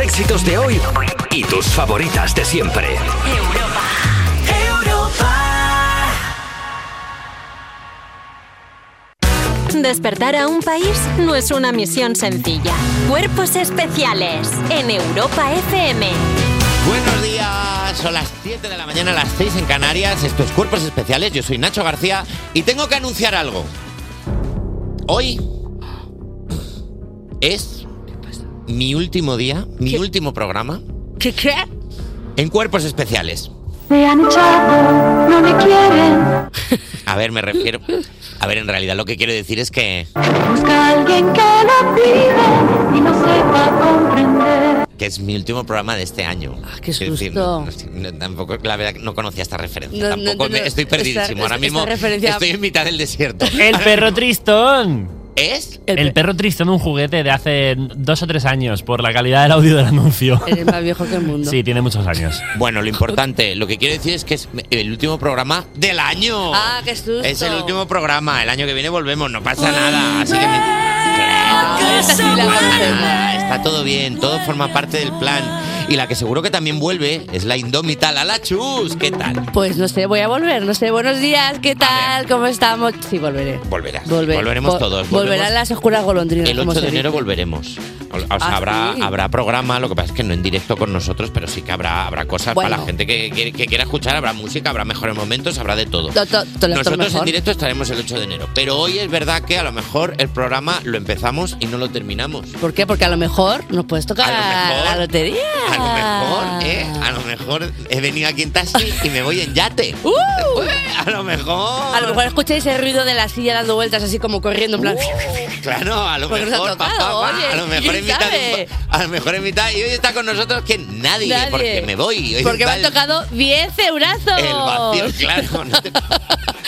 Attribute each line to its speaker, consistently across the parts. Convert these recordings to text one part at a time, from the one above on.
Speaker 1: éxitos de hoy y tus favoritas de siempre.
Speaker 2: Despertar a un país no es una misión sencilla. Cuerpos especiales en Europa FM.
Speaker 3: Buenos días, son las 7 de la mañana, las 6 en Canarias. Estos cuerpos especiales, yo soy Nacho García y tengo que anunciar algo. Hoy es mi último día, mi último programa.
Speaker 4: ¿Qué qué?
Speaker 3: En cuerpos especiales.
Speaker 4: Me han echado, no me quieren.
Speaker 3: A ver, me refiero. A ver, en realidad lo que quiero decir es que.
Speaker 4: Busca alguien que la pide y no sepa comprender.
Speaker 3: que es mi último programa de este año. Ah, qué susto. no, no, tampoco, la verdad, no conocía esta referencia.
Speaker 5: No, no,
Speaker 3: tampoco
Speaker 5: no,
Speaker 3: me-
Speaker 5: no.
Speaker 3: estoy perdidísimo.
Speaker 5: Esta-
Speaker 3: Ahora
Speaker 5: esta
Speaker 3: mismo
Speaker 5: referencia-
Speaker 3: estoy en mitad del desierto.
Speaker 6: El perro tristón.
Speaker 3: ¿Es?
Speaker 6: El, perro tristón, un juguete de hace dos o tres años por la calidad del audio del anuncio.
Speaker 5: Eres más viejo que el mundo.
Speaker 6: Sí, tiene muchos años.
Speaker 3: Bueno, lo importante, lo que quiero decir es que es el último programa del año.
Speaker 5: Ah, qué susto.
Speaker 3: Es el último programa. El año que viene volvemos, no pasa nada. Así que me- está todo bien, todo forma parte del plan. Y la que seguro que también vuelve es la indómita Lala Chus. ¿Qué tal?
Speaker 5: Pues no sé, voy a volver, no sé. Buenos días, ¿qué tal? ¿Cómo estamos? Sí, volveré.
Speaker 3: Volverás.
Speaker 5: Volver-
Speaker 3: Volveremos
Speaker 5: vol-
Speaker 3: todos.
Speaker 5: Volverán las oscuras golondrinas.
Speaker 3: El
Speaker 5: como
Speaker 3: 8 de
Speaker 5: se dice.
Speaker 3: enero volveremos. O- o sea,
Speaker 5: Ah,
Speaker 3: habrá,
Speaker 5: sí.
Speaker 3: habrá programa, lo que pasa es que no en directo con nosotros, pero sí que habrá, habrá cosas para
Speaker 5: Bueno.
Speaker 3: la gente que, que- que quiera escuchar, habrá música, habrá mejores momentos, habrá de todo.
Speaker 5: To- to- to- to-
Speaker 3: nosotros en
Speaker 5: mejor.
Speaker 3: directo estaremos el 8 de enero, pero hoy es verdad que a lo mejor el programa lo empezamos y no lo terminamos.
Speaker 5: ¿Por qué? Porque a lo mejor nos puedes tocar la lotería.
Speaker 3: A
Speaker 5: Ah.
Speaker 3: lo mejor, ¿eh? A lo mejor he venido aquí en taxi y me voy en yate.
Speaker 5: Uh.
Speaker 3: A lo mejor.
Speaker 5: A lo mejor escucháis el ruido de la silla dando vueltas así como corriendo en plan.
Speaker 3: Claro, a lo
Speaker 5: Porque nos ha
Speaker 3: mejor,
Speaker 5: tocado,
Speaker 3: papá,
Speaker 5: oye,
Speaker 3: a lo mejor
Speaker 5: ¿quién
Speaker 3: en mitad, de
Speaker 5: sabe?
Speaker 3: un pa- a lo mejor en mitad, y hoy está con nosotros que nadie,
Speaker 5: Nadie.
Speaker 3: porque me voy. Hoy
Speaker 5: Porque
Speaker 3: está
Speaker 5: me han
Speaker 3: el-
Speaker 5: tocado 10 eurazos.
Speaker 3: el vacío, claro. No te,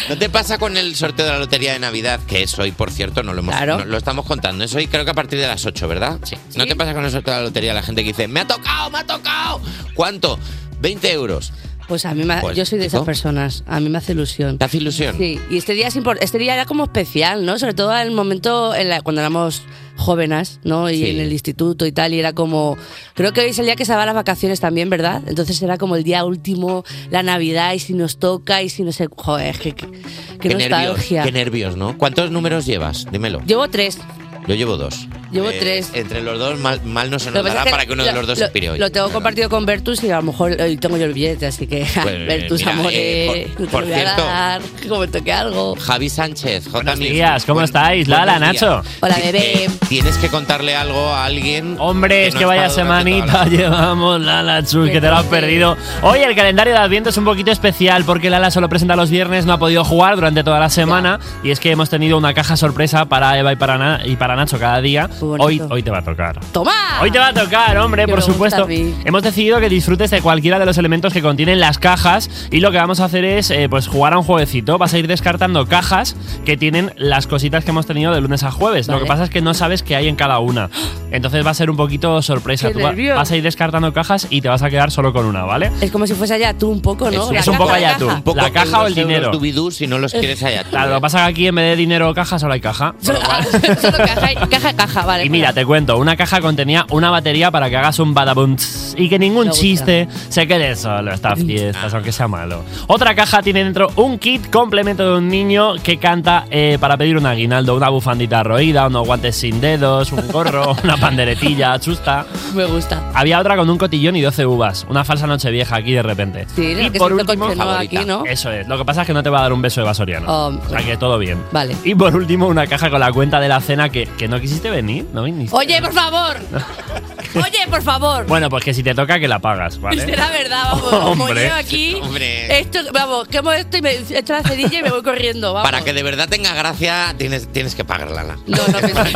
Speaker 3: ¿no te pasa con el sorteo de la lotería de Navidad? Que es hoy, por cierto, no lo hemos no lo estamos contando. Es hoy, creo que a partir de las 8, ¿verdad? Sí. ¿No te pasa con el sorteo de la lotería la gente que dice, me ha tocado, me ha tocado? ¿Cuánto? 20 euros.
Speaker 5: Pues a mí me, ha-
Speaker 3: Pues,
Speaker 5: yo soy de
Speaker 3: chico.
Speaker 5: esas personas. A mí me hace ilusión.
Speaker 3: ¿Te hace ilusión?
Speaker 5: Sí, y este día es impor- este día era como especial, ¿no? Sobre todo en el momento en la- cuando éramos jóvenes, ¿no? Y
Speaker 3: Sí.
Speaker 5: en el instituto y tal, y era como creo que hoy es el día que se van las vacaciones también, ¿verdad? Entonces era como el día último, la Navidad y si nos toca y si no sé, joder, es que, que- que
Speaker 3: qué nervios,
Speaker 5: nostalgia.
Speaker 3: qué nervios, ¿no? ¿Cuántos números llevas? Dímelo.
Speaker 5: Llevo tres.
Speaker 3: Yo llevo dos.
Speaker 5: Llevo
Speaker 3: Eh,
Speaker 5: tres.
Speaker 3: Entre los dos, mal, mal no se
Speaker 5: Lo
Speaker 3: nos
Speaker 5: que pasa
Speaker 3: dará
Speaker 5: es que
Speaker 3: para que uno de
Speaker 5: lo-
Speaker 3: los dos
Speaker 5: lo-
Speaker 3: se pire hoy.
Speaker 5: Lo tengo compartido con Bertus y a lo mejor hoy tengo yo el billete, así que
Speaker 3: Pues,
Speaker 5: Bertus,
Speaker 3: mira,
Speaker 5: amores,
Speaker 3: eh, por-
Speaker 5: no te
Speaker 3: por
Speaker 5: lo voy a
Speaker 3: cierto.
Speaker 5: dar, como toque algo.
Speaker 3: Javi Sánchez, J. Buenos
Speaker 6: días, ¿cómo estáis? Lala, Nacho.
Speaker 5: Hola, bebé.
Speaker 3: Tienes que contarle algo a alguien.
Speaker 6: Hombre, es
Speaker 3: no
Speaker 6: que
Speaker 3: ha
Speaker 6: vaya
Speaker 3: estado durante toda
Speaker 6: semanita
Speaker 3: la semana.
Speaker 6: llevamos, Lala Chus, que te lo has perdido. Hoy el calendario de Adviento es un poquito especial porque Lala solo presenta los viernes, no ha podido jugar durante toda la semana y es que hemos tenido una caja sorpresa para Eva y para, Na- y para Nacho cada día. Hoy, hoy te va a tocar.
Speaker 5: ¡Toma!
Speaker 6: Hoy te va a tocar, hombre,
Speaker 5: Que
Speaker 6: por
Speaker 5: me gusta a
Speaker 6: supuesto.
Speaker 5: mí.
Speaker 6: Hemos decidido que disfrutes de cualquiera de los elementos que contienen las cajas y lo que vamos a hacer es eh, pues jugar a un jueguecito. Vas a ir descartando cajas que tienen las cositas que hemos tenido de lunes a jueves. Lo que pasa es que no sabes qué hay en cada una. Entonces va a ser un poquito sorpresa.
Speaker 5: Qué
Speaker 6: Tú va-
Speaker 5: nervios.
Speaker 6: vas a ir descartando cajas y te vas a quedar solo con una, ¿vale?
Speaker 5: Es como si fuese allá tú un poco, ¿no? La
Speaker 6: es un
Speaker 5: caja,
Speaker 6: poco
Speaker 5: la
Speaker 6: allá tú.
Speaker 5: caja.
Speaker 6: la caja o el
Speaker 3: euros,
Speaker 6: dinero.
Speaker 3: euros, si no los quieres allá ¿eh?
Speaker 6: Claro, lo que pasa es que aquí en vez de dinero o caja, solo hay caja.
Speaker 5: caja, caja, caja, vale. pues
Speaker 6: Y mira, te cuento, una caja contenía una batería para que hagas un badabunts y que ningún
Speaker 5: Me gusta. Mm.
Speaker 6: chiste se quede solo estas fiestas, aunque sea malo. Otra caja tiene dentro un kit complemento de un niño que canta eh, para pedir un aguinaldo, una bufandita roída, unos guantes sin dedos, un gorro, una panderetilla, chusta.
Speaker 5: Me gusta.
Speaker 6: Había otra con un cotillón y 12 uvas, una falsa noche vieja aquí de repente.
Speaker 5: Sí,
Speaker 6: y
Speaker 5: lo que
Speaker 6: por
Speaker 5: se hizo
Speaker 6: último,
Speaker 5: con Chenoa aquí, ¿no?
Speaker 6: eso es. Lo que pasa es que no te va a dar un beso de Vasoriano.
Speaker 5: Oh,
Speaker 6: o sea que todo bien.
Speaker 5: Vale.
Speaker 6: Y por último, una caja con la cuenta de la cena que, que no quisiste venir, no viniste.
Speaker 5: Oye, por favor. Oye, por favor.
Speaker 6: Bueno, pues que si te toca que la pagas, ¿vale?
Speaker 5: Será verdad, vamos. Como
Speaker 6: Hombre.
Speaker 5: yo aquí.
Speaker 3: Hombre.
Speaker 5: Esto, vamos, quemo esto y me echo la cerilla y me voy corriendo. Vamos.
Speaker 3: Para que de verdad tenga gracia, tienes, tienes que pagarla. Lala.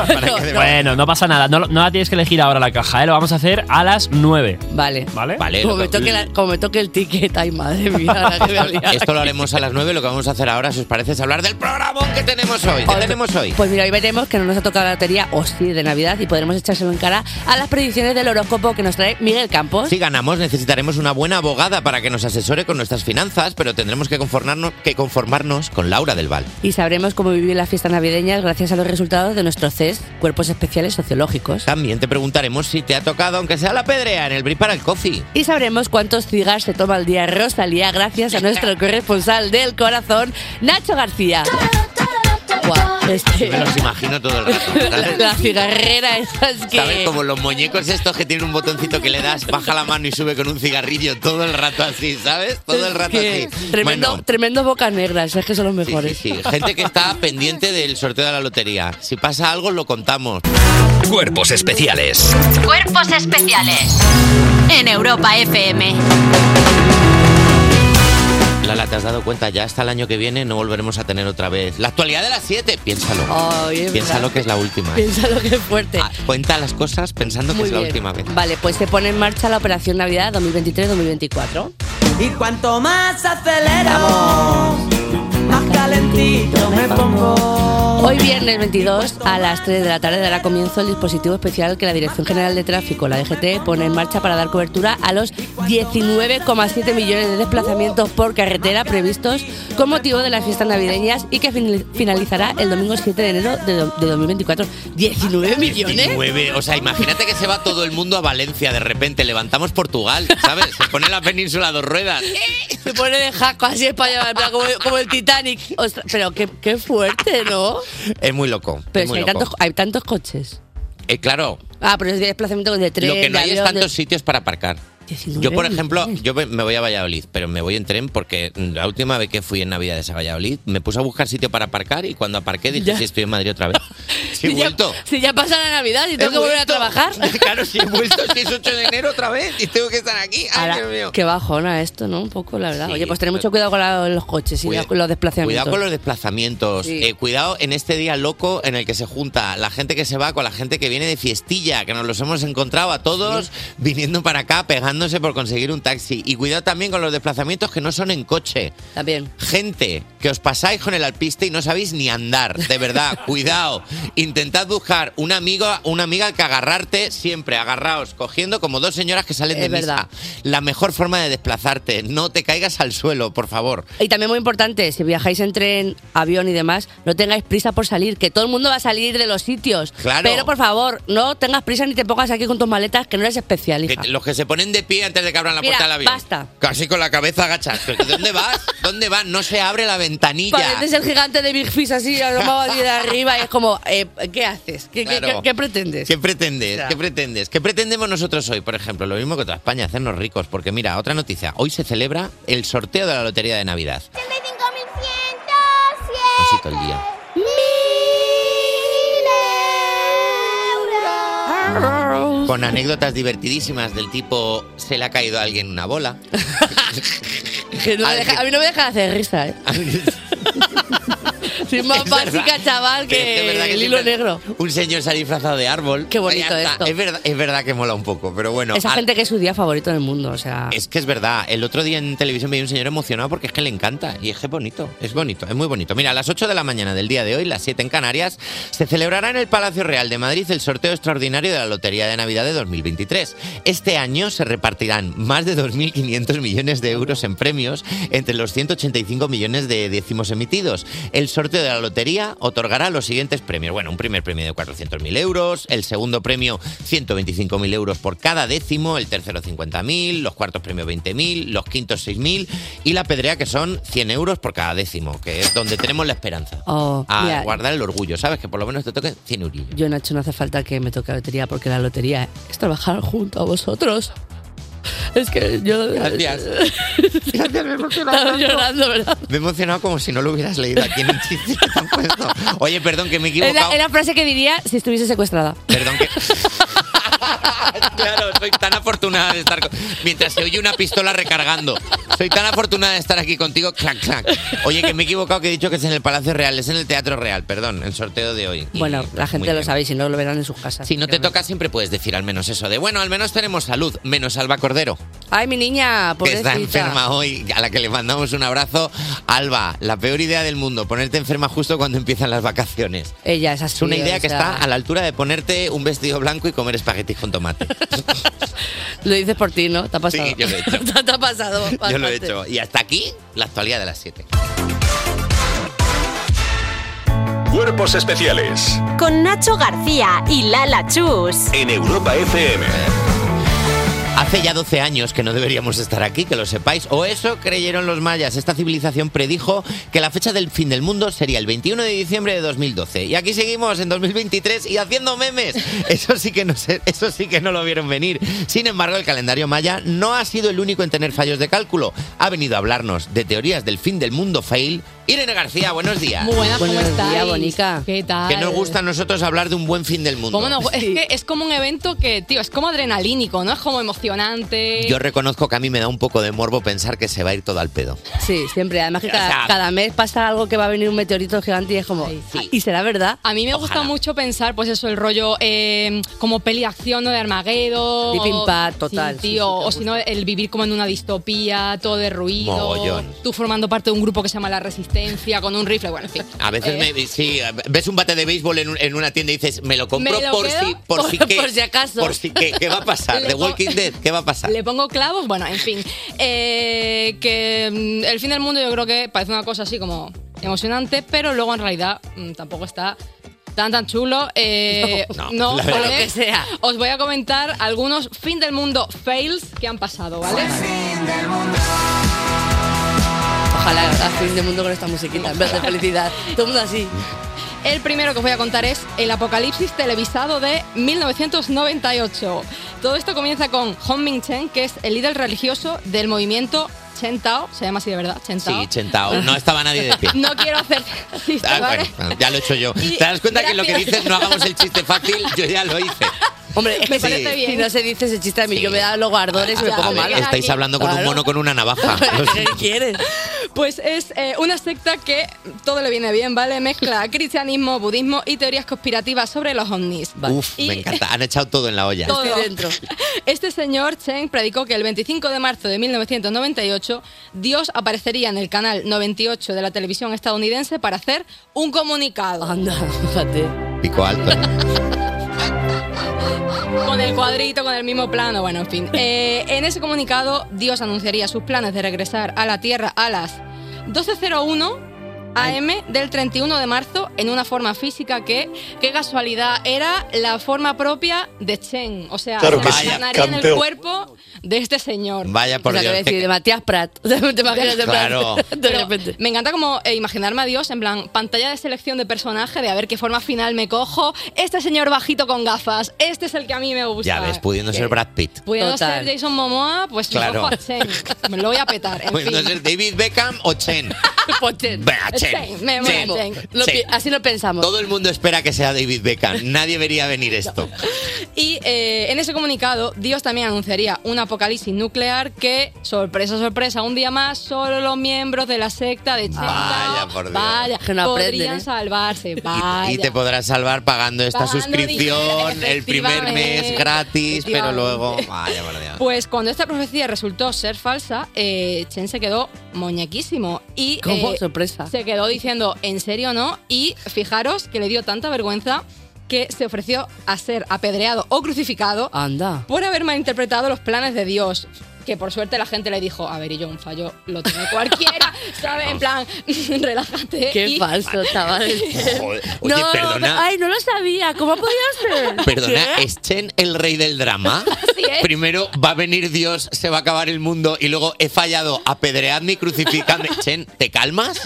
Speaker 6: Bueno, no pasa nada. No, lo- no la tienes que elegir ahora la caja, ¿eh? Lo vamos a hacer a las 9.
Speaker 5: Vale.
Speaker 6: ¿Vale?
Speaker 5: como, me toque la- como me toque el ticket, ay madre mía. la que me voy a liar
Speaker 3: Esto lo
Speaker 5: aquí.
Speaker 3: haremos a las 9. Lo que vamos a hacer ahora, si os parece, es hablar del programón que tenemos hoy. ¿Qué tenemos hoy?
Speaker 5: Pues mira, hoy veremos que no nos ha tocado la lotería o sí de Navidad y podremos echárselo en cara a las predicciones predicciones del horóscopo que nos trae Miguel Campos.
Speaker 3: Si ganamos, necesitaremos una buena abogada para que nos asesore con nuestras finanzas, pero tendremos que conformarnos, que conformarnos con Laura del Val.
Speaker 5: Y sabremos cómo vivir las fiestas navideñas gracias a los resultados de nuestros CES, cuerpos especiales sociológicos.
Speaker 3: También te preguntaremos si te ha tocado, aunque sea la pedrea, en el brief para el coffee.
Speaker 5: Y sabremos cuántos cigarros se toma al día Rosalía gracias a nuestro corresponsal del corazón, Nacho García. Guau, este-
Speaker 3: Me los imagino todo el rato. ¿sabes?
Speaker 5: la cigarrera esa es que...
Speaker 3: ¿Sabes? Como los muñecos estos que tienen un botoncito que le das, baja la mano y sube con un cigarrillo todo el rato así, ¿sabes? Todo el rato
Speaker 5: que-
Speaker 3: así.
Speaker 5: Tremendo,
Speaker 3: Bueno,
Speaker 5: Tremendos bocas negras, es que son los mejores.
Speaker 3: sí, gente que está pendiente del sorteo de la lotería. Si pasa algo, lo contamos.
Speaker 1: Cuerpos especiales.
Speaker 2: Cuerpos especiales en Europa FM.
Speaker 3: Lala, ¿te has dado cuenta? Ya hasta el año que viene no volveremos a tener otra vez. La actualidad de las 7, piénsalo.
Speaker 5: Ay, es
Speaker 3: piénsalo
Speaker 5: verdad.
Speaker 3: que es la última. Ah,
Speaker 5: Piénsalo que es fuerte.
Speaker 3: Cuenta las cosas pensando que
Speaker 5: Muy
Speaker 3: es la
Speaker 5: bien.
Speaker 3: última vez.
Speaker 5: Vale, pues se pone en marcha la operación Navidad 2023-2024.
Speaker 7: Y cuanto más aceleramos, más calentito me pongo.
Speaker 5: Hoy viernes 22 a las 3 de la tarde dará comienzo el dispositivo especial que la Dirección General de Tráfico, la DGT, pone en marcha para dar cobertura a los 19,7 millones de desplazamientos por carretera previstos con motivo de las fiestas navideñas y que fin- finalizará el domingo 7 de enero de, do- de 2024. ¿19 millones?
Speaker 3: 19, o sea, imagínate que se va todo el mundo a Valencia de repente, levantamos Portugal, ¿sabes? Se pone la península a dos ruedas.
Speaker 5: Se pone de jaco así es para llevar, como, como el Titanic. Ostras, pero qué, qué fuerte, ¿no?
Speaker 3: Es muy loco. es
Speaker 5: Pero es
Speaker 3: muy
Speaker 5: que hay
Speaker 3: loco.
Speaker 5: tantos, hay tantos coches.
Speaker 3: Eh, claro,
Speaker 5: Ah, pero es de desplazamiento de tren,
Speaker 3: lo que no
Speaker 5: de
Speaker 3: hay es
Speaker 5: avión, de-
Speaker 3: tantos sitios para aparcar.
Speaker 5: 19
Speaker 3: Yo, por ejemplo, yo me me voy a Valladolid, pero me voy en tren porque la última vez que fui en Navidades a Valladolid me puse a buscar sitio para aparcar y cuando aparqué dije,
Speaker 5: Ya.
Speaker 3: sí, estoy en Madrid otra vez. Sí, he
Speaker 5: Si ya-
Speaker 3: vuelto.
Speaker 5: Si ya pasa la Navidad y tengo que volver a trabajar.
Speaker 3: Claro, si he vuelto, si es 8 de enero otra vez y tengo que estar aquí. Ay,
Speaker 5: Ahora,
Speaker 3: Dios mío.
Speaker 5: qué bajona esto, ¿no? Un poco, la verdad.
Speaker 3: Sí,
Speaker 5: Oye, pues tener
Speaker 3: pero-
Speaker 5: mucho cuidado con la- los coches y
Speaker 3: Cuida-
Speaker 5: con los desplazamientos.
Speaker 3: Cuidado con los desplazamientos.
Speaker 5: Sí.
Speaker 3: Eh, cuidado en este día loco en el que se junta la gente que se va con la gente que viene de fiestilla, que nos los hemos encontrado a todos viniendo para acá, pegándose por conseguir un taxi. Y cuidado también con los desplazamientos que no son en coche.
Speaker 5: También.
Speaker 3: Gente, que os pasáis con el alpiste y no sabéis ni andar, de verdad, cuidado. Intentad buscar un amigo, una amiga que agarrarte siempre, agarraos, cogiendo como dos señoras que salen de
Speaker 5: Es verdad.
Speaker 3: misa. La mejor forma de desplazarte, no te caigas al suelo, por favor.
Speaker 5: Y también muy importante, si viajáis en tren, avión y demás, no tengáis prisa por salir, que todo el mundo va a salir de los sitios.
Speaker 3: Claro.
Speaker 5: Pero por favor, no tengas prisa ni te pongas aquí con tus maletas, que no eres especial,
Speaker 3: Que
Speaker 5: hija.
Speaker 3: te- los que se ponen de pie antes de que abran la
Speaker 5: Mira,
Speaker 3: puerta del avión.
Speaker 5: basta.
Speaker 3: Casi con la cabeza agachada. ¿Pero ¿Dónde vas? ¿Dónde vas? No se abre la ventanilla.
Speaker 5: Pareces este el gigante de Big Fish así, arrumado así de arriba, y es como, eh, ¿qué haces? ¿Qué, qué-
Speaker 3: Claro.
Speaker 5: qué- qué pretendes?
Speaker 3: ¿Qué pretendes?
Speaker 5: O sea.
Speaker 3: ¿Qué pretendes? ¿Qué pretendemos nosotros hoy, por ejemplo? Lo mismo que toda España, hacernos ricos. Porque mira, otra noticia. Hoy se celebra el sorteo de la Lotería de Navidad. Así todo el día. Con anécdotas divertidísimas del tipo, se le ha caído a alguien una bola.
Speaker 5: Que no me deja- a mí no me deja de hacer risa, ¿eh? Soy más
Speaker 3: Es
Speaker 5: básica,
Speaker 3: verdad.
Speaker 5: chaval,
Speaker 3: Pero es
Speaker 5: que,
Speaker 3: verdad que
Speaker 5: el hilo
Speaker 3: siempre
Speaker 5: negro.
Speaker 3: Un señor se ha disfrazado de árbol.
Speaker 5: Qué bonito
Speaker 3: Ya está.
Speaker 5: esto.
Speaker 3: Es verdad, es verdad que mola un poco, pero bueno.
Speaker 5: Esa
Speaker 3: al-
Speaker 5: gente que es su día favorito del mundo, o sea...
Speaker 3: Es que es verdad. El otro día en televisión veía un señor emocionado porque es que le encanta. Y es que es bonito. Es bonito, es muy bonito. Mira, a las 8 de la mañana del día de hoy, las 7 en Canarias, se celebrará en el Palacio Real de Madrid el sorteo extraordinario de la Lotería de Navidad de 2023. Este año se repartirán más de 2.500 millones de euros en premios entre los 185 millones de décimos emitidos. El sorteo de la lotería otorgará los siguientes premios. Bueno, un primer premio de 400.000 euros, el segundo premio 125.000 euros por cada décimo, el tercero 50.000, los cuartos premios 20.000, los quintos 6.000 y la pedrea que son 100 euros por cada décimo, que es donde tenemos la esperanza.
Speaker 5: Oh,
Speaker 3: A
Speaker 5: mira,
Speaker 3: guardar el orgullo, ¿sabes? Que por lo menos te toquen 100 eurillos.
Speaker 5: Yo, Nacho, no hace falta que me toque la lotería, porque la lotería es trabajar junto a vosotros. Es que yo... eh,
Speaker 3: Gracias. Gracias, me he emocionado
Speaker 5: Estaba
Speaker 3: tanto.
Speaker 5: llorando, ¿verdad?
Speaker 3: Me he emocionado como si no lo hubieras leído aquí en el chiste que te han puesto. Oye, perdón que me he
Speaker 5: Es
Speaker 3: equivocado.
Speaker 5: la, es la frase que diría si estuviese secuestrada.
Speaker 3: Perdón que. claro, soy tan afortunada Ah, de estar. con- Mientras se oye una pistola recargando. Soy tan afortunada de estar aquí contigo. Clac, clac. Oye, que me he equivocado que he dicho que es en el Palacio Real, es en el Teatro Real, perdón, el sorteo de hoy. Y,
Speaker 5: Bueno, la
Speaker 3: pues, muy
Speaker 5: gente lo
Speaker 3: bien.
Speaker 5: sabe y si no, lo verán en sus casas.
Speaker 3: Si no
Speaker 5: Así
Speaker 3: te
Speaker 5: que
Speaker 3: toca, siempre puedes decir al menos eso de bueno, al menos tenemos salud, menos Alba Cordero.
Speaker 5: Ay, mi niña,
Speaker 3: que está
Speaker 5: pobrecita.
Speaker 3: enferma hoy, a la que le mandamos un abrazo. Alba, la peor idea del mundo, ponerte enferma justo cuando empiezan las vacaciones.
Speaker 5: Ella es así.
Speaker 3: Es una idea
Speaker 5: o
Speaker 3: que
Speaker 5: sea,
Speaker 3: está a la altura de ponerte un vestido blanco y comer espaguetis con tomate.
Speaker 5: Lo dices por ti, ¿no? Te ha pasado.
Speaker 3: yo lo he hecho.
Speaker 5: Te ha pasado.
Speaker 3: Yo lo he
Speaker 5: bastante.
Speaker 3: hecho. Y hasta aquí, la actualidad de las 7.
Speaker 8: Cuerpos especiales
Speaker 2: Con Nacho García y Lala Chus.
Speaker 8: en Europa FM.
Speaker 3: Hace ya 12 años que no deberíamos estar aquí, que lo sepáis. O eso creyeron los mayas. Esta civilización predijo que la fecha del fin del mundo sería el 21 de diciembre de 2012. Y aquí seguimos en 2023 y haciendo memes. Eso sí que no, sé- eso sí que no lo vieron venir. Sin embargo, el calendario maya no ha sido el único en tener fallos de cálculo. Ha venido a hablarnos de teorías del fin del mundo fail. Irene García, buenos días.
Speaker 9: Muy buenas, ¿cómo
Speaker 5: Buenos días,
Speaker 9: estáis?
Speaker 5: Bonica.
Speaker 9: ¿Qué tal?
Speaker 3: Ah. Que nos gusta a nosotros hablar de un buen fin del mundo.
Speaker 9: ¿Cómo no? Es que es como un evento que, tío, es como adrenalínico, ¿no? Es como emocionante.
Speaker 3: Yo reconozco que a mí me da un poco de morbo pensar que se va a ir todo al pedo.
Speaker 5: Sí, siempre. Además que
Speaker 3: O sea-
Speaker 5: cada, cada mes pasa algo que va a venir un meteorito gigante y es como... "Ah, ¿Y será verdad?
Speaker 9: A mí me gusta mucho pensar, pues eso, el rollo eh, como peli de acción, ¿no? De Armageddon.
Speaker 5: Deep Impact,
Speaker 9: Sí,
Speaker 5: total, sí, sí,
Speaker 9: tío, o si no, el vivir como en una distopía, todo derruido.
Speaker 3: Mogollón.
Speaker 9: Tú formando parte de un grupo que se llama La Resistencia, con un rifle, bueno, en fin.
Speaker 3: A veces
Speaker 9: Eh,
Speaker 3: me- sí, ves un bate de béisbol en, un- en una tienda y dices, me lo compro
Speaker 9: ¿Me lo
Speaker 3: por,
Speaker 9: quedo?
Speaker 3: si, por, si
Speaker 9: Por-
Speaker 3: que.
Speaker 9: por si acaso.
Speaker 3: Por si que. ¿Qué va a pasar?
Speaker 9: Le
Speaker 3: ¿The
Speaker 9: pongo-
Speaker 3: Walking Dead? ¿Qué va a pasar?
Speaker 9: Le pongo clavos, bueno, en fin. Eh, que mm, el fin del mundo yo creo que parece una cosa así como emocionante, pero luego en realidad mm, tampoco está tan tan chulo. Eh,
Speaker 5: No,
Speaker 9: no,
Speaker 5: la verdad.
Speaker 9: ¿vale?
Speaker 5: Por lo que sea.
Speaker 9: Os voy a comentar algunos fin del mundo fails que han pasado, ¿vale?
Speaker 5: Ojalá a fin de mundo con esta musiquita. En vez de felicidad. Todo el mundo así.
Speaker 9: El primero que os voy a contar es el apocalipsis televisado de 1998. Todo esto comienza con Hong Ming Chen, que es el líder religioso del movimiento Chen Tao, se llama así de verdad, Chen Tao.
Speaker 3: Sí, Chentao. No estaba nadie de pie.
Speaker 9: No quiero hacer
Speaker 3: Ah,
Speaker 9: chistes,
Speaker 3: bueno,
Speaker 9: ¿vale?
Speaker 3: bueno, ah, ya lo he hecho yo. ¿Te das cuenta que lo que
Speaker 9: gracias.
Speaker 3: dices no hagamos el chiste fácil? Yo ya lo hice.
Speaker 5: Hombre, es que
Speaker 3: Me
Speaker 5: si-
Speaker 3: parece
Speaker 5: si
Speaker 3: bien. Ah,
Speaker 5: no se dice ese chiste a mí, yo me da luego ardores y me
Speaker 3: A
Speaker 5: pongo
Speaker 3: ver,
Speaker 5: mal.
Speaker 3: estáis hablando con un mono con una navaja. Lo
Speaker 5: ¿Qué
Speaker 3: siento.
Speaker 5: quieres?
Speaker 9: Pues es eh, una secta que todo le viene bien, ¿vale? Mezcla cristianismo, budismo y teorías conspirativas sobre los ovnis.
Speaker 3: Uf,
Speaker 9: Y-
Speaker 3: me encanta. Han echado todo en la olla.
Speaker 9: Todo. Este señor Chen predicó que el 25 de marzo de 1998 Dios aparecería en el canal 98 de la televisión estadounidense para hacer un comunicado.
Speaker 5: Anda, fíjate.
Speaker 3: Pico alto. ¿eh?
Speaker 9: Con el cuadrito, con el mismo plano, bueno, en fin. Eh, en ese comunicado, Dios anunciaría sus planes de regresar a la Tierra a las 12.01 AM del 31 de marzo en una forma física que, qué casualidad, era la forma propia de Chen. O sea,
Speaker 3: Claro
Speaker 9: se
Speaker 3: que sí,
Speaker 9: encarnaría en el
Speaker 3: campeón.
Speaker 9: cuerpo de este señor.
Speaker 3: Vaya por
Speaker 5: O sea, que
Speaker 3: Dios.
Speaker 5: voy a decir,
Speaker 3: qué-
Speaker 5: de Matías Prat. ¿Te imaginas de Prat?
Speaker 3: Claro.
Speaker 5: De
Speaker 9: Pero
Speaker 5: repente.
Speaker 9: Me encanta como eh, imaginarme a Dios en plan pantalla de selección de personaje, de a ver qué forma final me cojo. Este señor bajito con gafas, este es el que a mí me gusta.
Speaker 3: Ya ves, pudiendo ser Brad Pitt.
Speaker 9: Pudiendo
Speaker 3: Total.
Speaker 9: ser Jason Momoa, pues me
Speaker 3: Claro. Pues
Speaker 9: cojo a Chen. Me lo voy a petar. En
Speaker 3: Pudiendo
Speaker 9: fin.
Speaker 3: ser David Beckham o Chen.
Speaker 9: Pues
Speaker 3: Venga, Chen.
Speaker 9: Chen, me mola
Speaker 3: Chen.
Speaker 9: Chen.
Speaker 3: Lo pi-
Speaker 5: Así lo pensamos.
Speaker 3: Todo el mundo espera que sea David Beckham. Nadie vería venir esto.
Speaker 9: Y eh, en ese comunicado, Dios también anunciaría un apocalipsis nuclear que, sorpresa, sorpresa, un día más, solo los miembros de la secta de Chen
Speaker 3: Vaya,
Speaker 9: Tao,
Speaker 3: por Dios.
Speaker 9: vaya,
Speaker 3: Que no aprenden,
Speaker 9: podrían
Speaker 3: ¿eh?
Speaker 9: salvarse. Vaya.
Speaker 3: Y te podrás salvar pagando esta
Speaker 9: Pagando
Speaker 3: suscripción
Speaker 9: dinero,
Speaker 3: el primer mes
Speaker 9: efectivamente.
Speaker 3: gratis, pero
Speaker 9: Efectivamente.
Speaker 3: luego. Vaya, por Dios.
Speaker 9: Pues cuando esta profecía resultó ser falsa, eh, Chen se quedó moñequísimo y
Speaker 5: ¿Cómo?
Speaker 9: eh,
Speaker 5: Sorpresa.
Speaker 9: se quedó diciendo en serio no y fijaros que le dio tanta vergüenza que se ofreció a ser apedreado o crucificado
Speaker 5: Anda.
Speaker 9: por haber malinterpretado los planes de Dios. Que por suerte la gente le dijo, a ver, y yo un fallo lo tiene cualquiera, ¿sabes? En plan, relájate.
Speaker 5: Qué
Speaker 9: y-
Speaker 5: falso, chavales.
Speaker 3: Joder. Oye,
Speaker 5: no,
Speaker 3: perdona.
Speaker 5: no, ay, no lo sabía. ¿Cómo ha podido ser?
Speaker 3: Perdona, ¿es Chen el rey del drama? Primero va a venir Dios, se va a acabar el mundo y luego he fallado, apedreadme y crucificadme. Chen, ¿te calmas?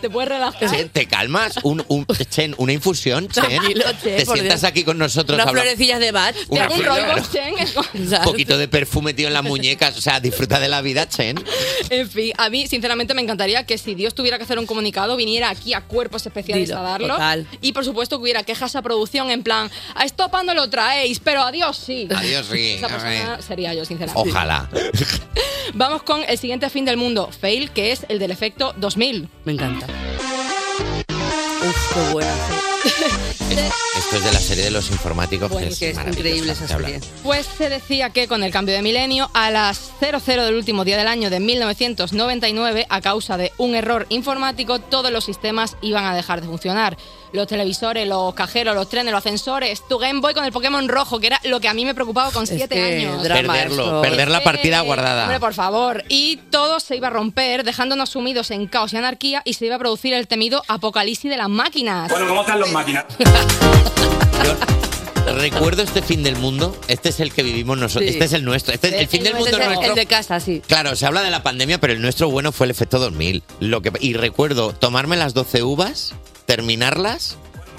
Speaker 9: Te puedes relajar.
Speaker 3: Chen, ¿te calmas? Un, un- Chen, ¿una infusión? Chen,
Speaker 5: Tranquilo, Chen,
Speaker 3: ¿te
Speaker 5: por
Speaker 3: sientas
Speaker 5: Dios.
Speaker 3: aquí con nosotros?
Speaker 5: Unas
Speaker 3: hablamos?
Speaker 5: florecillas de bat.
Speaker 3: Una
Speaker 9: un
Speaker 3: flor,
Speaker 9: rollo,
Speaker 3: claro.
Speaker 9: Chen, es como-
Speaker 3: Un poquito de perfume tío en las muñecas. O sea, disfruta de la vida, Chen.
Speaker 9: En fin, a mí sinceramente me encantaría que si Dios tuviera que hacer un comunicado, viniera aquí a cuerpos especiales
Speaker 5: Dilo,
Speaker 9: a darlo.
Speaker 5: total.
Speaker 9: Y por supuesto que hubiera quejas a producción en plan, a esto pa' no lo traéis, pero adiós sí.
Speaker 3: Adiós, sí,
Speaker 9: Esa persona
Speaker 3: hombre.
Speaker 9: sería yo, sinceramente.
Speaker 3: Ojalá.
Speaker 9: Vamos con el siguiente fin del mundo, fail, que es el del efecto 2000.
Speaker 5: Me encanta. Uf, qué buena.
Speaker 3: Esto es de la serie de los informáticos,
Speaker 9: Bueno,
Speaker 3: que es,
Speaker 9: que es
Speaker 3: maravillosa,
Speaker 9: increíble esa
Speaker 3: que habla.
Speaker 9: serie. Pues se decía que con el cambio de milenio, a las 00 del último día del año de 1999, a causa de un error informático, todos los sistemas iban a dejar de funcionar. Los televisores, los cajeros, los trenes, los ascensores, tu Game Boy con el Pokémon rojo, que era lo que a mí me preocupaba con 7
Speaker 5: que
Speaker 9: años.
Speaker 5: drama
Speaker 3: Perderlo,
Speaker 5: esto.
Speaker 3: perder la
Speaker 9: Eh,
Speaker 3: partida guardada.
Speaker 9: Hombre, por favor. Y todo se iba a romper, dejándonos sumidos en caos y anarquía, y se iba a producir el temido apocalipsis de las máquinas.
Speaker 8: ¿cómo están los máquinas?
Speaker 3: Recuerdo este fin del mundo. Este es el que vivimos nosotros.
Speaker 5: Sí.
Speaker 3: Este es el nuestro. Este es el fin del mundo
Speaker 5: es el-
Speaker 3: nuestro.
Speaker 5: El de casa, sí.
Speaker 3: Claro, se habla de la pandemia, pero el nuestro bueno fue el efecto 2000. Lo que, y recuerdo tomarme las 12 uvas, terminarlas,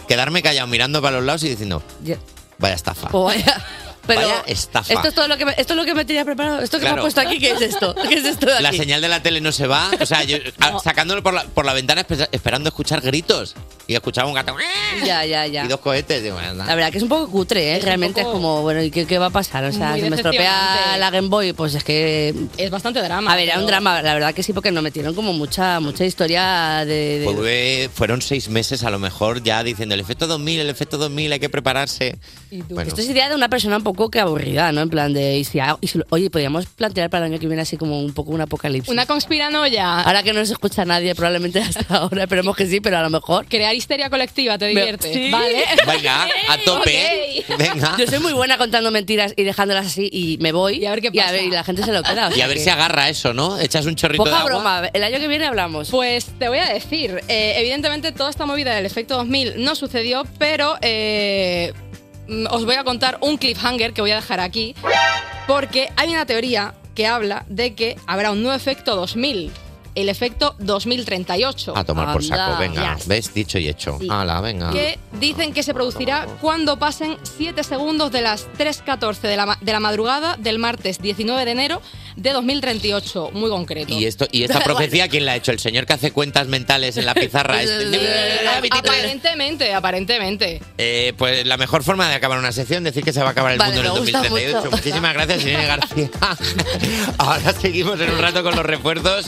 Speaker 3: quedarme callado mirando para los lados y diciendo,
Speaker 5: Ya.
Speaker 3: vaya estafa.
Speaker 5: O vaya- pero
Speaker 3: Vaya estafa.
Speaker 5: Esto es todo lo que me, esto es lo que me tenía preparado. Esto que me
Speaker 3: Claro.
Speaker 5: ha puesto aquí, ¿qué es esto? ¿Qué es esto de
Speaker 3: La
Speaker 5: aquí?
Speaker 3: señal de la tele no se va. O sea, yo a- sacándolo por la, por la ventana espe- esperando escuchar gritos. Y escuchaba un gato ¡ah!
Speaker 5: Ya, ya, ya.
Speaker 3: y dos cohetes. Digo, anda.
Speaker 5: La verdad que es un poco cutre, ¿eh? Realmente es como, bueno, ¿y qué, qué va a pasar? O sea,
Speaker 9: Muy
Speaker 5: se me estropea
Speaker 9: decepcionante.
Speaker 5: la Game Boy, pues es que...
Speaker 9: Es bastante drama.
Speaker 5: A ver, era un
Speaker 9: pero-
Speaker 5: drama, la verdad que sí, porque nos metieron como mucha mucha historia de... de-
Speaker 3: Fue- Pues fueron seis meses a lo mejor ya diciendo el efecto 2000, el efecto 2000, hay que prepararse. Bueno,
Speaker 5: Esto es idea de una persona un poco que aburrida, ¿no? En plan de... y si ha- y si lo- oye, podríamos plantear para el año que viene así como un poco un apocalipsis.
Speaker 9: Una conspiranoia.
Speaker 5: Ahora que no se escucha a nadie, probablemente hasta ahora, esperemos que sí, pero a lo mejor...
Speaker 9: Crear histeria colectiva, te divierte.
Speaker 5: Sí.
Speaker 9: Vale.
Speaker 3: venga, a tope.
Speaker 9: ok.
Speaker 3: Venga.
Speaker 5: Yo soy muy buena contando mentiras y dejándolas así y me voy
Speaker 9: Y a ver qué
Speaker 5: y,
Speaker 9: pasa.
Speaker 5: ver, y la gente se lo queda. o
Speaker 3: Y
Speaker 5: sea
Speaker 3: a ver
Speaker 5: que-
Speaker 3: si agarra eso, ¿no? Echas un chorrito de
Speaker 5: Poca
Speaker 3: agua.
Speaker 5: broma, el año que viene hablamos.
Speaker 9: Pues te voy a decir, eh, evidentemente toda esta movida del efecto 2000 no sucedió, pero eh, mm, os voy a contar un cliffhanger que voy a dejar aquí, porque hay una teoría que habla de que habrá un nuevo efecto 2000, el efecto 2038.
Speaker 3: A tomar por saco,
Speaker 5: Anda.
Speaker 3: venga.
Speaker 9: Yes.
Speaker 3: ¿Ves? Dicho y hecho.
Speaker 9: Sí.
Speaker 3: Hala, venga.
Speaker 9: que dicen que se producirá cuando pasen 7 segundos de las 3.14 de la, ma- de la madrugada del martes 19 de enero de 2038, muy concreto.
Speaker 3: Y, esto, y esta profecía, ¿quién la ha hecho? El señor que hace cuentas mentales en la pizarra. Este.
Speaker 9: Eh, aparentemente, aparentemente.
Speaker 3: Eh, pues la mejor forma de acabar una sección, decir que se va a acabar el
Speaker 5: Vale,
Speaker 3: mundo en el
Speaker 5: me gusta
Speaker 3: 2038.
Speaker 5: mucho.
Speaker 3: Muchísimas gracias, Irene García. Ahora seguimos en un rato con los refuerzos.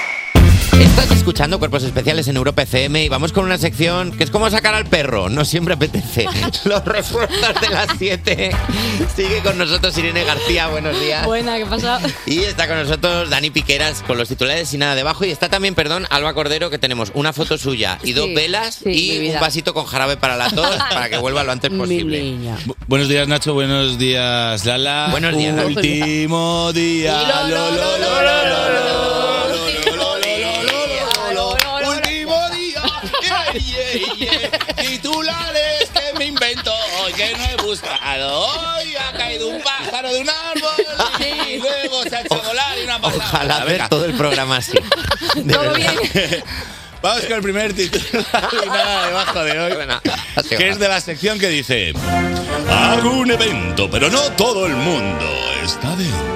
Speaker 3: Estás escuchando Cuerpos Especiales en Europa FM y vamos con una sección que es como sacar al perro. No siempre apetece. Los refuerzos de las 7. Sigue con nosotros Irene García. Buenos días.
Speaker 9: Buena, ¿qué pasa?
Speaker 3: Y está con nosotros Dani Piqueras con los titulares y nada debajo. Y está también, perdón, Alba Cordero, que tenemos una foto suya y dos
Speaker 5: Sí,
Speaker 3: velas
Speaker 5: sí, mi
Speaker 3: y
Speaker 5: vida.
Speaker 3: un vasito con jarabe para la tos para que vuelva lo antes
Speaker 5: Mi
Speaker 3: posible.
Speaker 5: niña.
Speaker 10: Bu- Buenos días, Nacho. Buenos días, Lala.
Speaker 3: Buenos días, Nacho.
Speaker 10: Último día.
Speaker 5: Lo, lo,
Speaker 10: Lo, lo, lo, lo, lo, lo, lo, lo, lo, lo, lo, lo, Último día. Yeah, yeah, yeah. Titulares que me invento hoy, que no he buscado. Hoy ha caído un pájaro de un árbol y luego se ha hecho volar y una pasada.
Speaker 3: Ojalá ver todo el programa así. De
Speaker 9: ¿Todo
Speaker 3: verdad.
Speaker 9: bien?
Speaker 10: Vamos con el primer titular y nada debajo de hoy.
Speaker 3: Bueno, ha sido
Speaker 10: que es de la sección que dice Hago un evento, pero no todo el mundo está dentro.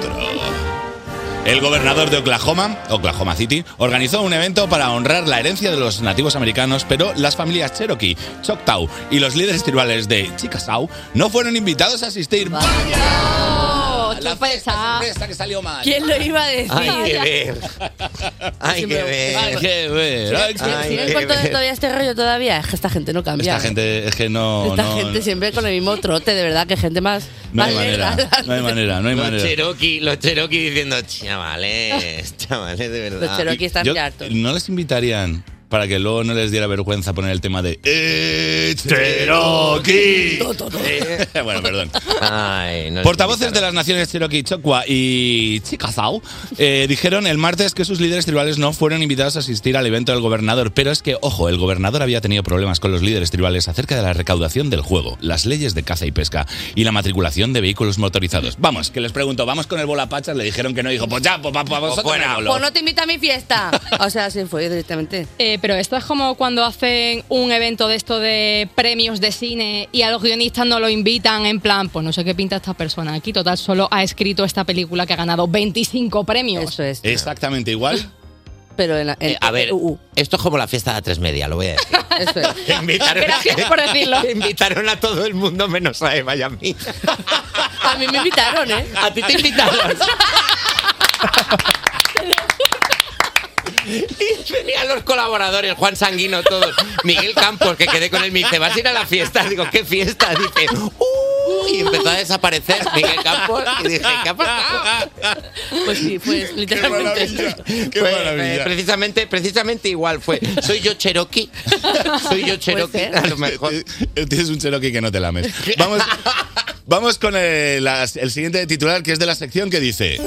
Speaker 10: El gobernador de Oklahoma, Oklahoma City, organizó un evento para honrar la herencia de los nativos americanos, pero las familias Cherokee, Choctaw y los líderes tribales de Chickasaw no fueron invitados a asistir.
Speaker 9: Oh,
Speaker 10: La
Speaker 9: sorpresa.
Speaker 10: que salió mal.
Speaker 5: ¿Quién lo iba a decir?
Speaker 3: Hay que ver. Hay que
Speaker 10: Hay
Speaker 3: ver.
Speaker 10: que ver, hay que
Speaker 5: Si-
Speaker 10: ver.
Speaker 5: si no
Speaker 3: qué
Speaker 5: encuentro
Speaker 3: ver.
Speaker 5: todavía este rollo todavía, es que esta gente no cambia.
Speaker 10: Ah, eh, Esta
Speaker 5: ¿eh?
Speaker 10: gente es que no.
Speaker 5: Esta
Speaker 10: no-
Speaker 5: gente siempre con el mismo trote, de verdad, que gente más.
Speaker 10: no hay
Speaker 5: más lenta.
Speaker 10: manera, no hay manera, no hay
Speaker 3: Los
Speaker 10: manera.
Speaker 3: Cherokee, los Cherokee diciendo, chavales, chavales, de verdad.
Speaker 5: Los Cherokee están
Speaker 10: Ah, Yo-
Speaker 5: ya hartos.
Speaker 10: ¿No les invitarían para que luego no les diera vergüenza poner el tema de "Eh, It's Cherokee? bueno, perdón.
Speaker 3: Ay, no les
Speaker 10: Portavoces de
Speaker 3: invitaron.
Speaker 10: las naciones Cherokee, Chocua y Chickasaw eh, dijeron el martes que sus líderes tribales no fueron invitados a asistir al evento del gobernador. Pero es que, ojo, el gobernador había tenido problemas con los líderes tribales acerca de la recaudación del juego, las leyes de caza y pesca y la matriculación de vehículos motorizados. Vamos, que les pregunto, vamos con el bola pachas, le dijeron que no, dijo, pues ya, pues pa- pa- vosotros
Speaker 3: fuera.
Speaker 10: me hablo.
Speaker 5: Pues no te invito a mi fiesta. O sea, se fue directamente.
Speaker 9: Eh, pero esto es como cuando hacen un evento de esto de premios de cine y a los guionistas no lo invitan en plan, pues no sé qué pinta esta persona aquí, total, solo ha escrito esta película que ha ganado 25 premios.
Speaker 5: Eso es.
Speaker 10: Exactamente igual.
Speaker 5: Pero en la- en-
Speaker 3: Eh, a ver,
Speaker 5: uh, uh,
Speaker 3: esto es como la fiesta de la tres media, lo voy a decir.
Speaker 5: eso es.
Speaker 3: Que invitaron,
Speaker 9: Gracias por decirlo.
Speaker 3: que invitaron a todo el mundo menos a Eva y a mí.
Speaker 5: A mí me invitaron, ¿eh?
Speaker 3: A ti te invitaron. Y venían los colaboradores, Juan Sanguino, todos. Miguel Campos, que quedé con él, me dice, ¿vas a ir a la fiesta? Digo, ¿qué fiesta? Dice, "Uh", y empezó a desaparecer Miguel Campos y dije, ¿qué ha pasado?
Speaker 5: Pues sí, pues literalmente.
Speaker 3: Fue, eh, precisamente, precisamente igual fue. Soy yo Cherokee. Soy yo Cherokee. A lo mejor.
Speaker 10: Tienes un Cherokee que no te lames. Vamos, vamos con el, las- el siguiente titular, que es de la sección que dice...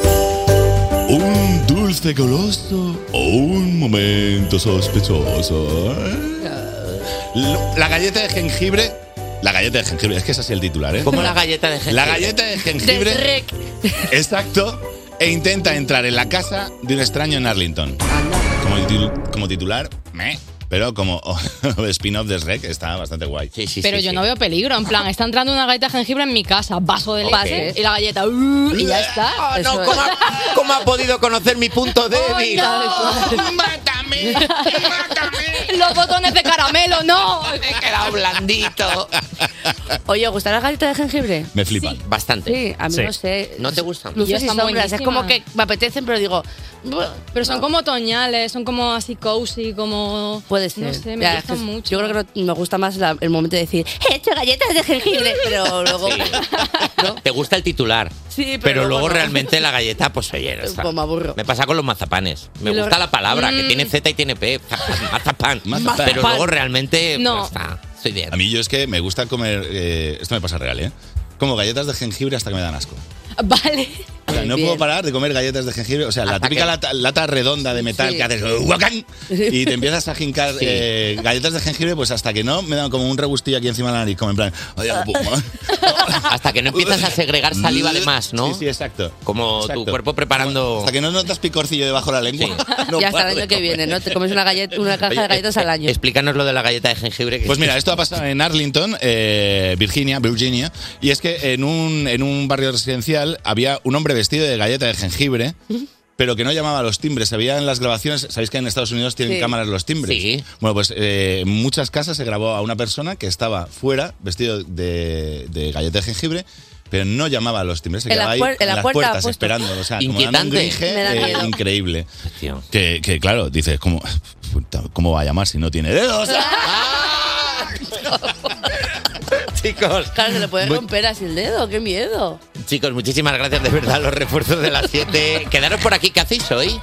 Speaker 10: Un dulce goloso o un momento sospechoso. ¿eh? Lo- La galleta de jengibre... La galleta de jengibre, es que es así el titular, ¿eh?
Speaker 3: Como la galleta de jengibre.
Speaker 10: La galleta de jengibre. Exacto. E intenta entrar en la casa de un extraño en Arlington. Como, titul- como titular, meh, pero como spin-off de Shrek está bastante guay. Sí, sí,
Speaker 9: Pero yo no veo peligro, en plan, está entrando una galleta de jengibre en mi casa, vaso de leche y la galleta, uh, y ya está.
Speaker 3: Ah, no, ¿cómo ha, cómo ha podido conocer mi punto débil?
Speaker 9: ¡Mátame! ¡Mátame! Los botones de caramelo, no.
Speaker 3: Me he quedado Ah, blandito.
Speaker 5: Oye, ¿os gustará la galleta de jengibre?
Speaker 10: Me flipan.
Speaker 3: Bastante.
Speaker 5: Sí, a mí no sé.
Speaker 3: ¿No te gustan?
Speaker 5: Luces y
Speaker 9: están
Speaker 5: sombras, es como que
Speaker 9: buenísimas.
Speaker 5: me apetecen, pero digo,
Speaker 9: Pero son como toñales, son como así cozy, como...
Speaker 5: puede ser.
Speaker 9: No sé, me
Speaker 5: Este, Ya,
Speaker 9: gustan
Speaker 5: es que
Speaker 9: mucho.
Speaker 5: Yo creo que no- me gusta más la- el momento de decir, "Eh, he hecho galletas de jengibre, pero luego
Speaker 3: Te gusta el titular.
Speaker 5: Sí, pero
Speaker 3: luego
Speaker 5: luego no.
Speaker 3: realmente la galleta, pues oye, no está.
Speaker 5: pues me aburro.
Speaker 3: Me pasa con los mazapanes. Me
Speaker 5: Y los-
Speaker 3: gusta la palabra, que
Speaker 5: Mm.
Speaker 3: tiene Z y tiene P. Mazapán.
Speaker 10: Mazapán.
Speaker 3: Pero luego realmente
Speaker 10: No.
Speaker 3: no. está. Estoy bien.
Speaker 10: A mí yo es que me gusta comer, eh, esto me pasa real, ¿eh? Como galletas de jengibre hasta que me dan asco.
Speaker 9: Vale.
Speaker 10: O sea, no puedo parar de comer galletas de jengibre. O sea, la típica lata, lata redonda de metal
Speaker 3: Sí.
Speaker 10: que haces ¡guacán! y te empiezas a jincar
Speaker 3: Sí.
Speaker 10: eh, galletas de jengibre, pues hasta que no me dan como un regustillo aquí encima de la nariz, como en plan, "Ay, algo puedo".
Speaker 3: Hasta que no empiezas a segregar saliva de más, ¿no?
Speaker 10: Sí, sí, exacto.
Speaker 3: Como
Speaker 10: Exacto.
Speaker 3: tu cuerpo preparando.
Speaker 10: Hasta que no notas picorcillo debajo de la lengua. no
Speaker 5: ya hasta
Speaker 10: paro
Speaker 5: el
Speaker 10: de
Speaker 5: año que
Speaker 10: comer.
Speaker 5: viene, ¿no? Te comes una, galleta, una caja
Speaker 10: Oye,
Speaker 5: de galletas al año.
Speaker 3: eh, Explícanos lo de la galleta de jengibre. que-
Speaker 10: Pues mira, esto ha pasado en Arlington, eh, Virginia, Virginia, y es que en un, en un barrio residencial había un hombre vestido de galleta de jengibre, pero que no llamaba a los timbres. Se veía en las grabaciones, sabéis que en Estados Unidos tienen
Speaker 3: Sí.
Speaker 10: cámaras los timbres.
Speaker 3: Sí.
Speaker 10: Bueno, pues eh, en muchas casas se grabó a una persona que estaba fuera, vestido de, de galleta de jengibre. Pero no llamaba a los timbres, se
Speaker 5: En la
Speaker 10: quedaba ahí
Speaker 5: puer- en la
Speaker 10: las
Speaker 5: puerta,
Speaker 10: puertas
Speaker 5: puesto.
Speaker 10: esperando. O sea, como dando un
Speaker 3: Inquietante.
Speaker 10: grije,
Speaker 5: Me da
Speaker 10: eh,
Speaker 5: miedo.
Speaker 10: increíble. Que, que, claro, dices, ¿cómo, ¿cómo va a llamar si no tiene dedos? ¡Ah!
Speaker 3: Chicos,
Speaker 5: Claro, se le puede
Speaker 3: Muy-
Speaker 5: romper así el dedo, qué miedo.
Speaker 3: Chicos, muchísimas gracias de verdad los refuerzos de las 7. Quedaros por aquí, ¿qué hacéis hoy?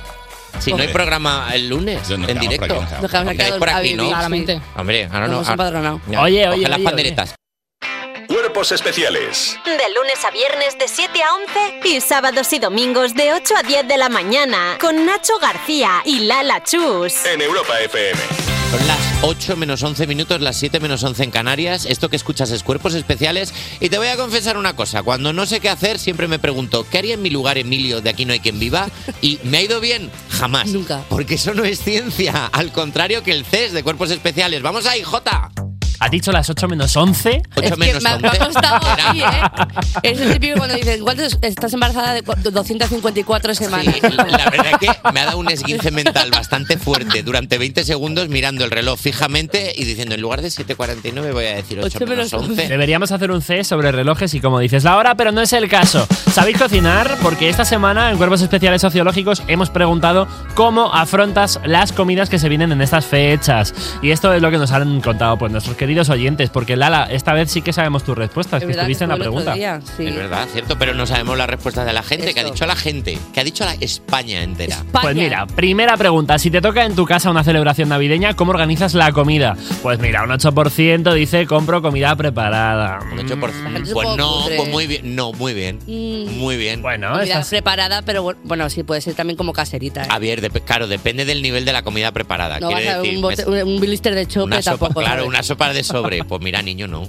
Speaker 3: Si no hay
Speaker 5: Hombre.
Speaker 3: programa el lunes, en
Speaker 10: quedamos por
Speaker 3: directo.
Speaker 10: aquí,
Speaker 5: Nos quedamos aquí
Speaker 3: Estáis
Speaker 5: a
Speaker 3: por aquí,
Speaker 5: dormir, a
Speaker 3: ¿no?
Speaker 5: vivir, Claramente.
Speaker 3: Hombre, ahora no.
Speaker 5: Nos hemos empadronado.
Speaker 3: Oye,
Speaker 8: oye,
Speaker 3: las
Speaker 8: oye,
Speaker 3: panderetas.
Speaker 8: Cuerpos especiales
Speaker 2: De lunes a viernes de 7 a 11 y sábados y domingos de 8 a 10 de la mañana con Nacho García y Lala Chus.
Speaker 8: en Europa FM.
Speaker 3: Son las 8 menos 11 minutos, las 7 menos 11 en Canarias. Esto que escuchas es Cuerpos Especiales. Y te voy a confesar una cosa. Cuando no sé qué hacer, siempre me pregunto, ¿qué haría en mi lugar, Emilio, de Aquí no hay quien viva? Y me ha ido bien, jamás. Nunca. Porque eso no es ciencia. Al contrario que el CES de Cuerpos Especiales. ¡Vamos ahí, Jota!
Speaker 6: ¿Has dicho las 8 menos 11?
Speaker 3: 8 menos
Speaker 5: me ha- me ha
Speaker 3: 11.
Speaker 5: costado así, ¿eh? Es el típico cuando dices, igual te- estás embarazada de cu- 254 semanas.
Speaker 3: La verdad es que me ha dado un esguince mental bastante fuerte durante 20 segundos mirando el reloj fijamente y diciendo en lugar de 7.49 voy a decir 8, menos 11.
Speaker 6: Deberíamos hacer un C sobre relojes y como dices la hora, pero no es el caso. ¿Sabéis cocinar? Porque esta semana en Cuerpos Especiales Sociológicos hemos preguntado cómo afrontas las comidas que se vienen en estas fechas. Y esto es lo que nos han contado pues, nuestros queridos oyentes, porque Lala, esta vez sí que sabemos tus respuestas, que estuviste en la pregunta.
Speaker 3: Es verdad, cierto, pero no sabemos la respuesta de la gente, que ha dicho la gente, que ha dicho la España entera.
Speaker 6: Pues mira, primera pregunta. Si te toca en tu casa una celebración navideña, ¿cómo organizas la comida? Pues mira, un 8% dice compro comida preparada. Mm.
Speaker 3: Un 8%.
Speaker 5: es un
Speaker 3: Pues
Speaker 5: poco
Speaker 3: no,
Speaker 5: cutre.
Speaker 3: pues muy bien, no, muy bien.
Speaker 5: Mm,
Speaker 3: Muy bien.
Speaker 6: Bueno,
Speaker 5: comida preparada, pero bu- bueno, sí, puede ser también como caserita. ¿eh?
Speaker 3: A ver, dep- claro, depende del nivel de la comida preparada.
Speaker 5: No vas
Speaker 3: Ah, Quiere
Speaker 5: a ver
Speaker 3: decir,
Speaker 5: un,
Speaker 3: me-
Speaker 5: bote- un blister de chope
Speaker 3: una sopa,
Speaker 5: tampoco.
Speaker 3: claro,
Speaker 5: ¿sabes?
Speaker 3: una sopa de sobre. Pues mira, niño, no.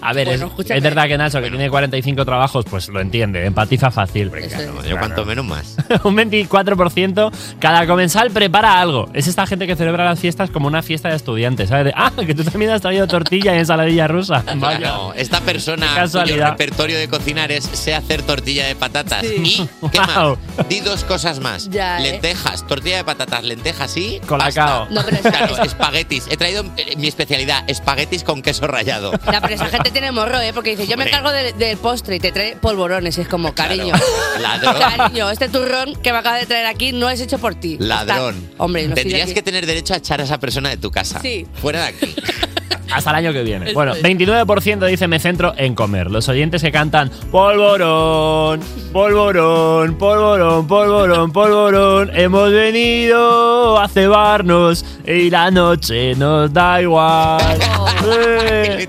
Speaker 6: A ver,
Speaker 3: Bueno,
Speaker 6: es- es,
Speaker 3: escúchame.
Speaker 6: verdad que Nacho, que tiene 45 trabajos, pues lo entiende, empatiza fácil.
Speaker 3: Claro, yo cuanto menos más.
Speaker 6: Un 24%, cada comensal prepara algo. Es esta gente que celebra las fiestas como una fiesta de estudiantes, ¿sabes? De, ah, que tú también has traído tortilla y ensaladilla rusa. Vaya.
Speaker 3: Claro, esta
Speaker 6: Qué
Speaker 3: persona cuyo
Speaker 6: casualidad.
Speaker 3: repertorio de cocinar es sé hacer tortilla de patatas
Speaker 6: Sí.
Speaker 3: y ¿qué más? Di dos cosas más.
Speaker 6: Ya, ¿eh?
Speaker 3: lentejas, tortilla de patatas, lentejas y
Speaker 6: Colacao.
Speaker 3: Claro, espaguetis. He traído eh, mi especialidad, espaguetis con queso rallado.
Speaker 5: Ya, pero esa gente tiene morro, ¿eh? Porque dice, yo me
Speaker 3: Hombre.
Speaker 5: encargo del, del postre y te trae polvorones. Y es como, cariño,
Speaker 3: Ladrón.
Speaker 5: cariño, este turrón que me acabas de traer aquí no es hecho por ti.
Speaker 3: Ladrón.
Speaker 5: Está- Hombre, no estoy
Speaker 3: Tendrías
Speaker 5: aquí.
Speaker 3: que tener derecho a echar a esa persona de tu casa.
Speaker 5: Sí.
Speaker 3: Fuera de aquí.
Speaker 6: Hasta el año que viene.
Speaker 3: Eso
Speaker 6: Bueno,
Speaker 3: es.
Speaker 6: 29% dice me centro en comer. Los oyentes que cantan polvorón, polvorón, polvorón, polvorón, polvorón, hemos venido a cebarnos y la noche nos da igual. Eh,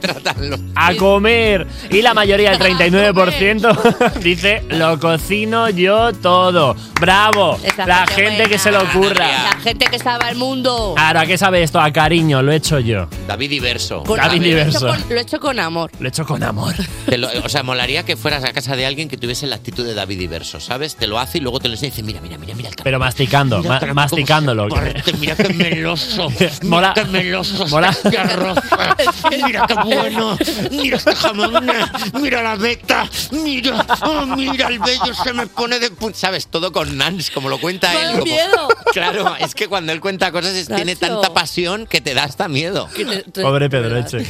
Speaker 6: a comer. Y la mayoría, el 39%, dice lo cocino yo todo. Bravo.
Speaker 5: Esa
Speaker 6: la
Speaker 5: gente
Speaker 6: gente que se lo ocurra.
Speaker 5: La gente que estaba al mundo.
Speaker 6: Claro, ¿a qué sabe esto? A cariño, lo he hecho yo.
Speaker 3: David Diverso.
Speaker 5: Con-
Speaker 6: David
Speaker 5: lo he hecho
Speaker 6: Diverso.
Speaker 5: con- Lo he hecho con amor.
Speaker 6: Lo he hecho con amor.
Speaker 3: Te lo- o sea, molaría que fueras a casa de alguien que tuviese la actitud de David Diverso, ¿sabes? Te lo hace y luego te lo enseña y dice, mira, mira, mira, mira el
Speaker 6: Pero masticando, ma- masticándolo.
Speaker 3: parte, mira qué meloso.
Speaker 6: Mola.
Speaker 3: Mira qué meloso.
Speaker 6: Mola.
Speaker 3: Qué arroz. Mira qué bueno. Mira este jamón. Mira la beta. Mira, oh, mira el bello se me pone de pu- ¿Sabes? Todo con Nans, como lo cuenta él. como-
Speaker 5: miedo.
Speaker 3: Claro, es que cuando él cuenta cosas es- tiene
Speaker 5: Nacho.
Speaker 3: tanta pasión que te da hasta miedo.
Speaker 6: Pobre Pedroche.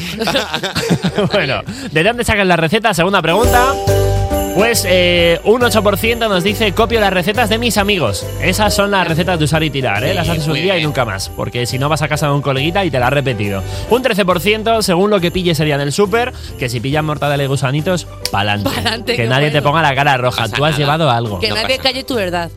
Speaker 6: bueno, ¿de dónde sacan las recetas? Segunda pregunta. Pues eh, un 8% nos dice copio las recetas de mis amigos. Esas son las recetas de usar y tirar, ¿eh? Las
Speaker 3: Sí,
Speaker 6: haces un
Speaker 3: muy
Speaker 6: día y nunca más, porque si no vas a casa de un coleguita y te la has repetido. Un 13% según lo que pille sería en el súper, que si pillan mortadela y gusanitos, pa'lante.
Speaker 5: Pa'lante,
Speaker 6: que
Speaker 5: qué
Speaker 6: nadie te
Speaker 5: bueno.
Speaker 6: ponga la cara roja,
Speaker 5: pasa
Speaker 6: tú has
Speaker 5: nada.
Speaker 6: llevado algo.
Speaker 5: Que nadie calle tu verdad.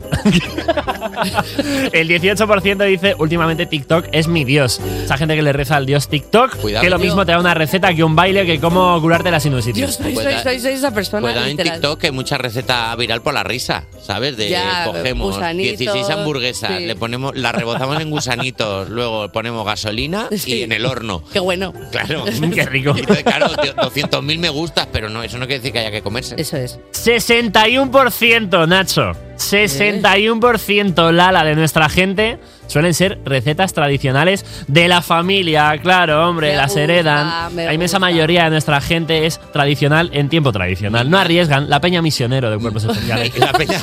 Speaker 6: El 18% dice últimamente TikTok es mi dios. Esa gente que le reza al dios TikTok,
Speaker 3: Cuidado.
Speaker 6: que lo mismo te da una receta que un baile que cómo curarte la sinusitis.
Speaker 5: Yo soy, soy, soy, soy esa persona.
Speaker 3: Pues también en
Speaker 5: literal.
Speaker 3: TikTok hay mucha receta viral por la risa, ¿sabes? De
Speaker 5: Ya,
Speaker 3: cogemos
Speaker 5: gusanitos,
Speaker 3: 16 hamburguesas,
Speaker 5: sí.
Speaker 3: le ponemos, la rebozamos en gusanitos, luego ponemos gasolina y
Speaker 5: Sí.
Speaker 3: en el horno.
Speaker 5: Qué bueno.
Speaker 3: Claro.
Speaker 6: Qué rico.
Speaker 3: Y entonces, claro, tío, 200.000 me gustas, pero no, eso no quiere decir que haya que comerse.
Speaker 5: Eso es.
Speaker 6: 61%, Nacho. 61% Lala de nuestra gente suelen ser recetas tradicionales de la familia. Claro, hombre,
Speaker 5: Me
Speaker 6: las
Speaker 5: gusta,
Speaker 6: heredan.
Speaker 5: me
Speaker 6: La inmensa
Speaker 5: gusta.
Speaker 6: mayoría de nuestra gente es tradicional en tiempo tradicional. No arriesgan la peña misionero de cuerpos especiales.
Speaker 3: La peña-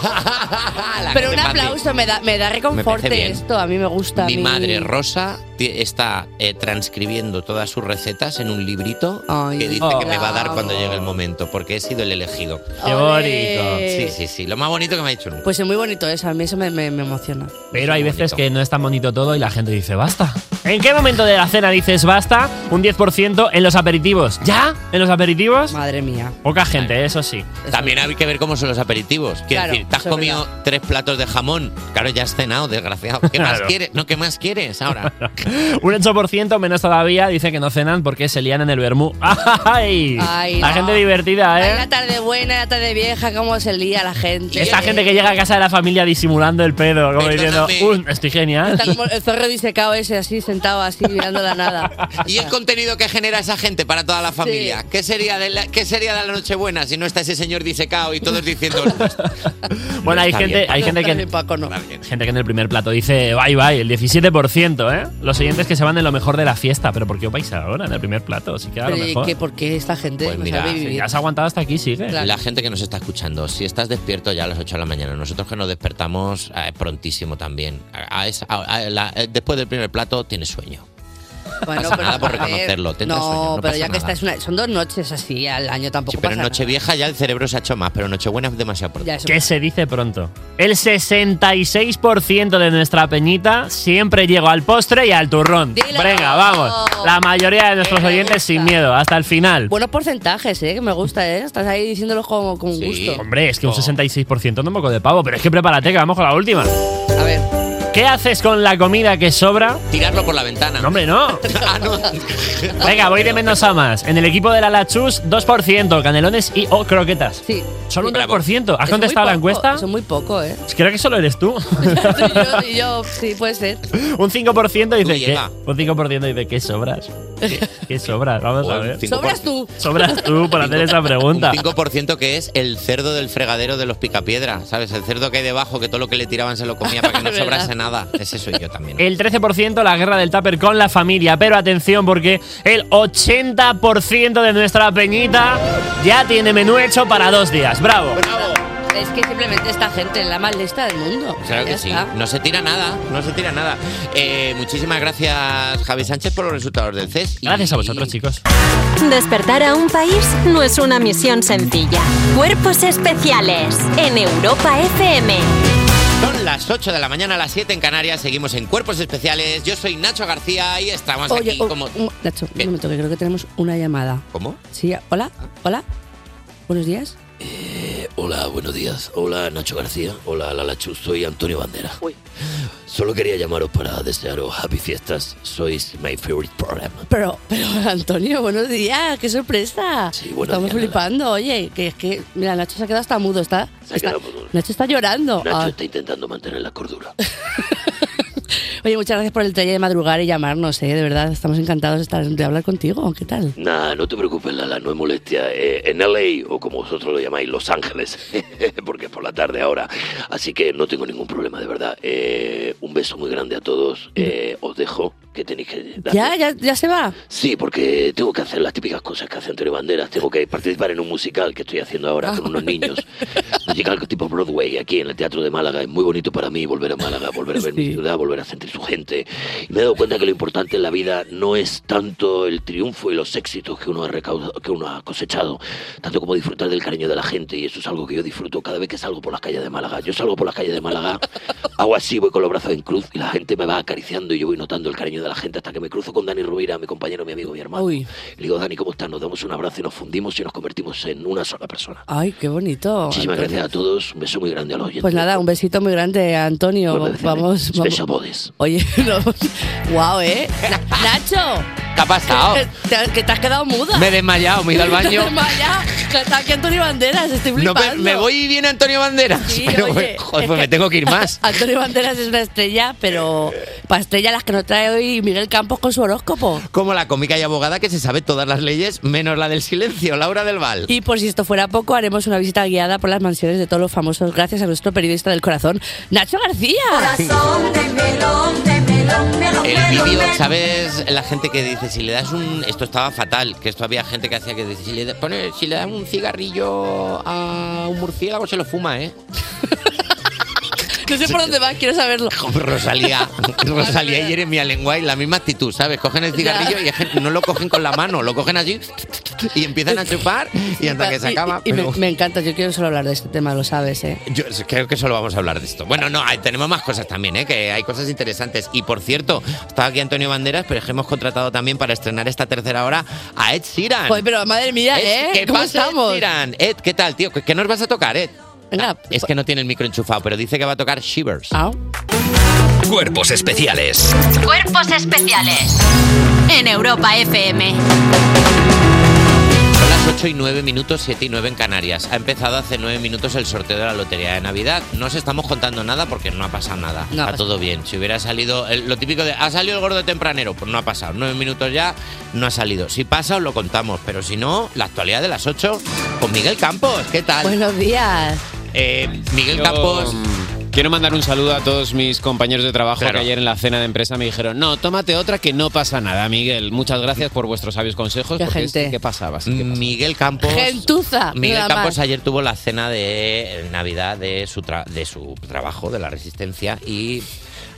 Speaker 5: Pero un
Speaker 3: gente mati.
Speaker 5: aplauso, me da, me da reconforte
Speaker 3: bien.
Speaker 5: esto. A mí me gusta. a
Speaker 3: Mi
Speaker 5: mí-
Speaker 3: madre Rosa ti- está eh, transcribiendo todas sus recetas en un librito
Speaker 5: Ay,
Speaker 3: que dice que me va a dar
Speaker 5: bravo.
Speaker 3: cuando llegue el momento, porque he sido el elegido.
Speaker 5: Qué Ole. bonito.
Speaker 3: Sí, sí, sí. Lo más bonito que me ha dicho nunca.
Speaker 5: Pues es muy bonito eso. A mí eso me, me- me emociona.
Speaker 6: Pero hay veces que no es tan bonito todo y la gente dice basta. ¿En qué momento de la cena dices basta? Un 10% en los aperitivos. ¿Ya? ¿En los aperitivos?
Speaker 5: Madre mía.
Speaker 6: Poca gente, eso sí.
Speaker 3: También hay que ver cómo son los aperitivos. Quiero
Speaker 5: Claro,
Speaker 3: decir, te has
Speaker 5: eso es
Speaker 3: comido tres platos de jamón. Claro, ya has cenado, desgraciado. ¿Qué más
Speaker 6: Claro.
Speaker 3: quieres? No, ¿qué más quieres ahora?
Speaker 6: Un 8% menos todavía dice que no cenan porque se lían en el vermú. ¡Ay!
Speaker 5: Ay,
Speaker 6: la
Speaker 5: no.
Speaker 6: gente divertida,
Speaker 5: Ay,
Speaker 6: ¿eh?
Speaker 5: la tarde buena, la tarde vieja, cómo se lía la gente.
Speaker 6: Esta gente que llega a casa de la familia disimulando el pedo, como
Speaker 3: Perdóname.
Speaker 6: diciendo, "Uh, estoy genial!
Speaker 5: Está como el zorro disecado ese, así, sentado, así, mirando la nada.
Speaker 3: Y el contenido que genera esa gente para toda la familia. ¿Qué, sería de la, ¿Qué sería de la Nochebuena si no está ese señor disecado y todos diciendo.
Speaker 6: Bueno, hay
Speaker 3: está
Speaker 6: gente,
Speaker 3: bien,
Speaker 6: hay
Speaker 5: No,
Speaker 6: gente
Speaker 5: está
Speaker 6: que.
Speaker 5: bien, Paco, no.
Speaker 6: Gente que en el primer plato dice bye bye, el 17%, ¿eh? Los siguientes que se van en lo mejor de la fiesta, pero ¿por qué os vais ahora en el primer plato? Si queda lo
Speaker 5: Pero, ¿y
Speaker 6: mejor.
Speaker 5: qué? ¿Por qué esta gente
Speaker 3: Pues
Speaker 5: no
Speaker 3: mira,
Speaker 5: sabe
Speaker 3: si
Speaker 5: vivir?
Speaker 6: Ya has aguantado hasta aquí, sigue.
Speaker 5: Claro.
Speaker 3: La gente que nos está escuchando, si estás despierto ya a las 8 de la mañana, nosotros que nos despertamos eh, prontísimo también. A- a esa- a- a la- eh, después del primer plato tienes sueño.
Speaker 5: Bueno,
Speaker 3: pasa nada por
Speaker 5: a ver,
Speaker 3: reconocerlo, tendrás
Speaker 5: no,
Speaker 3: sueño, no
Speaker 5: pero
Speaker 3: pasa
Speaker 5: ya
Speaker 3: nada.
Speaker 5: que esta es una, son dos noches así al año tampoco
Speaker 3: Sí, pero en
Speaker 5: pasa nada.
Speaker 3: Nochevieja ya el cerebro se ha hecho más, pero Nochebuena es demasiado pronto.
Speaker 5: Ya, eso-
Speaker 6: ¿Qué se dice pronto? El 66% de nuestra peñita siempre llegó al postre y al turrón.
Speaker 5: Dilo.
Speaker 6: Venga, vamos. La mayoría de nuestros
Speaker 5: Me
Speaker 6: oyentes
Speaker 5: gusta.
Speaker 6: sin miedo, hasta el final.
Speaker 5: Buenos porcentajes, ¿eh? Que me gusta, ¿eh? Estás ahí diciéndolos con, con
Speaker 3: Sí.
Speaker 5: gusto.
Speaker 6: Hombre, es que un
Speaker 3: Oh.
Speaker 6: 66% no es poco de pavo, pero es que prepárate que vamos con la última.
Speaker 5: A ver,
Speaker 6: ¿Qué haces con la comida que sobra?
Speaker 3: Tirarlo por la ventana.
Speaker 6: No, hombre, no.
Speaker 3: Ah, no.
Speaker 6: Venga, voy de menos a más. En el equipo de la Lachus, 2%, canelones y o croquetas.
Speaker 5: sí.
Speaker 6: Solo un
Speaker 3: Bravo.
Speaker 6: 3%. ¿Has
Speaker 5: Eso
Speaker 6: contestado la
Speaker 5: muy poco,
Speaker 6: encuesta?
Speaker 5: Eso muy poco, ¿eh?
Speaker 6: Creo que solo eres tú.
Speaker 5: Y yo, y yo, sí, puede ser.
Speaker 6: Un 5%
Speaker 3: Tú
Speaker 6: dice que.
Speaker 3: llega.
Speaker 6: Un 5% dice que sobras. ¿Qué sobras? Vamos a
Speaker 3: O el
Speaker 6: ver.
Speaker 3: cinco por-
Speaker 5: Sobras tú.
Speaker 6: Sobras tú por hacer esa pregunta.
Speaker 3: Un 5% que es el cerdo del fregadero de los picapiedra, ¿sabes? El cerdo que hay debajo, que todo lo que le tiraban se lo comía para que no
Speaker 5: Es verdad.
Speaker 3: sobrase nada. Ese soy yo también.
Speaker 6: El 13% la guerra del tupper con la familia. Pero atención porque el 80% de nuestra peñita ya tiene menú hecho para dos días. Bravo.
Speaker 5: Es que simplemente esta gente es la más lista del mundo.
Speaker 3: Claro que
Speaker 5: Ya
Speaker 3: sí.
Speaker 5: está.
Speaker 3: No se tira nada, no se tira nada. Eh, muchísimas gracias, Javi Sánchez, por los resultados del CES. Gracias a vosotros,
Speaker 6: chicos.
Speaker 2: Despertar a un país no es una misión sencilla. Cuerpos especiales en Europa FM.
Speaker 3: Son las 8 de la mañana, las 7 en Canarias. Seguimos en Cuerpos Especiales. Yo soy Nacho García y estamos
Speaker 5: Oye,
Speaker 3: aquí
Speaker 5: o-
Speaker 3: como...
Speaker 5: un- Nacho, un momento, que creo que tenemos una llamada.
Speaker 3: ¿Cómo?
Speaker 5: Sí, hola, hola. Buenos días.
Speaker 11: Eh, Hola, buenos días. Hola, Nacho García. Hola, Lala Chu. Soy Antonio Bandera. Solo quería llamaros para desearos happy fiestas. Sois my favorite program.
Speaker 5: Pero, pero Antonio, buenos días, qué sorpresa. Estamos flipando, oye, que es que, mira, Nacho se ha quedado hasta mudo, está,
Speaker 11: Se ha
Speaker 5: está-
Speaker 11: quedado mudo.
Speaker 5: Nacho está llorando.
Speaker 11: Nacho
Speaker 5: Ah.
Speaker 11: está intentando mantener la cordura.
Speaker 5: Oye, muchas gracias por el taller de madrugar y llamarnos, eh, de verdad, estamos encantados de, estar, de hablar contigo, ¿qué tal?
Speaker 11: Nah, no te preocupes, Lala, no es molestia. Eh, en LA, o como vosotros lo llamáis, Los Ángeles, porque es por la tarde ahora. Así que no tengo ningún problema, de verdad. Eh, un beso muy grande a todos. Eh, os dejo, que tenéis que dar
Speaker 5: ¿Ya, ya, ya se va?
Speaker 11: Sí, porque tengo que hacer las típicas cosas que hace Antonio Banderas. Tengo que participar en un musical que estoy haciendo ahora con unos niños. musical tipo Broadway, aquí en el Teatro de Málaga. Es muy bonito para mí volver a Málaga, volver a ver mi ciudad, volver a sentir su gente. Y me he dado cuenta que lo importante en la vida no es tanto el triunfo y los éxitos que uno ha, recaudado, que uno ha cosechado, tanto como disfrutar del cariño de la gente. Y eso es algo que yo disfruto cada vez que salgo por las calles de Málaga. Yo salgo por las calles de Málaga Hago así, voy con los brazos en cruz y la gente me va acariciando y yo voy notando el cariño de la gente hasta que me cruzo con Dani Rovira, mi compañero, mi amigo, mi hermano.
Speaker 5: Uy.
Speaker 11: Y le digo, Dani, ¿cómo estás? Nos damos un abrazo y nos fundimos y nos convertimos en una sola persona.
Speaker 5: Ay, qué bonito.
Speaker 11: Muchísimas
Speaker 5: Antonio.
Speaker 11: gracias a todos. Un beso muy grande a los oyentes.
Speaker 5: Pues nada, un besito muy grande, Antonio.
Speaker 11: Vuelve a
Speaker 5: Vamos,
Speaker 11: decirme,
Speaker 5: vamos.
Speaker 11: Special bodies.
Speaker 5: Oye, wow, ¿eh? Na- Nacho.
Speaker 3: ¿Qué ha pasado?
Speaker 5: Que te, que te has quedado muda.
Speaker 3: Oh. Me he desmayado, me he ido al
Speaker 5: Te has
Speaker 3: baño.
Speaker 5: desmayado. Que Está aquí Antonio Banderas, estoy
Speaker 3: No,
Speaker 5: flipando.
Speaker 3: pero me voy y viene Antonio Banderas.
Speaker 5: Sí,
Speaker 3: pero,
Speaker 5: oye,
Speaker 3: joder, pues
Speaker 5: es que-
Speaker 3: me tengo que ir más.
Speaker 5: Antonio Banderas es una estrella, pero para estrella las que nos trae hoy Miguel Campos con su horóscopo.
Speaker 3: Como la cómica y abogada que se sabe todas las leyes, menos la del silencio, Laura del Val.
Speaker 5: Y por si esto fuera poco, haremos una visita guiada por las mansiones de todos los famosos gracias a nuestro periodista del corazón, Nacho García.
Speaker 3: El vídeo, ¿sabes? La gente que dice, si le das un... Esto estaba fatal, que esto había gente que hacía que decía, si le, da- pone- si le das un cigarrillo a un murciélago se lo fuma, ¿eh?
Speaker 5: No sé por dónde va, quiero saberlo.
Speaker 3: Como Rosalía, Rosalía y Jeremia Lenguay, la misma actitud, ¿sabes? Cogen el cigarrillo y hay gente- no lo cogen con la mano, lo cogen así y empiezan a chupar y hasta que se
Speaker 5: Y-
Speaker 3: acaba.
Speaker 5: Y, y me-
Speaker 3: pero-
Speaker 5: me, encanta, yo quiero solo hablar de este tema, lo sabes, ¿eh?
Speaker 3: Yo creo que solo vamos a hablar de esto. Bueno, no, hay- tenemos más cosas también, ¿eh? que hay cosas interesantes. Y por cierto, estaba aquí Antonio Banderas, pero es que hemos contratado también para estrenar esta tercera hora a Ed Sheeran.
Speaker 5: Joder, pero madre mía, ¿eh?
Speaker 3: Ed, Ah. ¿Qué
Speaker 5: ¿Cómo
Speaker 3: pasa,
Speaker 5: estamos?
Speaker 3: Ed Sheeran? Ed, ¿qué tal, tío? ¿Qué, qué nos vas a tocar, Ed? Ah,
Speaker 5: Venga, pues- Ah.
Speaker 3: Es que no tiene el micro enchufado, pero dice que va a tocar Shivers.
Speaker 1: Cuerpos especiales.
Speaker 2: Cuerpos especiales en Europa FM.
Speaker 3: Son las 8 y 9 minutos, 7 y 9 en Canarias. Ha empezado hace 9 minutos el sorteo de la Lotería de Navidad. No os estamos contando nada porque no ha pasado nada. Está
Speaker 5: No ha pasado.
Speaker 3: todo bien. Si hubiera salido, el- lo típico de, ¿ha salido el gordo tempranero? Pues no ha pasado. 9 minutos ya, no ha salido. Si pasa, os lo contamos. Pero si no, la actualidad de las 8 con Miguel Campos. ¿Qué tal?
Speaker 5: Buenos días.
Speaker 3: Eh, Miguel
Speaker 12: Yo,
Speaker 3: Campos.
Speaker 12: mm, Quiero mandar un saludo a todos mis compañeros de trabajo que ayer en la cena de empresa me dijeron, no, tómate otra que no pasa nada, Miguel. Muchas gracias por vuestros sabios consejos.
Speaker 5: Qué
Speaker 12: porque es
Speaker 5: gente.
Speaker 12: que pasaba.
Speaker 3: Miguel Campos.
Speaker 5: Gentuza.
Speaker 3: Miguel
Speaker 5: nada
Speaker 3: Campos
Speaker 5: más.
Speaker 3: ayer tuvo la cena de Navidad de su, tra- de su trabajo, de la Resistencia, y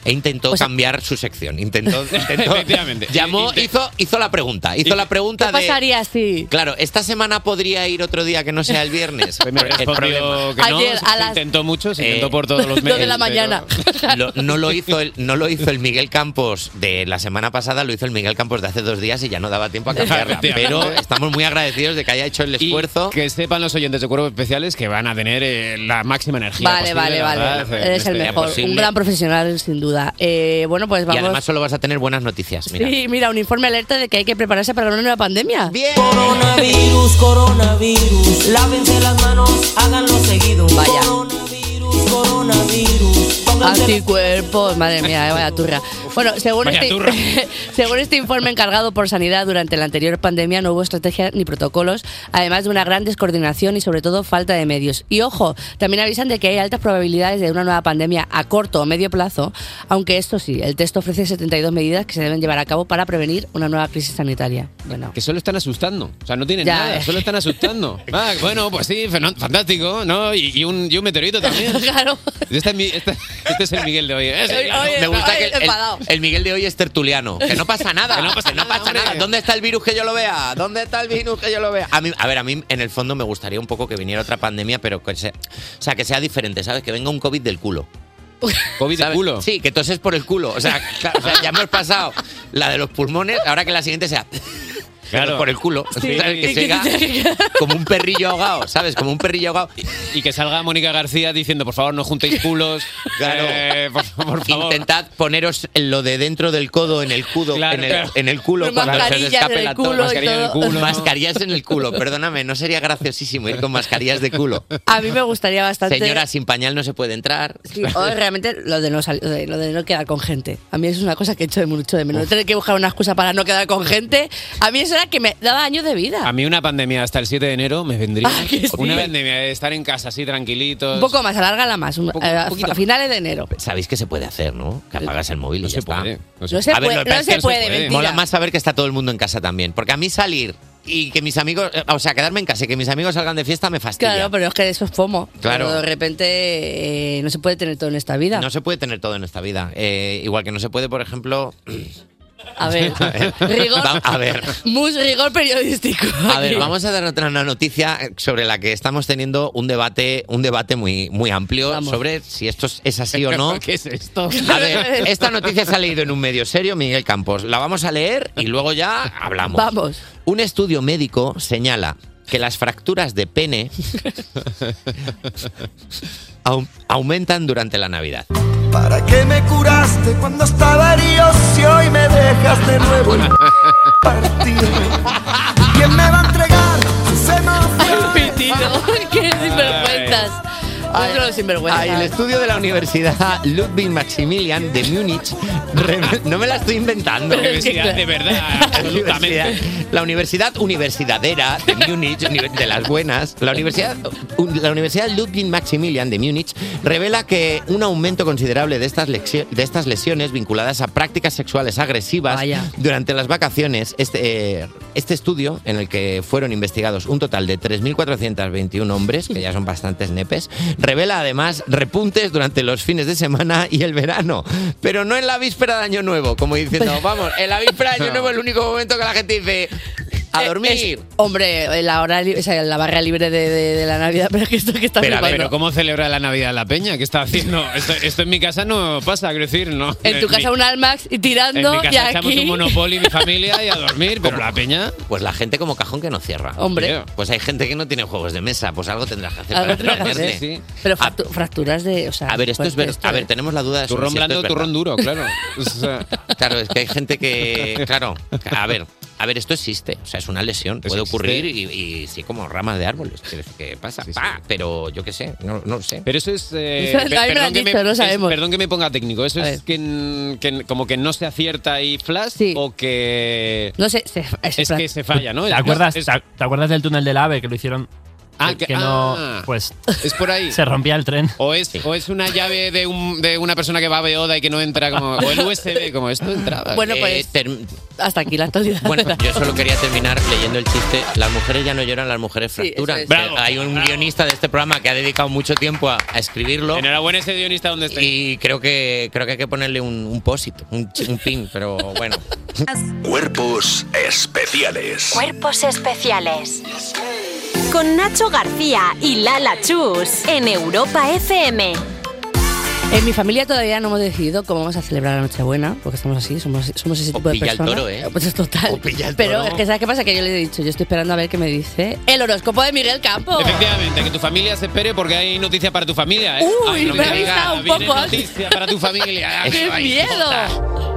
Speaker 3: e intentó cambiar su sección. Intentó, intentó-
Speaker 12: Efectivamente.
Speaker 3: Llamó, hizo, hizo la pregunta. Hizo la pregunta
Speaker 5: ¿Qué
Speaker 3: de.
Speaker 5: pasaría si...?
Speaker 3: Claro, esta semana podría ir otro día que no sea el viernes.
Speaker 12: me
Speaker 3: El
Speaker 12: Pues respondió
Speaker 3: problema.
Speaker 12: que no, Ayer, a se las- intentó mucho, se intentó por todos
Speaker 3: Eh,
Speaker 12: los Dos de medios, la pero- mañana.
Speaker 3: Lo- no, lo hizo el, no lo hizo el Miguel Campos de la semana pasada, lo hizo el Miguel Campos de hace dos días y ya no daba tiempo a cambiarla.
Speaker 12: Efectivamente.
Speaker 3: Pero estamos muy agradecidos de que haya hecho el
Speaker 12: Y
Speaker 3: esfuerzo.
Speaker 12: que sepan los oyentes de Cuerpos Especiales que van a tener eh, la máxima energía.
Speaker 5: Vale,
Speaker 12: posible,
Speaker 5: vale,
Speaker 12: la
Speaker 5: vale.
Speaker 12: verdad, eh,
Speaker 5: Eres
Speaker 12: en
Speaker 5: el
Speaker 12: este día
Speaker 5: mejor.
Speaker 12: posible.
Speaker 5: Un gran profesional, sin duda. Eh, bueno, pues vamos.
Speaker 3: Y además solo vas a tener buenas noticias. Mira.
Speaker 5: Sí, mira, un informe alerta de que hay que prepararse para una nueva pandemia.
Speaker 3: Bien.
Speaker 7: Coronavirus, coronavirus, lávense las manos, háganlo seguido.
Speaker 5: Vaya.
Speaker 7: Coronavirus, coronavirus, pónganse
Speaker 3: Ah,
Speaker 5: Anticuerpos, madre mía, eh, vaya turra. Bueno, según
Speaker 13: Vaya
Speaker 5: este,
Speaker 13: turra.
Speaker 5: según este informe encargado por Sanidad durante la anterior pandemia no hubo estrategia ni protocolos, además de una gran descoordinación y sobre todo falta de medios. Y ojo, también avisan de que hay altas probabilidades de una nueva pandemia a corto o medio plazo, aunque esto sí, el texto ofrece 72 medidas que se deben llevar a cabo para prevenir una nueva crisis sanitaria. Bueno.
Speaker 12: Que solo están asustando. O sea, no tienen
Speaker 5: Ya.
Speaker 12: nada, solo están asustando. Ah, bueno, pues sí, fenó- fantástico, ¿no? Y, y un, y un meteorito también.
Speaker 5: Claro.
Speaker 12: Este es, mi- este- este es el Miguel de hoy. ¿eh? Sí, ¿no?
Speaker 3: Me gusta que el, el- el Miguel de hoy es tertuliano. Que no pasa nada. que no pasa, nada, ¿Dónde está el virus que yo lo vea? ¿Dónde está el virus que yo lo vea? A, mí- a ver, a mí en el fondo me gustaría un poco que viniera otra pandemia, pero que sea, o sea, que sea diferente, ¿sabes? Que venga un COVID del culo.
Speaker 12: ¿COVID
Speaker 3: del culo? Sí, que toses por el culo. O sea, claro, o sea, ya hemos pasado la de los pulmones, ahora que la siguiente sea. Claro. Por el culo.
Speaker 12: Sí.
Speaker 3: ¿sabes? Que
Speaker 12: Y que
Speaker 3: siga
Speaker 12: te-
Speaker 3: como un perrillo ahogado, ¿sabes? Como un perrillo ahogado.
Speaker 12: Y que salga Mónica García diciendo, por favor, no juntéis culos.
Speaker 3: Claro.
Speaker 12: Eh, por, por favor.
Speaker 3: Intentad poneros lo de dentro del codo en el cudo, en, el,
Speaker 12: claro.
Speaker 3: en el culo,
Speaker 12: Pero
Speaker 3: cuando se os
Speaker 12: mascarillas en
Speaker 3: escape
Speaker 12: el
Speaker 3: la
Speaker 12: culo
Speaker 3: tos.
Speaker 12: y Mascarilla en el todo. culo.
Speaker 3: Mascarillas en el culo, perdóname, no sería graciosísimo ir con mascarillas de culo.
Speaker 5: A mí me gustaría bastante...
Speaker 3: Señora, sin pañal no se puede entrar.
Speaker 5: Sí, o realmente lo de, no sal- lo, de, lo de no quedar con gente. A mí eso es una cosa que he hecho de mucho de menos. No Tener que buscar una excusa para no quedar con gente. A mí eso era que me daba años de vida.
Speaker 12: A mí una pandemia hasta el 7 de enero me vendría. Una
Speaker 5: sí?
Speaker 12: pandemia de estar en casa así tranquilitos.
Speaker 5: Un poco más, alárgala más. un- eh, a, a finales de enero.
Speaker 3: Sabéis que se puede hacer, ¿no? Que apagas el móvil y ya está.
Speaker 5: se No se puede. puede,
Speaker 3: lo que pasa
Speaker 5: no
Speaker 3: es
Speaker 5: se
Speaker 3: que
Speaker 5: puede, mentira.
Speaker 3: Mola más saber que está todo el mundo en casa también. Porque a mí salir y que mis amigos, eh, o sea, quedarme en casa y que mis amigos salgan de fiesta me fastidia.
Speaker 5: Claro, pero es que eso es FOMO.
Speaker 3: Claro.
Speaker 5: Pero de repente eh, no se puede tener todo en esta vida.
Speaker 3: No se puede tener todo en esta vida. Eh, igual que no se puede, por ejemplo.
Speaker 5: A ver,
Speaker 3: A ver.
Speaker 5: rigor,
Speaker 3: Va- a ver.
Speaker 5: muy rigor periodístico.
Speaker 3: A ver, vamos a dar otra una noticia sobre la que estamos teniendo un debate, un debate muy, muy amplio sobre si esto es- es así o no.
Speaker 12: ¿Qué es esto?
Speaker 3: A ver, esta noticia se ha leído en un medio serio, Miguel Campos. La vamos a leer y luego ya hablamos.
Speaker 5: Vamos.
Speaker 3: Un estudio médico señala que las fracturas de pene au- aumentan durante la Navidad.
Speaker 14: ¿Para qué me curaste cuando estaba herido si hoy me dejas de nuevo partido? ¿Quién me va a entregar sus emociones?
Speaker 5: ¡Qué sinvergüenzas! Otro sinvergüenza.
Speaker 3: Ay, el estudio de la Universidad Ludwig Maximilian de Múnich. re- No me la estoy inventando.
Speaker 12: Pero es que, Universidad de verdad, absolutamente.
Speaker 3: Universidad- La Universidad Universidadera de Múnich, uni- de las buenas. La Universidad, un- la Universidad Ludwig Maximilian de Múnich revela que un aumento considerable de estas, lexi- de estas lesiones vinculadas a prácticas sexuales agresivas durante las vacaciones. Este, eh, este estudio, en el que fueron investigados un total de 3.421 hombres, que ya son bastantes nepes, revela además repuntes durante los fines de semana y el verano, pero no en la víspera de Año Nuevo, como diciendo, vamos, en la víspera de Año Nuevo es el único momento que la gente dice, a dormir.
Speaker 5: Hombre, la, hora li- o sea, la barra libre de, de- de la Navidad, pero es que esto que está
Speaker 12: Pero, a ver,
Speaker 5: flipando.
Speaker 12: pero ¿cómo celebra la Navidad la peña? ¿Qué está haciendo? Esto, esto en mi casa no pasa, quiero decir, no.
Speaker 5: En tu casa
Speaker 12: mi-
Speaker 5: un Almax y
Speaker 12: En mi
Speaker 5: tirando y
Speaker 12: casa echamos un
Speaker 5: aquí...
Speaker 12: Monopoly, mi familia, y a dormir, pero la peña...
Speaker 3: Pues la gente como cajón que no cierra.
Speaker 5: Hombre.
Speaker 3: Tío. Pues hay gente que no tiene juegos de mesa, pues algo tendrás que hacer
Speaker 5: Algo
Speaker 3: para
Speaker 5: tendrás que hacer. Pues,
Speaker 3: entretenerte.
Speaker 5: Pero fractu- fracturas de... O sea,
Speaker 3: A ver, esto es
Speaker 5: fuerte,
Speaker 3: verdad. A ver, tenemos la duda de
Speaker 12: Turrón
Speaker 3: sobre si esto
Speaker 12: blando,
Speaker 3: es
Speaker 12: turrón duro,
Speaker 3: verdad.
Speaker 12: claro.
Speaker 3: Claro, es que hay gente que. Claro, a ver. A ver, esto existe, o sea, es una lesión, puede
Speaker 12: existe.
Speaker 3: ocurrir y, y sí, como ramas de árboles, quiero decir, que pasa, pa, pero yo qué sé, no, no lo sé.
Speaker 12: Pero eso es... eh,
Speaker 5: Eso a mí me lo han
Speaker 12: que
Speaker 5: dicho, lo
Speaker 12: es-
Speaker 5: sabemos.
Speaker 12: perdón que me ponga técnico. Eso
Speaker 5: A
Speaker 12: es que, n- que n- como que no se acierta y flash o que...
Speaker 5: No sé, se-
Speaker 12: es, que se falla, ¿no?
Speaker 6: ¿Te
Speaker 12: Es-
Speaker 6: acuerdas,
Speaker 12: es-
Speaker 6: te ac- te acuerdas del túnel del AVE que lo hicieron?
Speaker 12: Ah,
Speaker 6: que,
Speaker 12: que-
Speaker 6: que no.
Speaker 12: ah.
Speaker 6: Pues.
Speaker 12: Es por ahí.
Speaker 6: Se rompía el tren.
Speaker 12: O es, o es una llave de, un- de una persona que va beoda y que no entra como... O el USB, como esto
Speaker 3: Eh,
Speaker 12: entraba.
Speaker 5: Bueno, pues- Hasta aquí la actualidad.
Speaker 12: pues
Speaker 3: Bueno, yo solo quería terminar leyendo el chiste. Las mujeres ya no lloran, las mujeres fracturan.
Speaker 12: eso es. Bravo,
Speaker 3: Hay un guionista de este programa que ha dedicado mucho tiempo a, a escribirlo.
Speaker 12: Enhorabuena a ese guionista donde esté.
Speaker 3: Y creo que creo que hay que ponerle un, un post un, ch- un pin, pero bueno.
Speaker 8: Cuerpos especiales.
Speaker 2: Cuerpos especiales. Con Nacho García y Lala Chus en Europa FM.
Speaker 5: En mi familia todavía no hemos decidido cómo vamos a celebrar la Nochebuena, porque estamos así, somos, somos ese tipo de
Speaker 3: pilla el
Speaker 5: personas.
Speaker 3: toro, ¿eh?
Speaker 5: Pues es total. Pero es que ¿sabes qué pasa? Que yo le he dicho, yo estoy esperando a ver qué me dice el horóscopo de Miguel Campo.
Speaker 12: Efectivamente, que tu familia se espere porque hay noticia para tu familia. ¿eh?
Speaker 5: Uy,
Speaker 12: Ay, no
Speaker 5: me ha
Speaker 12: digas,
Speaker 5: avisado un
Speaker 12: viene
Speaker 5: poco ¿eh? antes.
Speaker 12: noticia para tu familia. ¿eh? Ay,
Speaker 5: ¡Qué
Speaker 12: ay,
Speaker 5: miedo!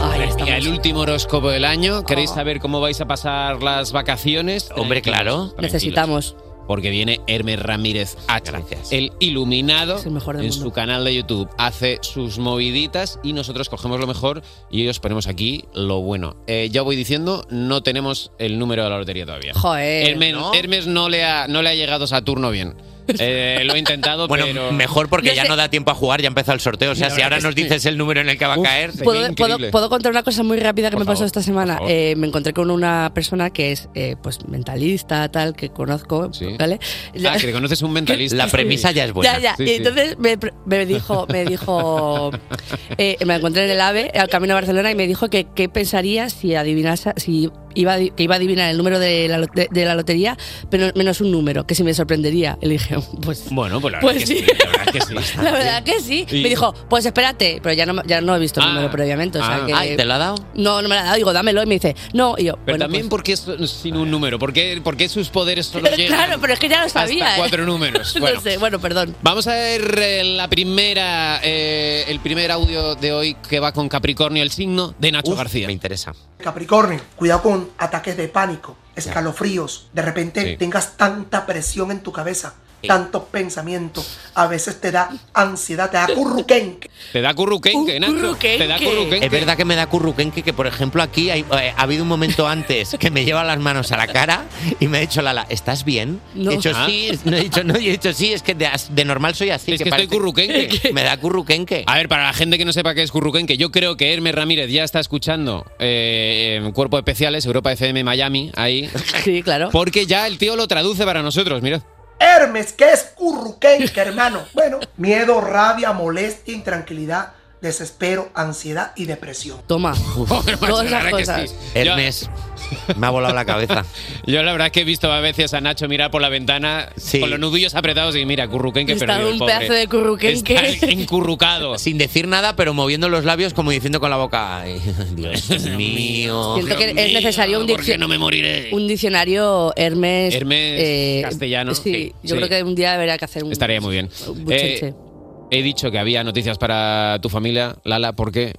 Speaker 12: madre mía, el último horóscopo del año. ¿Queréis saber cómo vais a pasar las vacaciones? Hombre, claro.
Speaker 5: Necesitamos.
Speaker 12: porque viene Hermes Ramírez H. El iluminado en su canal de YouTube hace sus moviditas y nosotros cogemos lo mejor y ellos ponemos aquí lo bueno. Eh, ya voy diciendo, no tenemos el número de la lotería todavía.
Speaker 5: Joder.
Speaker 12: Hermes,
Speaker 5: ¿no?
Speaker 12: Hermes no le ha, no le ha llegado Saturno bien. Eh, lo he intentado,
Speaker 3: Bueno,
Speaker 12: pero...
Speaker 3: mejor porque
Speaker 12: No
Speaker 3: ya
Speaker 12: sé.
Speaker 3: no da tiempo a jugar, ya empieza el sorteo. O sea,
Speaker 12: La
Speaker 3: si
Speaker 12: verdad
Speaker 3: ahora
Speaker 12: que
Speaker 3: nos
Speaker 12: sí.
Speaker 3: dices el número en el que va a caer,
Speaker 5: ¿Puedo, puedo- puedo contar una cosa muy rápida que me pasó esta semana?
Speaker 3: favor.
Speaker 5: Eh, me encontré con una persona que es eh, pues mentalista, tal, que conozco, ¿vale?
Speaker 12: Ah, que conoces un mentalista.
Speaker 3: La premisa ya es buena.
Speaker 5: Ya, ya.
Speaker 12: Sí,
Speaker 5: y
Speaker 12: sí.
Speaker 5: entonces me, pre- me dijo, me dijo, eh, me encontré en el AVE al camino a Barcelona y me dijo que qué pensaría si adivinase, si iba, a adi- que iba a adivinar el número de la, lote- de la lotería, pero menos un número, que si me sorprendería. Y le dije, pues.
Speaker 12: Bueno, pues la
Speaker 5: Pues
Speaker 12: verdad que
Speaker 5: sí.
Speaker 12: sí. La verdad que sí.
Speaker 5: La verdad que sí.
Speaker 12: Y-
Speaker 5: Me dijo, pues espérate, pero ya no, me- ya no he visto el número previamente. O sea
Speaker 12: ah.
Speaker 5: que,
Speaker 12: Ah, ¿y te lo ha dado?
Speaker 5: No, no me lo ha dado. Digo, dámelo. Y me dice, no. Y yo,
Speaker 12: Pero
Speaker 5: bueno,
Speaker 12: también
Speaker 5: pues-
Speaker 12: porque es sin un número, porque, porque sus poderes solo llegan
Speaker 5: Claro, pero es que ya lo sabía.
Speaker 12: hasta
Speaker 5: ¿eh?
Speaker 12: cuatro números.
Speaker 5: No
Speaker 12: Bueno,
Speaker 5: sé, bueno, perdón.
Speaker 12: Vamos a ver eh, la primera, eh, el primer audio de hoy que va con Capricornio, el signo de Nacho García. Me
Speaker 3: interesa.
Speaker 13: Capricornio, cuidado con ataques de pánico, escalofríos. De repente
Speaker 12: Sí.
Speaker 13: tengas tanta presión en tu cabeza, tantos pensamientos. A veces te da ansiedad, te da curruquén.
Speaker 12: Te da
Speaker 5: Uh,
Speaker 12: curruquenque, Nacho. Te da curruquenque.
Speaker 3: Es verdad que me da curruquenque que, por ejemplo, aquí hay- eh, ha habido un momento antes que me lleva las manos a la cara y me ha dicho Lala, ¿estás bien?
Speaker 12: No.
Speaker 3: He dicho
Speaker 12: Ah.
Speaker 3: sí, es- no he dicho no, y he dicho sí, es que de, as- de normal soy así.
Speaker 12: Es que estoy curruquenque.
Speaker 3: Me da curruquenque.
Speaker 12: A ver, para la gente que no sepa qué es curruquenque, yo creo que Hermes Ramírez ya está escuchando eh, en Cuerpo Especiales, Europa FM Miami, ahí.
Speaker 5: Sí, claro.
Speaker 12: Porque ya el tío lo traduce para nosotros, mirad.
Speaker 13: Hermes, ¿qué es curruquenque, hermano? Bueno, miedo, rabia, molestia, intranquilidad, desespero, ansiedad y depresión.
Speaker 5: Toma.
Speaker 12: Todas las cosas.
Speaker 3: Hermes, me ha volado la cabeza.
Speaker 12: Yo la verdad es que he visto a veces a Nacho mirar por la ventana con los nudillos apretados y mira, curruquenque
Speaker 5: Está
Speaker 12: perdido. el
Speaker 5: un
Speaker 12: pobre.
Speaker 5: pedazo de curruquenque.
Speaker 12: Está encurrucado.
Speaker 3: Sin decir nada, pero moviendo los labios como diciendo con la boca, "Ay, Dios mío.
Speaker 5: Siento que es necesario un
Speaker 3: ¿por qué
Speaker 5: diccionario.
Speaker 3: no me moriré?
Speaker 5: Un diccionario Hermes.
Speaker 12: Hermes castellano.
Speaker 5: eh, Sí,
Speaker 12: Sí,
Speaker 5: yo
Speaker 12: sí.
Speaker 5: creo que un día debería que hacer un.
Speaker 12: Estaría muy bien.
Speaker 5: bucheche.
Speaker 12: Eh, he dicho que había noticias para tu familia, Lala, porque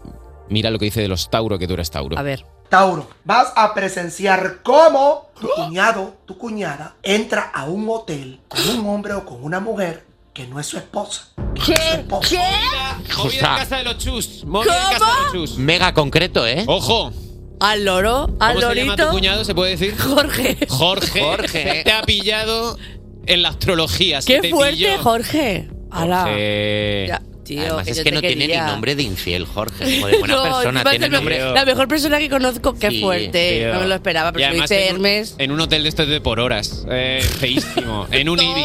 Speaker 12: mira lo que dice de los Tauro, que tú eres Tauro.
Speaker 5: A ver.
Speaker 13: Tauro, vas a presenciar cómo tu cuñado, tu cuñada, entra a un hotel con un hombre o con una mujer que no es su esposa. ¿Qué?
Speaker 12: Movida en casa de los chus. Movida en casa de los chus.
Speaker 3: Mega concreto, ¿eh?
Speaker 12: Ojo.
Speaker 5: Al loro, al
Speaker 12: ¿Cómo se llama tu
Speaker 5: lorito.
Speaker 12: cuñado? ¿Se puede decir?
Speaker 5: Jorge.
Speaker 12: Jorge.
Speaker 5: Jorge.
Speaker 12: Se Te ha pillado en la astrología. se
Speaker 5: Qué
Speaker 12: te
Speaker 5: fuerte,
Speaker 12: pilló.
Speaker 5: Jorge. Ala.
Speaker 12: Eh,
Speaker 5: Ah. Ya, tío,
Speaker 3: Además,
Speaker 5: que
Speaker 3: es
Speaker 5: yo
Speaker 3: que
Speaker 5: te
Speaker 3: no tiene
Speaker 5: quería.
Speaker 3: ni nombre de infiel, Jorge. Como de buena
Speaker 5: No,
Speaker 3: persona,
Speaker 5: encima
Speaker 3: tiene
Speaker 5: es el
Speaker 3: nombre.
Speaker 5: mejor- la mejor persona que conozco. Qué
Speaker 12: Sí,
Speaker 5: fuerte.
Speaker 12: tío.
Speaker 5: No me lo esperaba,
Speaker 12: Y
Speaker 5: pero lo
Speaker 12: además
Speaker 5: dice
Speaker 12: en un-
Speaker 5: Hermes.
Speaker 12: En un hotel de estos de por horas. Eh, feísimo. En un ibis.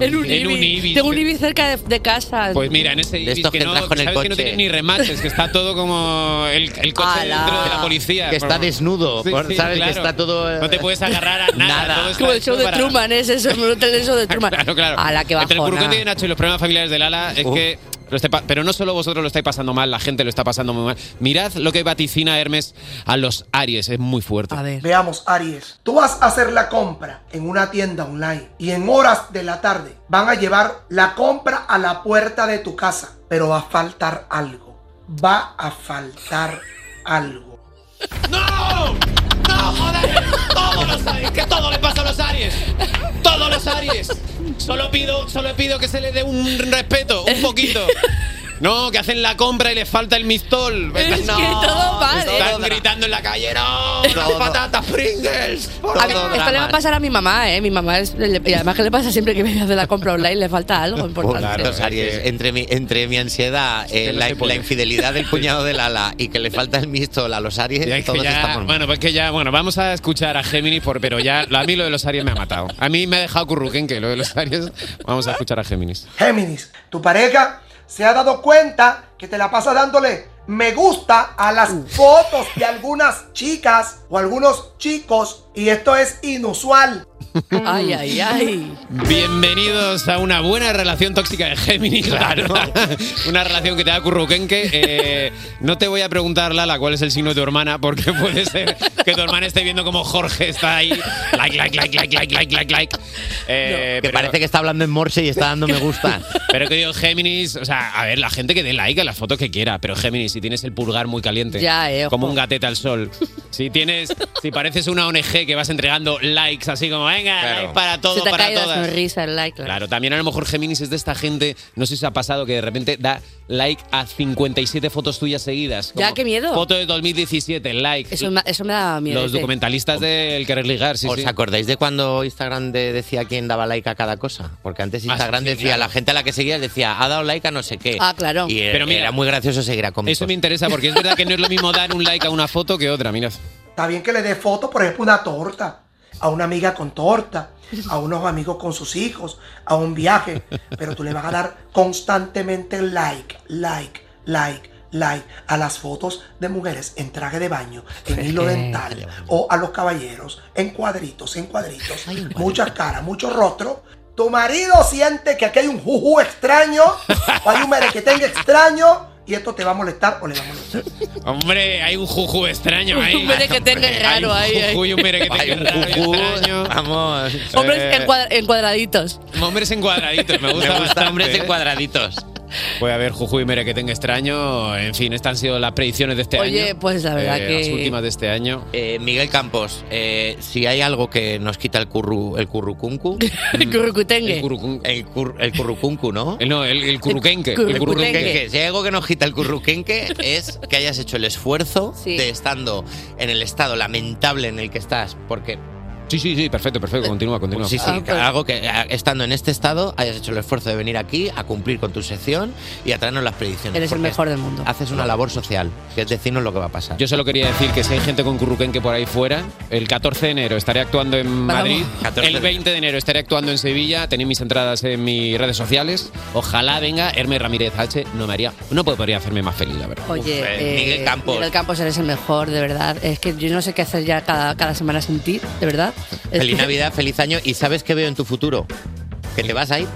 Speaker 5: En un
Speaker 12: En un ibis.
Speaker 5: Tengo un Ibis cerca de, de casa.
Speaker 12: Pues mira, en ese
Speaker 3: De
Speaker 12: ibis
Speaker 3: estos
Speaker 12: que,
Speaker 3: que
Speaker 12: no,
Speaker 3: entras con el
Speaker 12: sabes que no
Speaker 3: coche.
Speaker 12: tiene ni remates, que está todo como el, el coche
Speaker 3: Ala.
Speaker 12: dentro de la policía.
Speaker 3: Que está desnudo, por- sabes, que está todo, eh,
Speaker 12: No te puedes agarrar a nada.
Speaker 3: nada.
Speaker 12: todo está
Speaker 5: Como el show
Speaker 12: hecho
Speaker 5: de
Speaker 12: para-
Speaker 5: Truman, es eso, el hotel de show de Truman.
Speaker 12: Claro, claro.
Speaker 5: A la que
Speaker 12: Entre el
Speaker 5: bajona.
Speaker 12: currucón de Nacho y los problemas familiares de Lala es que. lo esté pa- pero no solo vosotros lo estáis pasando mal, la gente lo está pasando muy mal. Mirad lo que vaticina Hermes a los Aries, es muy fuerte.
Speaker 13: Veamos, Aries. Tú vas a hacer la compra en una tienda online y en horas de la tarde van a llevar la compra a la puerta de tu casa, pero va a faltar algo. Va a faltar algo.
Speaker 12: ¡No! ¡No, joder!
Speaker 5: Ah.
Speaker 12: ¡Todos los Aries! ¡Que todo le pasa a los Aries! ¡Todos los Aries! Solo pido, solo pido que se les dé un respeto, un poquito. No, que hacen la compra y les falta el mistol.
Speaker 5: Es que todo mal, ¿eh?
Speaker 12: Están gritando en la calle, ¡no! ¡Las patatas Pringles!
Speaker 5: A mí- esto le va a pasar a mi mamá, ¿eh? Mi mamá es. le- Y además que le pasa siempre que me hace la compra online, le falta algo
Speaker 12: Pues
Speaker 5: importante.
Speaker 3: Pobrecitos Aries, entre, mi, entre mi ansiedad, eh,
Speaker 12: que no
Speaker 3: la,
Speaker 12: se puede.
Speaker 3: la infidelidad del cuñado de Lala y que le falta el mixto a los Aries,
Speaker 12: Ya, es que
Speaker 3: todos
Speaker 12: ya-
Speaker 3: estamos mal.
Speaker 12: bueno, pues que ya, bueno, vamos a escuchar a Géminis, por, pero ya a mí lo de los Aries me ha matado. A mí me ha dejado curruquenque lo de los Aries. Vamos a escuchar a Géminis.
Speaker 13: Géminis, tu pareja se ha dado cuenta que te la pasa dándole me gusta a las fotos de algunas chicas o algunos chicos y esto es inusual.
Speaker 5: Ay, ay, ay.
Speaker 12: Bienvenidos a una buena relación tóxica de Géminis, claro. una relación que te da curruquenque. Eh, no te voy a preguntar, Lala, cuál es el signo de tu hermana, porque puede ser que tu hermana esté viendo como Jorge está ahí. Like, like, like, like, like, like, like, like. Eh,
Speaker 3: que
Speaker 12: pero-
Speaker 3: parece que está hablando en morse y está dando me gusta.
Speaker 12: Pero que digo, Géminis, o sea, a ver, la gente que dé like a las fotos que quiera, pero Géminis, si tienes el pulgar muy caliente,
Speaker 5: Ya, eh, ojo.
Speaker 12: como un gatete al sol, si tienes, si pareces una ONG que vas entregando likes así como, venga, Venga, like para todo,
Speaker 5: Se te ha
Speaker 12: para
Speaker 5: caído la
Speaker 12: todas.
Speaker 5: sonrisa el like. claro.
Speaker 12: Claro, también a lo mejor Géminis es de esta gente, no sé si os ha pasado, que de repente da like a 57 fotos tuyas seguidas.
Speaker 5: Ya,
Speaker 12: Como
Speaker 5: qué miedo.
Speaker 12: Foto de 2017, like.
Speaker 5: Eso, me- eso me da miedo.
Speaker 12: Los documentalistas del querer ligar, sí,
Speaker 3: ¿Os
Speaker 12: sí.
Speaker 3: acordáis de cuando Instagram de- decía quién daba like a cada cosa? Porque antes Instagram
Speaker 12: Ah, sí,
Speaker 3: decía,
Speaker 12: claro.
Speaker 3: la gente a la que seguías decía, ha dado like a no sé qué.
Speaker 5: Ah, claro.
Speaker 3: Y
Speaker 12: Pero
Speaker 3: Pero
Speaker 12: mira,
Speaker 3: era muy gracioso seguir a cómicos.
Speaker 12: Eso me interesa porque es verdad que no es lo mismo dar un like a una foto que otra, mirad.
Speaker 13: Está bien que le dé fotos, por ejemplo, una torta, a una amiga con torta, a unos amigos con sus hijos, a un viaje, pero tú le vas a dar constantemente like, like, like, like a las fotos de mujeres en traje de baño, en hilo dental, o a los caballeros en cuadritos, en cuadritos, muchas caras, muchos rostros. Tu marido siente que aquí hay un juju extraño, o hay un merequetengue extraño, y esto te va a molestar o le va a molestar.
Speaker 12: Hombre, hay un juju extraño ahí.
Speaker 5: Un merequetengue
Speaker 12: Hombre,
Speaker 5: raro ahí,
Speaker 12: Hay un
Speaker 5: ahí.
Speaker 12: juju y un merequetengue raro y extraño.
Speaker 3: Vamos.
Speaker 5: Hombres en, cuadra- en cuadraditos.
Speaker 12: Hombres en cuadraditos, me gusta,
Speaker 3: Me gusta
Speaker 12: bastante,
Speaker 3: hombres en
Speaker 12: ¿eh?
Speaker 3: cuadraditos.
Speaker 12: Pues a ver, Jujuy, mira que tenga extraño. En fin, estas han sido las predicciones de este año.
Speaker 5: Oye, pues la verdad
Speaker 12: Eh,
Speaker 5: que.
Speaker 12: Las últimas de este año.
Speaker 3: Eh, Miguel Campos, eh, si hay algo que nos quita el curru, el currucuncu,
Speaker 5: El currucutengue.
Speaker 3: el, cur- el currucuncu, ¿no?
Speaker 12: Eh, no, el, curruquenque.
Speaker 5: El El curruquenque. curruquenque.
Speaker 3: Si hay algo que nos quita el curruquenque es que hayas hecho el esfuerzo de estando en el estado lamentable en el que estás, porque
Speaker 12: Sí, sí, sí, perfecto, perfecto. Continúa, continúa. Ah,
Speaker 3: Sí, sí,
Speaker 5: Ah,
Speaker 3: que
Speaker 5: pues.
Speaker 3: algo que a- estando en este estado hayas hecho el esfuerzo de venir aquí a cumplir con tu sección y a traernos las predicciones.
Speaker 5: Eres el
Speaker 3: porque
Speaker 5: mejor del mundo.
Speaker 3: Haces una labor social, que es decirnos lo que va a pasar.
Speaker 12: Yo solo quería decir que si hay gente con curruquenque por ahí fuera, el 14 de enero estaré actuando en Madrid,
Speaker 3: 14 de
Speaker 12: el 20 de enero estaré actuando en Sevilla, tenéis mis entradas en mis redes sociales. Ojalá venga Hermes Ramírez H, no me haría, no podría hacerme más feliz, la verdad.
Speaker 5: Oye,
Speaker 12: eh, Miguel Campos.
Speaker 5: Miguel Campos eres el mejor, de verdad. Es que yo no sé qué hacer ya cada, cada semana sin ti, de verdad. Es
Speaker 3: Feliz
Speaker 5: que-
Speaker 3: Navidad, feliz año y ¿sabes qué veo en tu futuro? Que te vas a ir.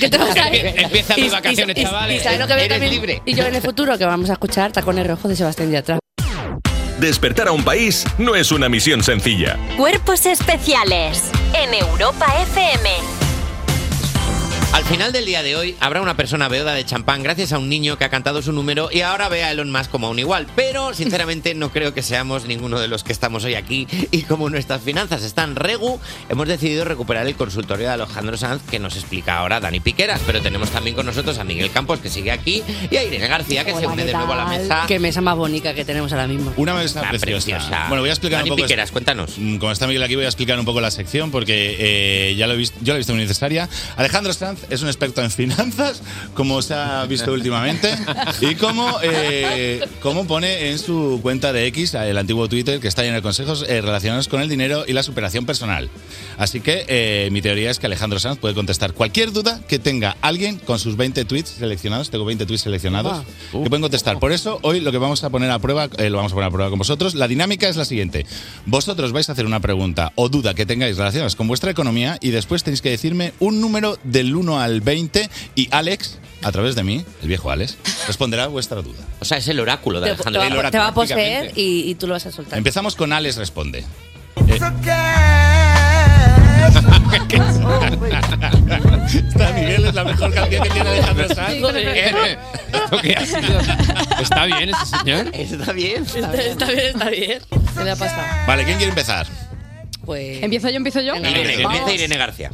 Speaker 12: ¿Qué te vas a ir? Empieza mis vacaciones,
Speaker 5: y- y-
Speaker 12: chavales.
Speaker 5: Y, sabes lo que veo
Speaker 12: Eres
Speaker 5: también?
Speaker 12: libre.
Speaker 5: Y yo en el futuro que vamos a escuchar Tacones Rojos de Sebastián Yatra.
Speaker 15: Despertar a un país no es una misión sencilla.
Speaker 2: Cuerpos especiales en Europa FM.
Speaker 3: Al final del día de hoy habrá una persona beoda de champán gracias a un niño que ha cantado su número y ahora ve a Elon Musk como un igual. Pero sinceramente no creo que seamos ninguno de los que estamos hoy aquí y como nuestras finanzas están regu, hemos decidido recuperar el consultorio de Alejandro Sanz que nos explica ahora Dani Piqueras. Pero tenemos también con nosotros a Miguel Campos que sigue aquí y a Irene García que se
Speaker 5: Hola,
Speaker 3: une
Speaker 5: ¿qué
Speaker 3: de nuevo a la
Speaker 5: tal?
Speaker 3: mesa.
Speaker 5: Qué mesa más bonita que tenemos ahora mismo.
Speaker 10: Una mesa preciosa. Bueno, voy a explicar
Speaker 3: Dani
Speaker 10: un poco. Mm,
Speaker 3: Piqueras, cuéntanos.
Speaker 10: Como está Miguel aquí, voy a explicar un poco la sección porque eh, ya lo he visto, yo lo he visto muy necesaria. Alejandro Sanz es un experto en finanzas, como se ha visto últimamente, y como, eh, como pone en su cuenta de X, el antiguo Twitter, que está lleno de consejos eh, relacionados con el dinero y la superación personal. Así que eh, mi teoría es que Alejandro Sanz puede contestar cualquier duda que tenga alguien con sus 20 tweets seleccionados. Tengo 20 tweets seleccionados que pueden contestar. Por eso, hoy lo que vamos a poner a prueba, eh, lo vamos a poner a prueba con vosotros. La dinámica es la siguiente. Vosotros vais a hacer una pregunta o duda que tengáis relacionadas con vuestra economía y después tenéis que decirme un número del 1 al 20 y Alex, a través de mí, el viejo Alex, responderá a vuestra duda.
Speaker 3: O sea, es el oráculo
Speaker 5: Te, te va, te va a poseer y, y tú lo vas a soltar.
Speaker 10: Empezamos con Alex responde. Esta Miguel es la mejor canción que tiene Alejandro Sanz.
Speaker 12: ¿Esto qué ha sido? ¿Está bien ese señor?
Speaker 3: Está bien.
Speaker 5: Está, está bien, está bien. ¿Qué le ha pasado?
Speaker 10: Vale, ¿quién quiere empezar?
Speaker 5: Pues.
Speaker 9: ¿Empiezo yo, empiezo yo?
Speaker 3: Irene,
Speaker 9: Vamos.
Speaker 3: empieza Irene García.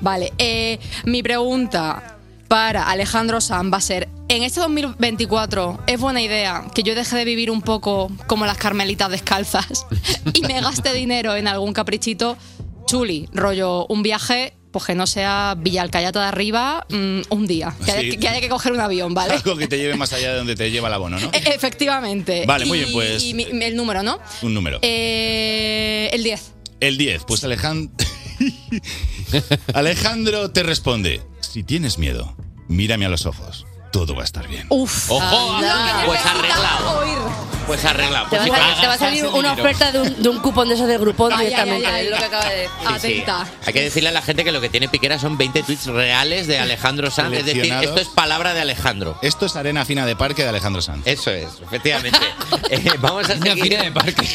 Speaker 9: Vale, eh, mi pregunta para Alejandro San va a ser, en este 2024 es buena idea que yo deje de vivir un poco como las carmelitas descalzas y me gaste dinero en algún caprichito chuli, rollo un viaje, pues que no sea Villalcayata de arriba mm, un día, que, haya,
Speaker 10: Sí.
Speaker 9: que haya que coger un avión, ¿vale?
Speaker 10: Algo que te lleve más allá de donde te lleva el abono, ¿no?
Speaker 9: E- Efectivamente.
Speaker 10: Vale,
Speaker 9: Y-
Speaker 10: muy bien, pues-
Speaker 9: Y mi- el número, ¿no?
Speaker 10: Un número.
Speaker 9: Eh, el 10.
Speaker 10: El 10. Pues Alejandro. Alejandro te responde: Si tienes miedo, mírame a los ojos. Todo va a estar bien.
Speaker 9: Uf.
Speaker 3: Ojo,
Speaker 5: Anda.
Speaker 3: pues arreglado. Pues arreglado.
Speaker 5: Te va, a
Speaker 3: Pues
Speaker 5: salir,
Speaker 3: sí,
Speaker 5: te va a salir una oferta de un, de un cupón de esos de grupón directamente. es lo que acaba de
Speaker 3: Sí, sí. Hay que decirle a la gente que lo que tiene Piquera son 20 tweets reales de Alejandro Sanz. Es decir,
Speaker 10: Seleccionados.
Speaker 3: esto es palabra de Alejandro.
Speaker 10: Esto es arena fina de parque de Alejandro Sanz.
Speaker 3: Eso es, efectivamente. Eh, vamos a seguir. de
Speaker 12: parque.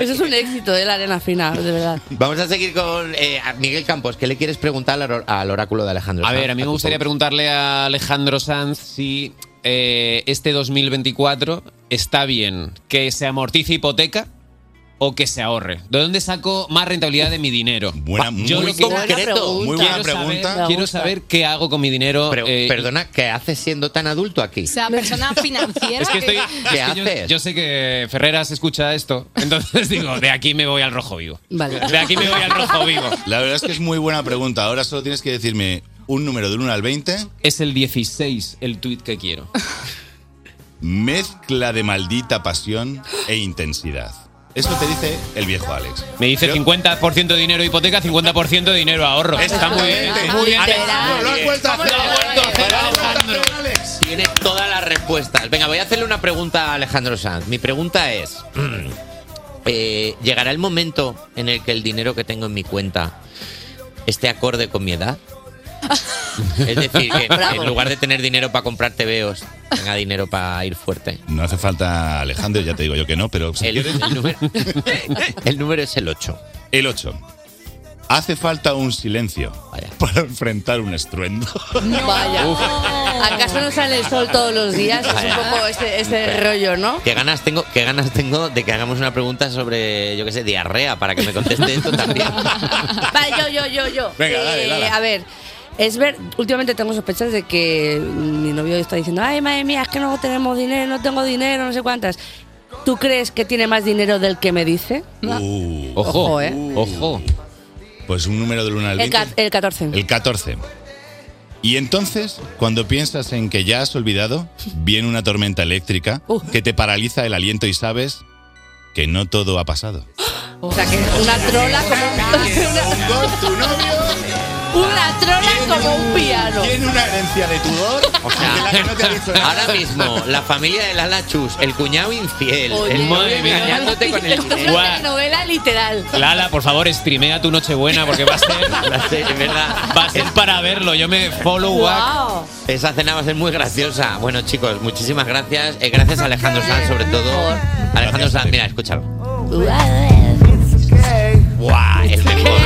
Speaker 5: Eso es un éxito, ¿eh? La arena fina, de verdad.
Speaker 3: Vamos a seguir con eh, a Miguel Campos. ¿Qué le quieres preguntar al, or- al oráculo de Alejandro
Speaker 12: A
Speaker 3: Sanz?
Speaker 12: ver, a mí me gustaría preguntarle a Alejandro Sanz si eh, este 2024 está bien que se amortice hipoteca o que se ahorre? ¿De dónde saco más rentabilidad de mi dinero?
Speaker 10: Buena, muy concreto. Muy buena
Speaker 12: quiero saber-
Speaker 10: pregunta.
Speaker 12: quiero saber qué hago con mi dinero. eh,
Speaker 3: perdona, ¿qué haces siendo tan adulto aquí?
Speaker 9: O sea, persona financiera.
Speaker 12: Es que estoy.
Speaker 3: ¿Qué
Speaker 12: es que yo-
Speaker 3: haces?
Speaker 12: Yo, sé que Ferreras escucha esto, entonces digo, de aquí me voy al rojo vivo.
Speaker 5: Vale.
Speaker 12: De aquí me voy al rojo vivo.
Speaker 10: La verdad es que es muy buena pregunta. Ahora solo tienes que decirme un número del 1 al 20.
Speaker 12: Es el 16, el tuit que quiero.
Speaker 10: Mezcla de maldita pasión e intensidad. Eso te dice el viejo Alex.
Speaker 12: Me dice 50% de dinero hipoteca, 50% de dinero ahorro. Está muy bien.
Speaker 10: Muy bien,
Speaker 3: Lo has vuelto a hacer.
Speaker 12: Alejandro.
Speaker 3: Tiene todas las respuestas. Venga, voy a hacerle una pregunta a Alejandro Sanz. Mi pregunta es: mm, eh, ¿llegará el momento en el que el dinero que tengo en mi cuenta esté acorde con mi edad? Es decir, que
Speaker 10: Bravo.
Speaker 3: en lugar de tener dinero para comprar tebeos, tenga dinero para ir fuerte.
Speaker 10: No hace falta Alejandro, ya te digo yo que no, pero si
Speaker 3: El-
Speaker 10: quieres-
Speaker 3: el número- el número es el 8.
Speaker 10: El 8. Hace falta un silencio para enfrentar un estruendo.
Speaker 5: Vaya. ¿Acaso no sale el sol todos los días? Es un
Speaker 3: Vaya.
Speaker 5: poco ese, ese rollo, ¿no?
Speaker 3: ¿Qué ganas tengo, qué ganas tengo de que hagamos una pregunta sobre, yo qué sé, diarrea para que me conteste esto también?
Speaker 5: Vale, yo, yo, yo, yo.
Speaker 3: Venga, dale,
Speaker 5: Eh,
Speaker 3: dale.
Speaker 5: A ver. Es ver, últimamente tengo sospechas de que mi novio está diciendo, ay, madre mía, es que no tenemos dinero, no tengo dinero, no sé cuántas. ¿Tú crees que tiene más dinero del que me dice?
Speaker 10: ojo,
Speaker 5: Ojo, ¿eh?
Speaker 10: ojo. Uh. Pues un número del 1 al
Speaker 5: El,
Speaker 10: 20.
Speaker 5: ca- el 14.
Speaker 10: El 14. Y entonces, cuando piensas en que ya has olvidado, viene una tormenta eléctrica que te paraliza el aliento y sabes que no todo ha pasado.
Speaker 5: O sea, que una trola como...
Speaker 10: tu novio?
Speaker 5: Una trola como un piano.
Speaker 10: Tiene una herencia de Tudor.
Speaker 3: O sea, ahora mismo, la familia de la Lachus, el cuñado infiel,
Speaker 5: Oye,
Speaker 3: el novio
Speaker 12: madre mía.
Speaker 3: engañándote con el
Speaker 5: Esto es
Speaker 3: dinero.
Speaker 5: una telenovela literal.
Speaker 12: Lala, por favor, streamea tu Nochebuena porque va a ser. Va a ser para verlo. Yo me follow back.
Speaker 5: Wow.
Speaker 3: Esa cena va a ser muy graciosa. Bueno, chicos, muchísimas gracias. Eh, gracias a Alejandro Sanz, sobre todo. Alejandro Sanz, mira, escúchalo. ¡Guau! El mejor.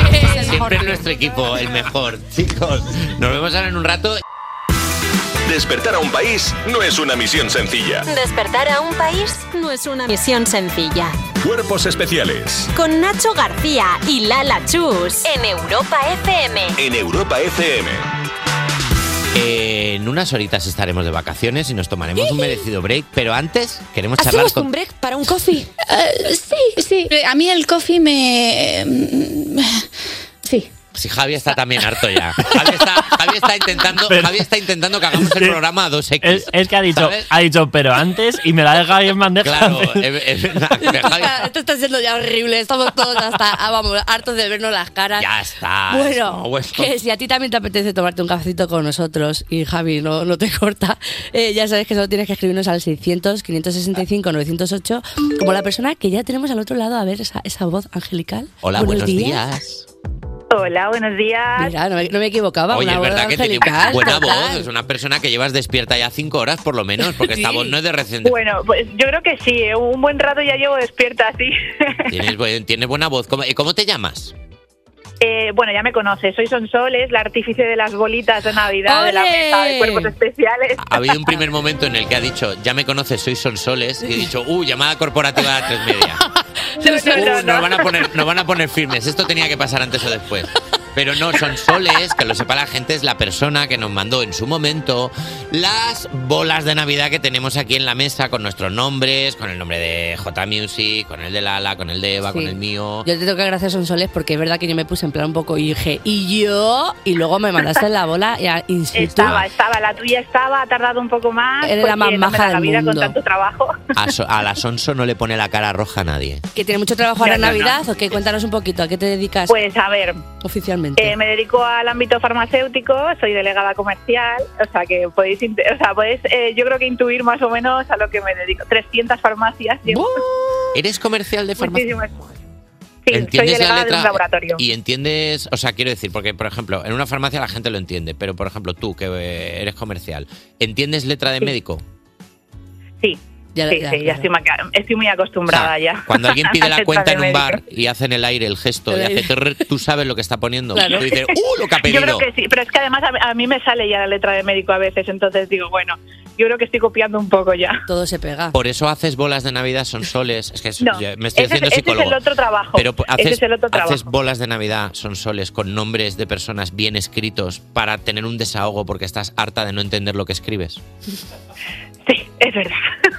Speaker 3: Siempre en nuestro equipo, el mejor. Chicos, nos vemos ahora en un rato.
Speaker 15: Despertar a un país no es una misión sencilla.
Speaker 2: Despertar a un país no es una misión sencilla.
Speaker 15: Cuerpos especiales
Speaker 2: Con Nacho García y Lala Chus en Europa FM.
Speaker 15: en Europa FM.
Speaker 3: Eh, en unas horitas estaremos de vacaciones y nos tomaremos un merecido break, pero antes queremos charlar
Speaker 16: ¿Hacemos
Speaker 3: con
Speaker 16: un break para un coffee?
Speaker 17: Eh,
Speaker 16: sí, sí. A mí el coffee me... Sí.
Speaker 3: Si Javi está también harto ya. Javi está, Javi está intentando, Javi está intentando que hagamos el programa a 2X.
Speaker 6: Es, es que ha dicho,
Speaker 3: ¿Sabes?
Speaker 6: ha dicho, pero antes y me la ha dejado ahí en bandeja.
Speaker 3: Claro, es- es verdad, que Javi-
Speaker 5: Ah, Esto está siendo ya horrible. Estamos todos hasta, ah, vamos, hartos de vernos las caras.
Speaker 3: Ya Ah, está.
Speaker 5: Bueno,
Speaker 3: es como
Speaker 5: que
Speaker 3: esto.
Speaker 5: si a ti también te apetece tomarte un cafecito con nosotros y Javi no, no te corta, eh, ya sabes que solo tienes que escribirnos al 600-565-908 como la persona que ya tenemos al otro lado a ver esa, esa voz angelical.
Speaker 3: Hola, buenos
Speaker 18: Hola, buenos días.
Speaker 5: Mira, Ah, no me, no me equivocaba,
Speaker 3: Oye,
Speaker 5: una
Speaker 3: es
Speaker 5: voz
Speaker 3: verdad que tiene
Speaker 5: angelical.
Speaker 3: buena
Speaker 5: total.
Speaker 3: voz. Es una persona que llevas despierta ya cinco horas, por lo menos, porque esta
Speaker 18: Sí.
Speaker 3: voz no es de recién.
Speaker 18: Bueno, pues yo creo que sí, ¿eh? un buen rato ya llevo despierta así.
Speaker 3: Tienes, bu- tienes buena voz. ¿Cómo, eh, cómo te llamas?
Speaker 18: Eh, bueno, ya me conoces, soy Sonsoles, la artífice de las bolitas de Navidad, de la
Speaker 5: ¡Ole!
Speaker 18: mesa de cuerpos especiales.
Speaker 3: Ha habido un primer momento en el que ha dicho, ya me conoces, soy Sonsoles, y he dicho, uh, llamada corporativa a las tres media. Uh, nos, van a poner, nos van a poner firmes. Esto tenía que pasar antes o después. Pero no, son soles, que lo sepa la gente, es la persona que nos mandó en su momento las bolas de Navidad que tenemos aquí en la mesa con nuestros nombres, con el nombre de J Music, con el de Lala, con el de Eva,
Speaker 5: Sí.
Speaker 3: con el mío.
Speaker 5: Yo te tengo que agradecer, Sonsoles, porque es verdad que yo me puse en plan un poco y dije, ¿y yo? Y luego me mandaste la bola y a in situ.
Speaker 18: Estaba, estaba, la tuya estaba, ha tardado un poco más.
Speaker 5: Eres
Speaker 18: porque
Speaker 5: la más
Speaker 18: no me
Speaker 5: maja
Speaker 18: da la
Speaker 5: del
Speaker 18: vida
Speaker 5: mundo.
Speaker 18: con tanto trabajo.
Speaker 3: A, so- a la Sonso no le pone la cara roja a nadie.
Speaker 5: ¿Que tiene mucho trabajo ahora en
Speaker 18: No, no, no.
Speaker 5: Navidad? ¿O qué? Cuéntanos un poquito, ¿a qué te dedicas?
Speaker 18: Pues a ver.
Speaker 5: Oficialmente.
Speaker 18: Eh, me dedico al ámbito farmacéutico, soy delegada comercial, o sea que podéis, inte- o sea, podéis eh, yo creo que intuir más o menos a lo que me dedico. 300 farmacias. llevo.
Speaker 3: ¿Eres comercial de farmacia?
Speaker 18: Muchísimas- Sí, soy delegada de un laboratorio.
Speaker 3: Y entiendes, o sea, quiero decir, porque por ejemplo, en una farmacia la gente lo entiende, pero por ejemplo tú que eh, eres comercial, ¿entiendes letra de médico?
Speaker 18: Sí.
Speaker 5: Ya,
Speaker 18: sí, sí, ya estoy, ma- estoy muy acostumbrada ya.
Speaker 3: Cuando alguien pide
Speaker 18: Al
Speaker 3: la
Speaker 18: sector
Speaker 3: cuenta
Speaker 18: de
Speaker 3: en un
Speaker 18: médico.
Speaker 3: bar y hace en el aire el gesto y
Speaker 18: Pero-
Speaker 3: hace trrr, tú sabes lo que está poniendo.
Speaker 18: Claro.
Speaker 3: Y tú dices, ¡uh, lo que ha
Speaker 18: Yo
Speaker 3: pedido!
Speaker 18: creo que sí, pero es que además a, a mí me sale ya la letra de médico a veces, entonces digo, bueno, yo creo que estoy copiando un poco ya.
Speaker 5: Todo se pega.
Speaker 3: Por eso haces bolas de Navidad, son soles. Es que eso-
Speaker 18: No,
Speaker 3: ya me estoy
Speaker 18: ese,
Speaker 3: haciendo
Speaker 18: es- ese es
Speaker 3: psicólogo.
Speaker 18: el otro trabajo.
Speaker 3: Pero po- haces,
Speaker 18: ese es el otro trabajo.
Speaker 3: haces bolas de Navidad, son soles, con nombres de personas bien escritos para tener un desahogo porque estás harta de no entender lo que escribes.
Speaker 18: Es verdad.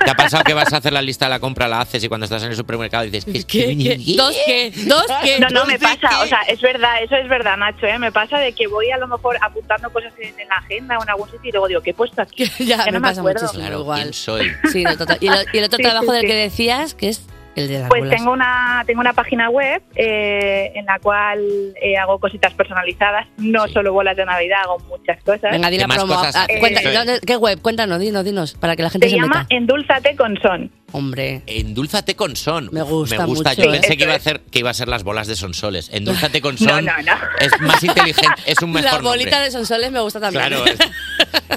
Speaker 3: ¿Te ha pasado que vas a hacer la lista de la compra, la haces y cuando estás en el supermercado dices, ¿qué?
Speaker 5: Eh, ¿Dos qué? ¿Dos qué?
Speaker 18: No, no, me pasa. O sea, es verdad, eso es verdad, Nacho. ¿eh? Me pasa de que voy a lo mejor apuntando cosas en, en la agenda o en algún sitio y luego digo, ¿qué he puesto aquí?
Speaker 5: Ya,
Speaker 18: Que no
Speaker 5: me
Speaker 18: me
Speaker 5: pasa
Speaker 18: acuerdo.
Speaker 5: muchísimo igual.
Speaker 3: ¿Quién soy?
Speaker 5: Sí, lo total- Y, lo- y el otro
Speaker 18: Sí,
Speaker 5: trabajo
Speaker 18: sí,
Speaker 5: del
Speaker 18: sí.
Speaker 5: que decías, que es el de las
Speaker 18: Pues
Speaker 5: bolas.
Speaker 18: tengo una, tengo una página web eh, en la cual eh, hago cositas personalizadas, no solo bolas de Navidad, hago muchas cosas.
Speaker 5: Venga, di la promo. Ah,
Speaker 18: Eh,
Speaker 5: cuenta- ¿dónde- ¿Qué web? Cuéntanos, dinos, dinos, para que la gente
Speaker 18: se
Speaker 5: se
Speaker 18: llama
Speaker 5: meta.
Speaker 18: Endulzate con Son.
Speaker 5: Hombre.
Speaker 3: Endúlzate con son. Me
Speaker 5: gusta mucho,
Speaker 3: Yo
Speaker 5: ¿eh?
Speaker 3: pensé
Speaker 5: Eso
Speaker 3: que iba, a hacer, que iba a ser las bolas de sonsoles. Endúlzate con
Speaker 5: No,
Speaker 3: son.
Speaker 5: no, no.
Speaker 3: Es más inteligente, es un mejor
Speaker 5: Las
Speaker 3: nombre.
Speaker 5: bolitas de sonsoles me gusta también.
Speaker 3: Claro. es-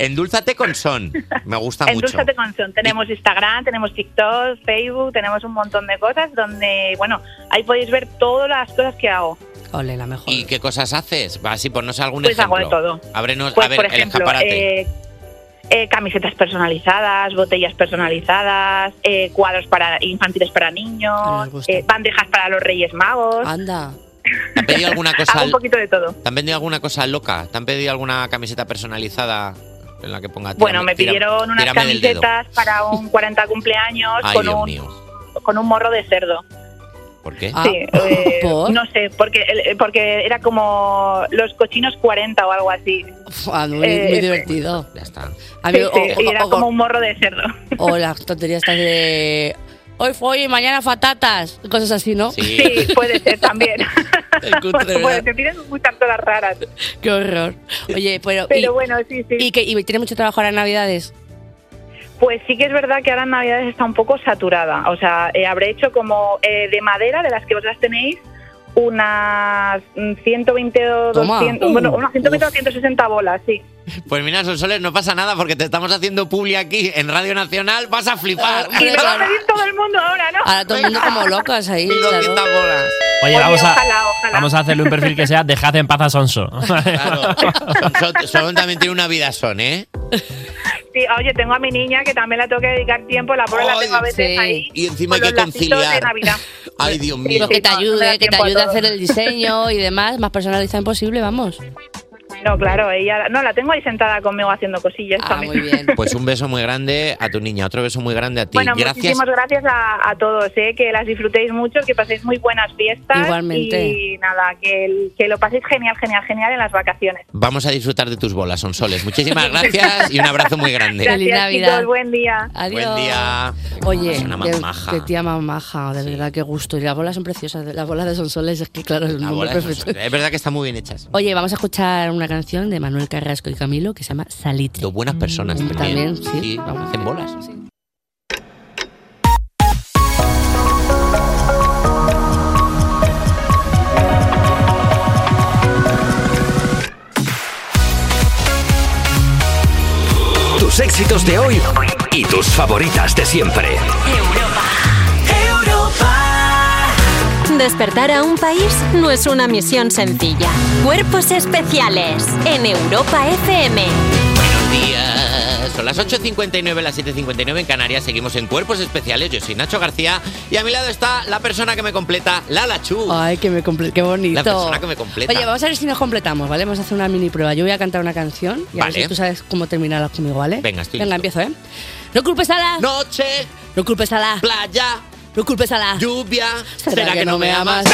Speaker 3: Endúlzate con son. Me gusta mucho.
Speaker 18: Endulzate con Son. Tenemos Instagram, tenemos TikTok, Facebook, tenemos un montón de cosas donde, bueno, ahí podéis ver todas las cosas que hago.
Speaker 5: Ole, la mejor.
Speaker 3: ¿Y qué cosas haces? Va, sí, ponnos algún
Speaker 18: Pues hago
Speaker 3: ejemplo.
Speaker 18: de todo.
Speaker 3: Ábrenos,
Speaker 18: Pues,
Speaker 3: a ver,
Speaker 18: por ejemplo,
Speaker 3: el escaparate.
Speaker 18: eh, eh, camisetas personalizadas, botellas personalizadas, eh, cuadros para infantiles para niños, eh, bandejas para los Reyes Magos.
Speaker 5: Anda.
Speaker 3: ¿Te han pedido alguna cosa?
Speaker 18: Hago un poquito de todo.
Speaker 3: ¿Te han pedido alguna cosa loca? ¿Te han pedido alguna camiseta personalizada en la que ponga
Speaker 18: Bueno,
Speaker 3: tírame-
Speaker 18: me
Speaker 3: tira-
Speaker 18: pidieron unas
Speaker 3: tírame del dedo?
Speaker 18: camisetas para un 40 cumpleaños
Speaker 3: Ay,
Speaker 18: con
Speaker 3: Dios
Speaker 18: un,
Speaker 3: mío.
Speaker 18: con un morro de cerdo.
Speaker 3: ¿Por qué?
Speaker 5: Ah,
Speaker 18: Sí, eh, no sé, porque, el- eh, porque era como los cochinos 40 o algo así.
Speaker 5: Uf, ah, muy, muy
Speaker 18: Eh,
Speaker 5: divertido.
Speaker 3: Ya está.
Speaker 5: A mí,
Speaker 18: Sí, sí,
Speaker 5: o- o-
Speaker 18: y era
Speaker 5: o-
Speaker 18: como un morro de cerdo.
Speaker 5: O las tonterías estas de. Hoy fue y mañana patatas. Cosas así, ¿no?
Speaker 3: Sí.
Speaker 18: Sí, puede ser también. Pues te tienen muchas cosas raras.
Speaker 5: Qué horror. Oye, pero.
Speaker 18: Pero
Speaker 5: y,
Speaker 18: bueno, sí, sí.
Speaker 5: Y, que, y tiene mucho trabajo ahora en Navidades.
Speaker 18: Pues sí que es verdad que ahora en Navidades está un poco saturada. O sea, eh, habré hecho como eh, de madera, de las que vosotras tenéis, unas mm, 120 o
Speaker 3: Toma.
Speaker 5: Uh,
Speaker 18: 200, bueno, unas 120 o 160 bolas, sí.
Speaker 3: Pues mira, Sonsoles, no pasa nada porque te estamos haciendo publi aquí en Radio Nacional. Vas a flipar.
Speaker 18: Y lo va a pedir todo el mundo ahora, ¿no?
Speaker 5: Ahora todo el mundo como locas ahí. claro.
Speaker 6: Oye,
Speaker 5: Oye,
Speaker 6: vamos a,
Speaker 5: ojalá, ojalá.
Speaker 6: vamos a hacerle un perfil que sea Dejad en paz a Sonso.
Speaker 3: Son, son también tiene una vida son, ¿eh?
Speaker 18: Sí, oye, tengo a mi niña que también la tengo que dedicar tiempo, la pobre la tengo a veces ahí.
Speaker 3: Y encima hay
Speaker 18: con
Speaker 3: que
Speaker 18: Pues los lacitos
Speaker 3: conciliar.
Speaker 18: de Navidad.
Speaker 3: Ay, Dios
Speaker 5: Pues
Speaker 3: mío.
Speaker 5: que te
Speaker 18: no
Speaker 5: ayude,
Speaker 18: da
Speaker 5: que te
Speaker 18: tiempo a
Speaker 5: ayude a
Speaker 18: todo.
Speaker 5: hacer el diseño y demás, más personalizado imposible, vamos.
Speaker 18: No, claro, ella no la tengo ahí sentada conmigo haciendo cosillas
Speaker 5: Ah,
Speaker 18: también.
Speaker 3: Pues un beso muy grande a tu niña, otro beso muy grande a ti.
Speaker 18: Bueno,
Speaker 3: Gracias.
Speaker 18: muchísimas gracias a, a todos, ¿eh? que las disfrutéis mucho, que paséis muy buenas fiestas.
Speaker 3: Igualmente.
Speaker 18: Y nada, que, el- que lo paséis genial, genial, genial en las vacaciones.
Speaker 3: Vamos a disfrutar de tus bolas, Sonsoles. Muchísimas gracias y un abrazo muy grande.
Speaker 5: Feliz Navidad.
Speaker 18: chicos, buen día.
Speaker 5: Adiós.
Speaker 3: Buen día.
Speaker 5: Oye,
Speaker 3: Es una
Speaker 5: qué-
Speaker 3: maja.
Speaker 5: qué tía más maja, de verdad, qué gusto. Y las bolas son preciosas, las bolas de Sonsoles, es que claro, es un
Speaker 3: La
Speaker 5: nombre
Speaker 3: bola de
Speaker 5: perfecto.
Speaker 3: Sonsoles. Es verdad que están muy bien hechas.
Speaker 5: Oye, vamos a escuchar una canción de Manuel Carrasco y Camilo que se llama Mm, Salite.
Speaker 3: Dos buenas personas también. sí. hacen bolas.
Speaker 1: Tus éxitos de hoy y tus favoritas de siempre.
Speaker 2: Despertar a un país no es una misión sencilla. Cuerpos especiales en Europa FM.
Speaker 3: Buenos días. Son las 8.59, las 7.59 en Canarias. Seguimos en Cuerpos Especiales. Yo soy Nacho García y a mi lado está la persona que me completa, Lala Chu.
Speaker 5: Ay, que me comple- qué bonito.
Speaker 3: La persona que me completa.
Speaker 5: Oye, vamos a ver si nos completamos, ¿vale? Vamos a hacer una mini prueba. Yo voy a cantar una canción y a ver
Speaker 3: Vale.
Speaker 5: si tú sabes cómo terminarla conmigo, ¿vale?
Speaker 3: Venga, estoy
Speaker 5: Venga, empiezo, ¿eh? No culpes a la
Speaker 3: noche,
Speaker 5: no culpes a la
Speaker 3: playa,
Speaker 5: no culpes a la
Speaker 3: lluvia.
Speaker 5: ¿Será, que, no me amas?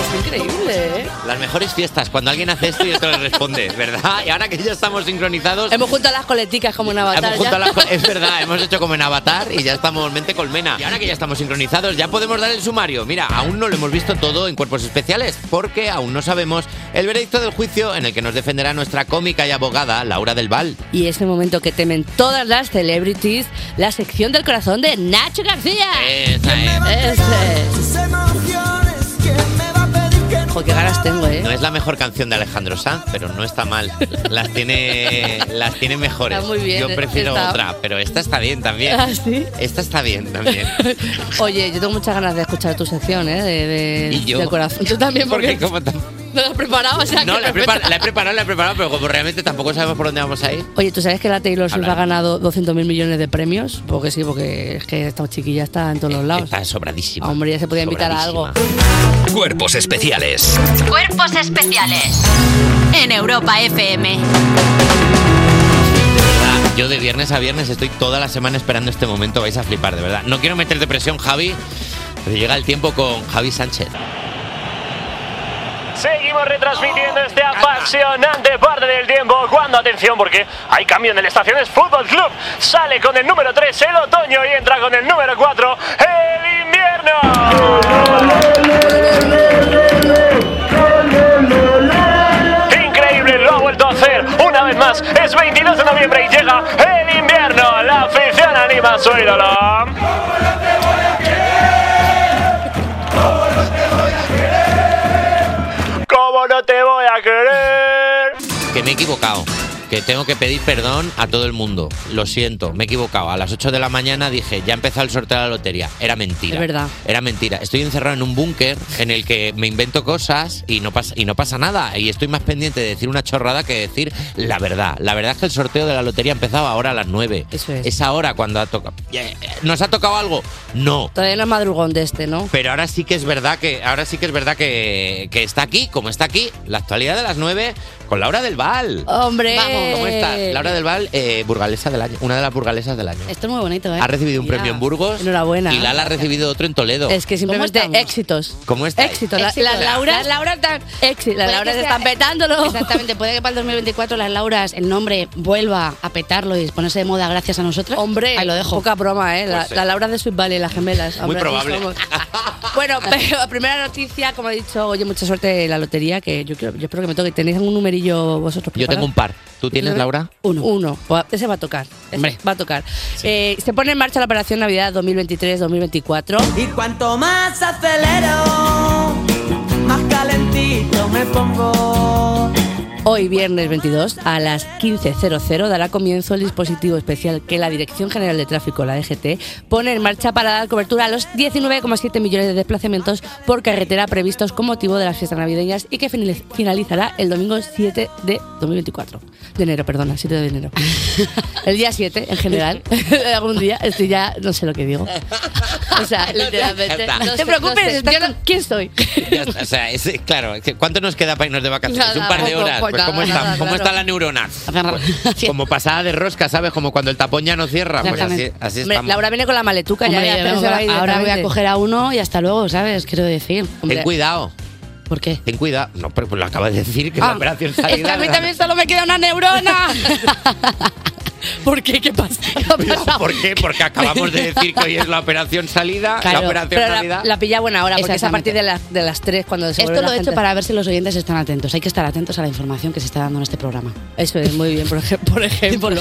Speaker 5: Es increíble, ¿eh?
Speaker 3: Las mejores fiestas, cuando alguien hace esto y esto le responde, ¿verdad? Y ahora que ya estamos sincronizados,
Speaker 5: Hemos juntado las coleticas como una batalla.
Speaker 3: hemos juntado las co- es verdad, hemos hecho como en Avatar y ya estamos mente colmena. Y ahora que ya estamos sincronizados, ya podemos dar el sumario. Mira, aún no lo hemos visto todo en cuerpos especiales, porque aún no sabemos el veredicto del juicio en el que nos defenderá nuestra cómica y abogada, Laura del Val.
Speaker 5: Y ese momento que temen todas las celebrities, la sección del corazón de Nacho García.
Speaker 3: Esa es.
Speaker 5: Ese.
Speaker 14: Sus emociones, ¿quién me va a pedir que no
Speaker 5: Joder, qué ganas tengo, ¿eh?
Speaker 3: No es la mejor canción de Alejandro Sanz, pero no está mal. Las tiene, las tiene mejores.
Speaker 5: Está muy bien,
Speaker 3: Yo prefiero
Speaker 5: está-
Speaker 3: otra, pero esta está bien también.
Speaker 5: ¿Ah, sí?
Speaker 3: Esta está bien también.
Speaker 5: Oye, yo tengo muchas ganas de escuchar tu sección, ¿eh? De, de-
Speaker 3: Y yo.
Speaker 5: de corazón. Yo también, porque,
Speaker 3: como tam-
Speaker 5: no lo has preparado, o sea
Speaker 3: no,
Speaker 5: que
Speaker 3: la he,
Speaker 5: perfecto.
Speaker 3: prepar- la he preparado, la he preparado, pero como realmente tampoco sabemos por dónde vamos a ir.
Speaker 5: Oye, ¿tú sabes que la Taylor Swift
Speaker 3: Hablar.
Speaker 5: ha ganado 200.000 millones de premios? Porque sí, porque es que esta chiquilla está en todos los lados.
Speaker 3: Está sobradísima.
Speaker 5: Hombre, ya se podía invitar a algo.
Speaker 1: Cuerpos especiales.
Speaker 2: Cuerpos especiales en Europa FM.
Speaker 3: Ah, Yo de viernes a viernes estoy toda la semana esperando este momento, vais a flipar, de verdad. No quiero meter depresión, Javi, pero llega el tiempo con Javi Sánchez.
Speaker 19: Seguimos retransmitiendo este apasionante parte del tiempo. Cuando, atención, porque hay cambio en el Estaciones Fútbol Club. Sale con el número 3 el otoño y entra con el número 4 el invierno. Increíble, lo ha vuelto a hacer una vez más. Es 22 de noviembre y llega el invierno. La afición anima a su ídolo. ¿Cómo no te voy a querer?
Speaker 3: Que me he equivocado. Que tengo que pedir perdón a todo el mundo. Lo siento, me he equivocado. A las 8 de la mañana dije, ya ha empezado el sorteo de la lotería. Era mentira.
Speaker 5: Es verdad.
Speaker 3: Era mentira. Estoy encerrado en un búnker en el que me invento cosas y no, pasa, y no pasa nada. Y estoy más pendiente de decir una chorrada que decir la verdad. La verdad es que el sorteo de la lotería empezaba ahora a las 9. Eso es. Es ahora cuando ha tocado. ¿Nos ha tocado algo? No.
Speaker 5: Todavía no es madrugón de este, ¿no?
Speaker 3: Pero ahora sí que es verdad que ahora sí que es verdad que, que está aquí, como está aquí, la actualidad de las 9 con Laura del Val.
Speaker 5: ¡Hombre!
Speaker 3: Vamos, ¿cómo estás? Laura del Val, eh, burgalesa del año, una de las burgalesas del año.
Speaker 5: Esto es muy bonito, ¿eh?
Speaker 3: Ha recibido un
Speaker 5: Mira.
Speaker 3: premio en Burgos.
Speaker 5: Enhorabuena.
Speaker 3: Y Lala ha recibido otro en Toledo.
Speaker 5: Es que Eh, simplemente éxitos.
Speaker 3: ¿Cómo está?
Speaker 5: Éxito, la-
Speaker 17: Éxito.
Speaker 5: las
Speaker 17: Las
Speaker 5: Lauras-
Speaker 17: Lauras están.
Speaker 5: las Lauras están petándolo.
Speaker 17: Exactamente. Puede que para el 2024 las Lauras, el nombre, vuelva a petarlo y ponerse de moda gracias a nosotras. Hombre. Ahí lo dejo.
Speaker 5: Poca broma, ¿eh? La,
Speaker 17: Pues sí.
Speaker 5: la Laura de Sweet Valley, las gemelas.
Speaker 17: Muy
Speaker 5: Hombre, aquí
Speaker 17: probable.
Speaker 5: somos. Bueno, pero primera noticia, como he dicho, oye, mucha suerte en la lotería, que yo, quiero, yo espero que me toque. ¿Tenéis algún numerillo vosotros?
Speaker 3: Yo tengo un par. ¿Tú tienes, Laura?
Speaker 5: Uno. Uno. Pues ese va a tocar. Ese Va a tocar. Eh, se pone en marcha la operación Navidad 2023-2024.
Speaker 7: Y cuanto más acelero, más calentito me pongo.
Speaker 5: Hoy, viernes 22, a las 15.00 dará comienzo el dispositivo especial que la Dirección General de Tráfico, la DGT, pone en marcha para dar cobertura a los 19,7 millones de desplazamientos por carretera previstos con motivo de las fiestas navideñas y que finaliz- finalizará el domingo 7 de 2024. De enero, perdona, 7 de enero. El día 7, en general. Algún día, estoy ya, no sé lo que digo. O sea, literalmente.
Speaker 3: Ya está.
Speaker 5: No te preocupes, yo no- ¿quién soy?
Speaker 3: Ya está, o sea, es- claro, es que ¿cuánto nos queda para irnos de vacaciones?
Speaker 5: Nada,
Speaker 3: un par de
Speaker 5: poco,
Speaker 3: horas.
Speaker 5: pues
Speaker 3: Pues, ¿cómo,
Speaker 5: nada,
Speaker 3: está,
Speaker 5: nada,
Speaker 3: ¿Cómo
Speaker 5: claro.
Speaker 3: está la neurona? Pues, como pasada de rosca, ¿sabes? Como cuando el tapón ya no cierra. Pues así,
Speaker 5: Exactamente.
Speaker 3: así
Speaker 5: Hombre,
Speaker 3: estamos.
Speaker 5: Laura viene con la maletuca
Speaker 17: Hombre,
Speaker 5: ya.
Speaker 17: ya vengo con- ahora voy a coger a uno y hasta luego, ¿sabes? Quiero decir.
Speaker 3: Ten cuidado.
Speaker 17: ¿Por qué?
Speaker 3: Ten cuidado. No, pero pues lo acabas de decir que la
Speaker 17: Ah.
Speaker 3: operación
Speaker 17: Es que a
Speaker 3: salida.
Speaker 17: mí también
Speaker 5: solo me queda una neurona. ¿Por qué? ¿Qué pasa?
Speaker 3: ¿Por qué? Porque acabamos de decir que hoy es la operación salida, la operación
Speaker 5: pero la,
Speaker 3: salida.
Speaker 5: la pilla buena hora, porque es a
Speaker 17: Exactamente.
Speaker 5: partir de las, de las 3 cuando se
Speaker 17: Esto
Speaker 5: vuelve
Speaker 17: lo
Speaker 5: la
Speaker 17: he hecho
Speaker 5: gente-
Speaker 17: para ver si los oyentes están atentos. Hay que estar atentos a la información que se está dando en este programa.
Speaker 5: Eso es, muy bien. Por, ej- por ejemplo.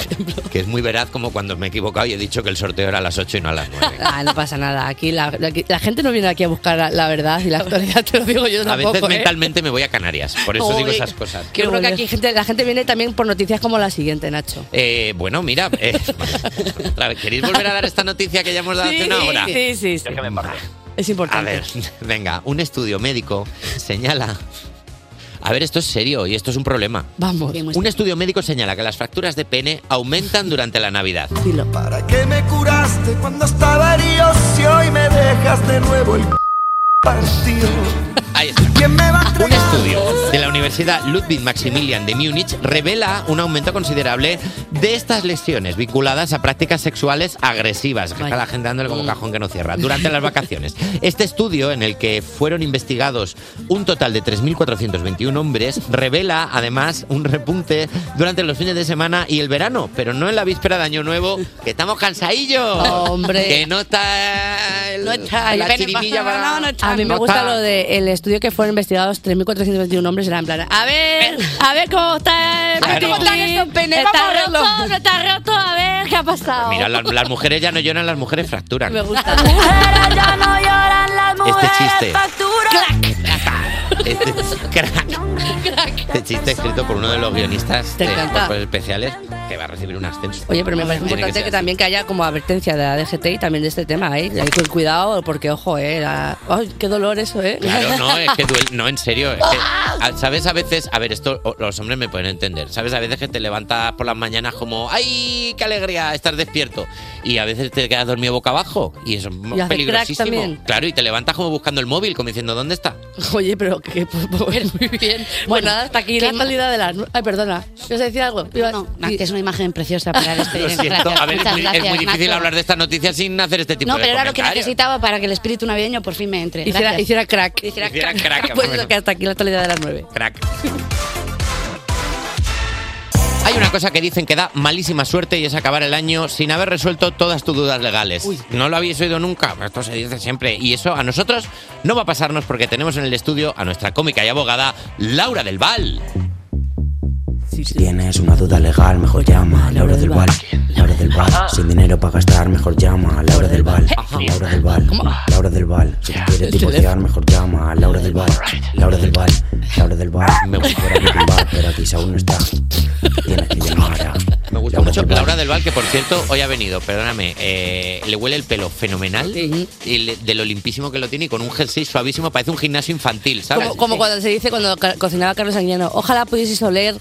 Speaker 3: Que es muy veraz como cuando me he equivocado y he dicho que el sorteo era a las 8 y no a las 9.
Speaker 5: Ah, no pasa nada. Aquí la, la- aquí- la gente no viene aquí a buscar la, la verdad y la actualidad, te lo digo yo
Speaker 3: A
Speaker 5: tampoco.
Speaker 3: veces
Speaker 5: ¿eh?
Speaker 3: mentalmente me voy a Canarias, por eso digo
Speaker 5: Uy,
Speaker 3: esas cosas.
Speaker 5: Yo creo que aquí gente, la gente viene también por noticias como la siguiente, Nacho.
Speaker 3: Eh, bueno, mira, eh, otra vez, ¿queréis volver a dar esta noticia que ya hemos dado hace una hora?
Speaker 5: Sí, sí, sí. Es
Speaker 3: A
Speaker 5: importante.
Speaker 3: ver, venga, un estudio médico señala... A ver, esto es serio y esto es un problema.
Speaker 5: Vamos.
Speaker 3: Un estudio médico señala que las fracturas de pene aumentan durante la Navidad.
Speaker 14: ¿Para qué me curaste cuando estaba herido si hoy me dejas de nuevo el c- partido?
Speaker 3: Ahí está.
Speaker 14: ¿Quién me va a
Speaker 3: Un estudio de la Universidad Ludwig Maximilian de Múnich revela un aumento considerable de estas lesiones vinculadas a prácticas sexuales agresivas. Que está la gente dándole como cajón que no cierra. Durante las vacaciones. Este estudio, en el que fueron investigados un total de 3.421 hombres, revela además un repunte durante los fines de semana y el verano, pero no en la víspera de Año Nuevo, que estamos cansadillos.
Speaker 5: Hombre.
Speaker 3: Que no está. el-
Speaker 5: No está,
Speaker 3: la
Speaker 5: el pene
Speaker 3: chirimilla
Speaker 5: pasado,
Speaker 3: para-
Speaker 5: no, no está. A mí me
Speaker 3: No
Speaker 5: gusta
Speaker 3: está.
Speaker 5: lo del estudio que fueron investigados 3.421 hombres. Era en plan, "Ah, a ver, a ver cómo está el
Speaker 3: A ver cómo
Speaker 5: petín,
Speaker 3: están estos
Speaker 17: penes, vamos a
Speaker 5: Está
Speaker 17: verlo.
Speaker 5: roto, no está roto, a ver qué ha pasado.
Speaker 3: Mira, las, las mujeres ya no lloran, las mujeres fracturan.
Speaker 5: Me gusta.
Speaker 3: Este chiste. Este es crack. Este chiste escrito por uno de los guionistas
Speaker 5: Te
Speaker 3: de
Speaker 5: encanta.
Speaker 3: Cuerpos Especiales que va a recibir un ascenso.
Speaker 5: Oye, pero me parece
Speaker 3: Tiene
Speaker 5: importante que,
Speaker 3: ser así.
Speaker 5: también que haya como advertencia de la DGT y también de este tema, ¿eh? Y Hay que cuidado porque, ojo, ¿eh? la- Ay, qué dolor eso, ¿eh?
Speaker 3: Claro, no, es que duele. No, en serio. es que, a- ¿Sabes a veces? A ver, esto o- los hombres me pueden entender. ¿Sabes a veces que te levantas por las mañanas como, ¡ay, qué alegría estar despierto! Y a veces te quedas dormido boca abajo. Y eso es
Speaker 5: Y hace crack
Speaker 3: peligrosísimo.
Speaker 5: también.
Speaker 3: Claro, y te levantas como buscando el móvil, como diciendo, ¿dónde está?
Speaker 5: Oye, pero que pues, pues, muy bien. Bueno, nada, hasta aquí la calidad de las... nu- Ay, perdona. ¿Quieres decir algo? No,
Speaker 17: que es una imagen preciosa para este despedir.
Speaker 3: Lo siento.
Speaker 17: Gracias,
Speaker 3: A ver, es
Speaker 17: muchas
Speaker 3: muy, es
Speaker 17: gracias,
Speaker 3: muy difícil
Speaker 17: Nacho.
Speaker 3: hablar de estas noticias sin hacer este tipo
Speaker 17: No,
Speaker 3: de
Speaker 17: pero era lo que
Speaker 3: comentarios.
Speaker 17: necesitaba para que el espíritu navideño por fin me entre.
Speaker 5: Hiciera-
Speaker 17: Gracias.
Speaker 5: hiciera crack.
Speaker 17: Hiciera
Speaker 3: Hiciera crack, más o
Speaker 5: Pues
Speaker 3: menos.
Speaker 5: que hasta aquí la actualidad de las nueve.
Speaker 3: Crack. Hay una cosa que dicen que da malísima suerte y es acabar el año sin haber resuelto todas tus dudas legales. No lo habéis oído nunca, esto se dice siempre. Y eso a nosotros no va a pasarnos porque tenemos en el estudio a nuestra cómica y abogada Laura del Val.
Speaker 20: Si tienes una duda legal, mejor llama a Laura del Val. Laura del Val. Sin dinero para gastar, mejor llama a Laura del Val. Laura del Val. Laura del Val. Si te quieres divorciar, mejor llama a Laura del Val. Laura del Val. Laura del Val. Me gustaría tumbar, pero aquí aún no está. Tienes que llamar a.
Speaker 3: Me gusta mucho Laura del Val, que por cierto hoy ha venido, perdóname, eh, le huele el pelo fenomenal y le- de lo limpísimo que lo tiene y con un jersey suavísimo, parece un gimnasio infantil, ¿sabes?
Speaker 5: Como, como cuando se dice cuando ca- cocinaba Carlos Sanguiano, ojalá pudiese oler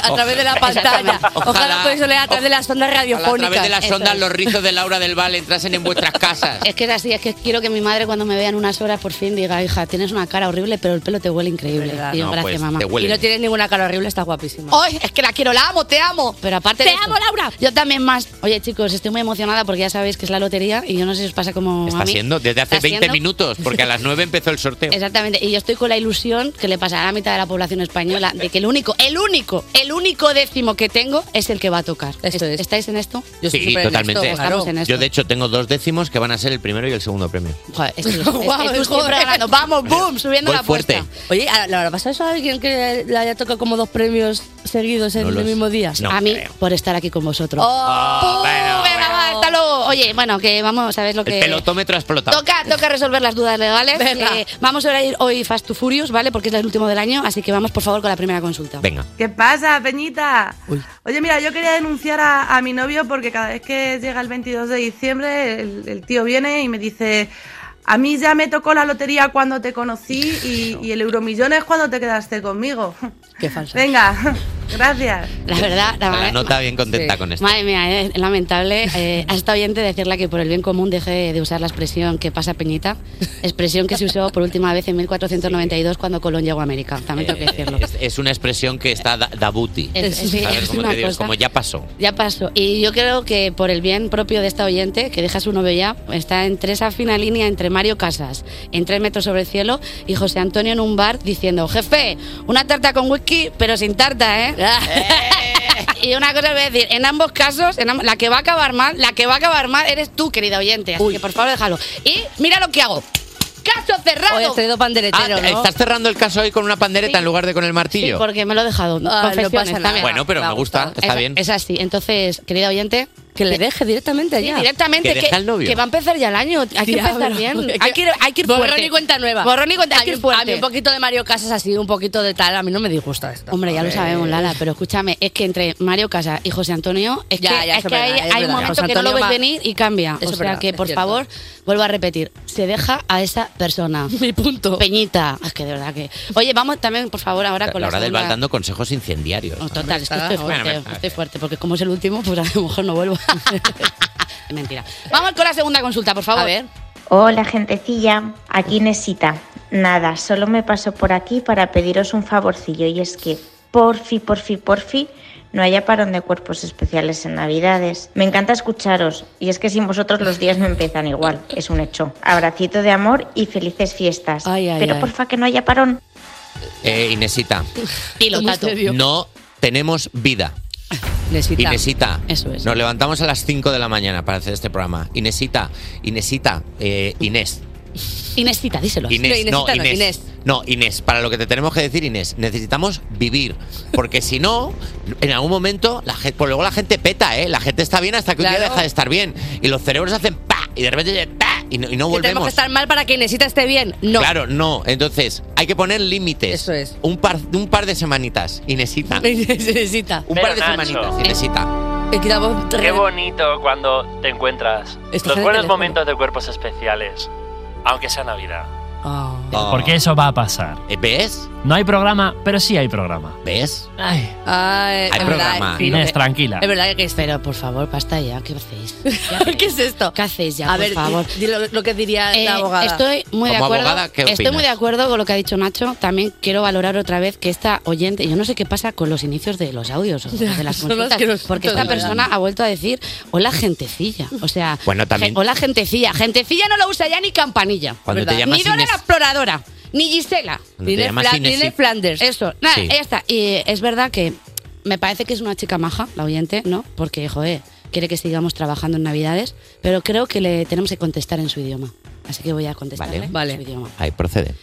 Speaker 5: a través de la pantalla,
Speaker 3: Exactamente.
Speaker 5: ojalá pudiese oler a través de las ondas
Speaker 3: Ojalá a
Speaker 5: radiofónicas.
Speaker 3: través de las
Speaker 5: Eso
Speaker 3: ondas
Speaker 5: es.
Speaker 3: los rizos de Laura del Val entrasen en vuestras casas.
Speaker 17: Es que es así, es que quiero que mi madre cuando me vea en unas horas por fin diga, hija, tienes una cara horrible, pero el pelo te huele increíble. Y yo,
Speaker 3: No,
Speaker 17: gracias,
Speaker 3: pues,
Speaker 17: mamá.
Speaker 3: te huele
Speaker 17: Y no
Speaker 3: bien.
Speaker 17: tienes ninguna cara horrible, estás guapísima. ¡Ay, es que la quiero, la amo, te amo! Pero aparte
Speaker 16: ¡Te
Speaker 17: de amo, Laura! Yo también más. Oye, chicos, estoy muy emocionada porque ya sabéis que es la lotería y yo no sé si os pasa como a
Speaker 3: Está
Speaker 17: mí.
Speaker 3: siendo desde hace
Speaker 17: Está
Speaker 3: 20
Speaker 17: siendo.
Speaker 3: minutos, porque a las 9 empezó el sorteo.
Speaker 17: Exactamente, y yo estoy con la ilusión que le pasará a la mitad de la población española de que el único, el único, el único décimo que tengo es el que va a tocar. Est- ¿Estáis en esto?
Speaker 3: sí, totalmente.
Speaker 17: Estamos en esto.
Speaker 3: Yo de hecho tengo dos décimos que van a ser el primero y el segundo premio.
Speaker 17: Joder, es que, es que
Speaker 5: Guau,
Speaker 17: tú
Speaker 5: joder.
Speaker 17: siempre ganando. Vamos, boom, subiendo
Speaker 3: Voy
Speaker 17: la apuesta.
Speaker 3: fuerte.
Speaker 5: Oye, ¿a- ¿la verdad pasa eso a alguien que le haya tocado como dos premios seguidos en
Speaker 17: No lo
Speaker 5: el
Speaker 17: sé.
Speaker 5: mismo día? pues,
Speaker 17: No A mí, creo. por estar aquí con vosotros. ¡Oh!
Speaker 3: Ah, bueno,
Speaker 17: Venga, va, hasta luego. Oye, bueno, que vamos, ¿sabéis lo que...?
Speaker 3: El pelotómetro ha explotado.
Speaker 17: Toca, toca resolver las dudas legales.
Speaker 5: Venga.
Speaker 17: Eh, vamos a ir hoy Fast to Furious, ¿vale? Porque es el último del año, así que vamos, por favor, con la primera consulta.
Speaker 3: Venga.
Speaker 21: ¿Qué pasa, Peñita?
Speaker 17: Uy.
Speaker 21: Oye, mira, yo quería denunciar a, a mi novio porque cada vez que llega el 22 de diciembre, el, el tío viene y me dice, a mí ya me tocó la lotería cuando te conocí y, y el euromillón es cuando te quedaste conmigo.
Speaker 5: Qué falsa.
Speaker 21: Venga, gracias.
Speaker 17: La verdad, la
Speaker 3: La
Speaker 17: verdad-
Speaker 3: nota bien contenta
Speaker 17: Sí.
Speaker 3: con esto.
Speaker 17: Madre mía, es lamentable. Eh, a esta oyente decirle que por el bien común deje de usar la expresión que pasa Peñita, expresión que se usó por última vez en 1492 cuando Colón llegó a América. También tengo que decirlo.
Speaker 3: Es, es una expresión que está da- dabuti.
Speaker 17: Es- es-
Speaker 3: A ver
Speaker 17: es
Speaker 3: cómo te
Speaker 17: una
Speaker 3: digo,
Speaker 17: cosa-
Speaker 3: como ya pasó.
Speaker 17: Ya pasó. Y yo creo que por el bien propio de esta oyente, que deja su novio ya, está entre esa fina línea entre Mario Casas, en tres metros sobre el cielo, y José Antonio en un bar diciendo, jefe, una tarta con whisky, pero sin tarta, ¿eh? y una cosa os voy a decir, en ambos casos, en am- la que va a acabar mal, la que va a acabar mal eres tú, querida oyente. Así que por favor déjalo. Y mira lo que hago. ¡Caso cerrado!
Speaker 5: Hoy has traído panderetero,
Speaker 3: Ah,
Speaker 5: ¿no?
Speaker 3: Estás cerrando el caso hoy con una pandereta en lugar de con el
Speaker 17: Sí,
Speaker 3: martillo.
Speaker 17: porque me lo he dejado.
Speaker 5: Ah, no
Speaker 17: Confesiones,
Speaker 5: pasa nada.
Speaker 17: también.
Speaker 3: bueno, pero me gusta, está
Speaker 17: es,
Speaker 3: bien.
Speaker 17: Es así. Entonces, querida oyente.
Speaker 5: Que le deje directamente
Speaker 17: allá. directamente.
Speaker 3: Que deje al novio.
Speaker 17: que va a empezar ya el año. Hay que
Speaker 5: Diablo.
Speaker 17: empezar bien.
Speaker 5: Es que-
Speaker 17: Hay que ir, hay que ir
Speaker 5: Borrón
Speaker 17: fuerte.
Speaker 5: y cuenta nueva.
Speaker 17: Borrón y cuenta hay que ir
Speaker 5: A mí-
Speaker 17: fuerte.
Speaker 5: A mí un poquito de Mario Casas así, un poquito de tal, a mí no me disgusta esto.
Speaker 17: Hombre, ya lo sabemos, Lala, pero escúchame, es que entre Mario Casas y José Antonio, es
Speaker 5: Ya,
Speaker 17: que,
Speaker 5: ya,
Speaker 17: es
Speaker 5: eso
Speaker 17: que
Speaker 5: es
Speaker 17: hay,
Speaker 5: verdad, es
Speaker 17: hay un
Speaker 5: verdad.
Speaker 17: momento
Speaker 5: José
Speaker 17: que no lo ves
Speaker 5: Antonio va-
Speaker 17: venir y cambia.
Speaker 5: Eso
Speaker 17: o
Speaker 5: es
Speaker 17: sea
Speaker 5: verdad,
Speaker 17: que,
Speaker 5: es
Speaker 17: por
Speaker 5: cierto.
Speaker 17: favor, vuelvo a repetir, se deja a esa persona. Mi punto. Peñita. Es que de verdad que. Oye, vamos también, por favor, ahora con la,
Speaker 3: Laura del Val
Speaker 17: segunda-
Speaker 3: dando consejos incendiarios.
Speaker 17: No, total, es que
Speaker 3: está-
Speaker 17: estoy fuerte,
Speaker 3: Bueno,
Speaker 17: estoy fuerte, porque como es el último, pues a lo mejor no vuelvo. Mentira. Vamos con la segunda consulta, por favor. A ver.
Speaker 22: Hola gentecilla, aquí Nesita. Nada, solo me paso por aquí para pediros un favorcillo y es que porfi, porfi, porfi, no haya parón de cuerpos especiales en Navidades. Me encanta escucharos y es que sin vosotros los días no empiezan igual, es un hecho. Abracito de amor y felices fiestas. Pero
Speaker 3: ay.
Speaker 22: porfa que no haya parón.
Speaker 3: eh, Inesita,
Speaker 17: Dilo, Tato.
Speaker 3: no tenemos vida.
Speaker 5: Necesita.
Speaker 3: Inesita,
Speaker 17: Eso es.
Speaker 3: nos levantamos a las 5 de la mañana para hacer este programa. Inesita, Inesita, eh, Inés.
Speaker 17: Inésita, díselo.
Speaker 3: Inés, no, Inés. No, Inés, para lo que te tenemos que decir, Inés, necesitamos vivir. Porque si no, en algún momento, la gente, pues luego la gente peta, ¿eh? La gente está bien hasta que un día
Speaker 5: Claro.
Speaker 3: deja de estar bien. Y los cerebros hacen pa, y de repente pa, y no, y no
Speaker 5: Que tenemos que
Speaker 3: volvemos.
Speaker 5: estar mal para que Inesita esté bien. No.
Speaker 3: Claro, no. Entonces, hay que poner límites. Eso es. Un par, un par de semanitas, Inesita.
Speaker 5: Inesita.
Speaker 3: Un par de semanitas, Inesita.
Speaker 19: Qué bonito cuando te encuentras
Speaker 3: Esta
Speaker 19: los
Speaker 3: gente
Speaker 19: buenos
Speaker 3: le-
Speaker 19: momentos de cuerpos especiales, aunque sea Navidad.
Speaker 6: Eh, Porque eso va a pasar.
Speaker 3: Ah. Eh, ¿Ves?
Speaker 6: No hay programa, pero sí hay programa.
Speaker 3: ¿Ves?
Speaker 5: Ay, Ay
Speaker 6: Hay
Speaker 5: es verdad,
Speaker 6: programa.
Speaker 5: eh,
Speaker 6: Inés,
Speaker 5: eh,
Speaker 6: tranquila.
Speaker 5: Es verdad que es
Speaker 17: Pero por favor, basta ya, ¿qué hacéis?
Speaker 5: ¿Qué es esto?
Speaker 17: ¿Qué hacéis ya,
Speaker 5: a
Speaker 17: por
Speaker 5: ver,
Speaker 17: favor?
Speaker 5: di- di lo, lo que diría
Speaker 17: Eh,
Speaker 5: la abogada.
Speaker 17: Estoy muy de
Speaker 5: Como
Speaker 17: acuerdo.
Speaker 5: abogada, ¿qué
Speaker 17: estoy muy
Speaker 5: opinas?
Speaker 17: de acuerdo con lo que ha dicho Nacho. También quiero valorar otra vez que esta oyente, yo no sé qué pasa con los inicios de los audios o de las
Speaker 5: Son los
Speaker 17: consultas,
Speaker 5: que nos-
Speaker 17: porque esta
Speaker 5: de verdad.
Speaker 17: persona ha vuelto a decir hola gentecilla, o sea,
Speaker 3: Bueno, también-
Speaker 17: gen- hola gentecilla, gentecilla no lo usa ya ni campanilla,
Speaker 3: Cuando te llamas
Speaker 17: ni Dora
Speaker 3: Inés-
Speaker 17: la exploradora, ni Gisela,
Speaker 3: Cuando te Ni llamas Fla- Inesi- ni
Speaker 17: Flanders, eso, nada,
Speaker 3: Sí.
Speaker 17: ya está. Y es verdad que me parece que es una chica maja, la oyente, ¿no? Porque joder, quiere que sigamos trabajando en Navidades, pero creo que le tenemos que contestar en su idioma. Así que voy a contestarle
Speaker 3: Vale.
Speaker 17: en su idioma.
Speaker 3: Ahí procede.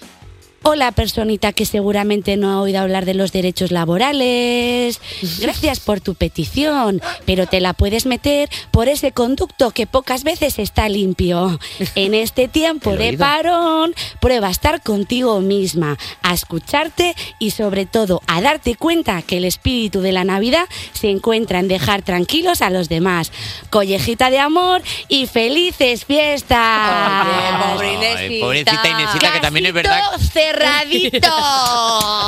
Speaker 17: Hola, personita que seguramente no ha oído hablar de los derechos laborales. Gracias por tu petición, pero te la puedes meter por ese conducto que pocas veces está limpio. En este tiempo
Speaker 4: El
Speaker 17: de
Speaker 4: oído.
Speaker 17: parón, prueba a estar contigo misma, a escucharte y sobre todo a darte cuenta que el espíritu de la Navidad se encuentra en dejar tranquilos a los demás. Collejita de amor y felices fiestas.
Speaker 5: Pobre Inesita.
Speaker 3: Ay, pobrecita Inesita, que también es verdad.
Speaker 17: cerradito.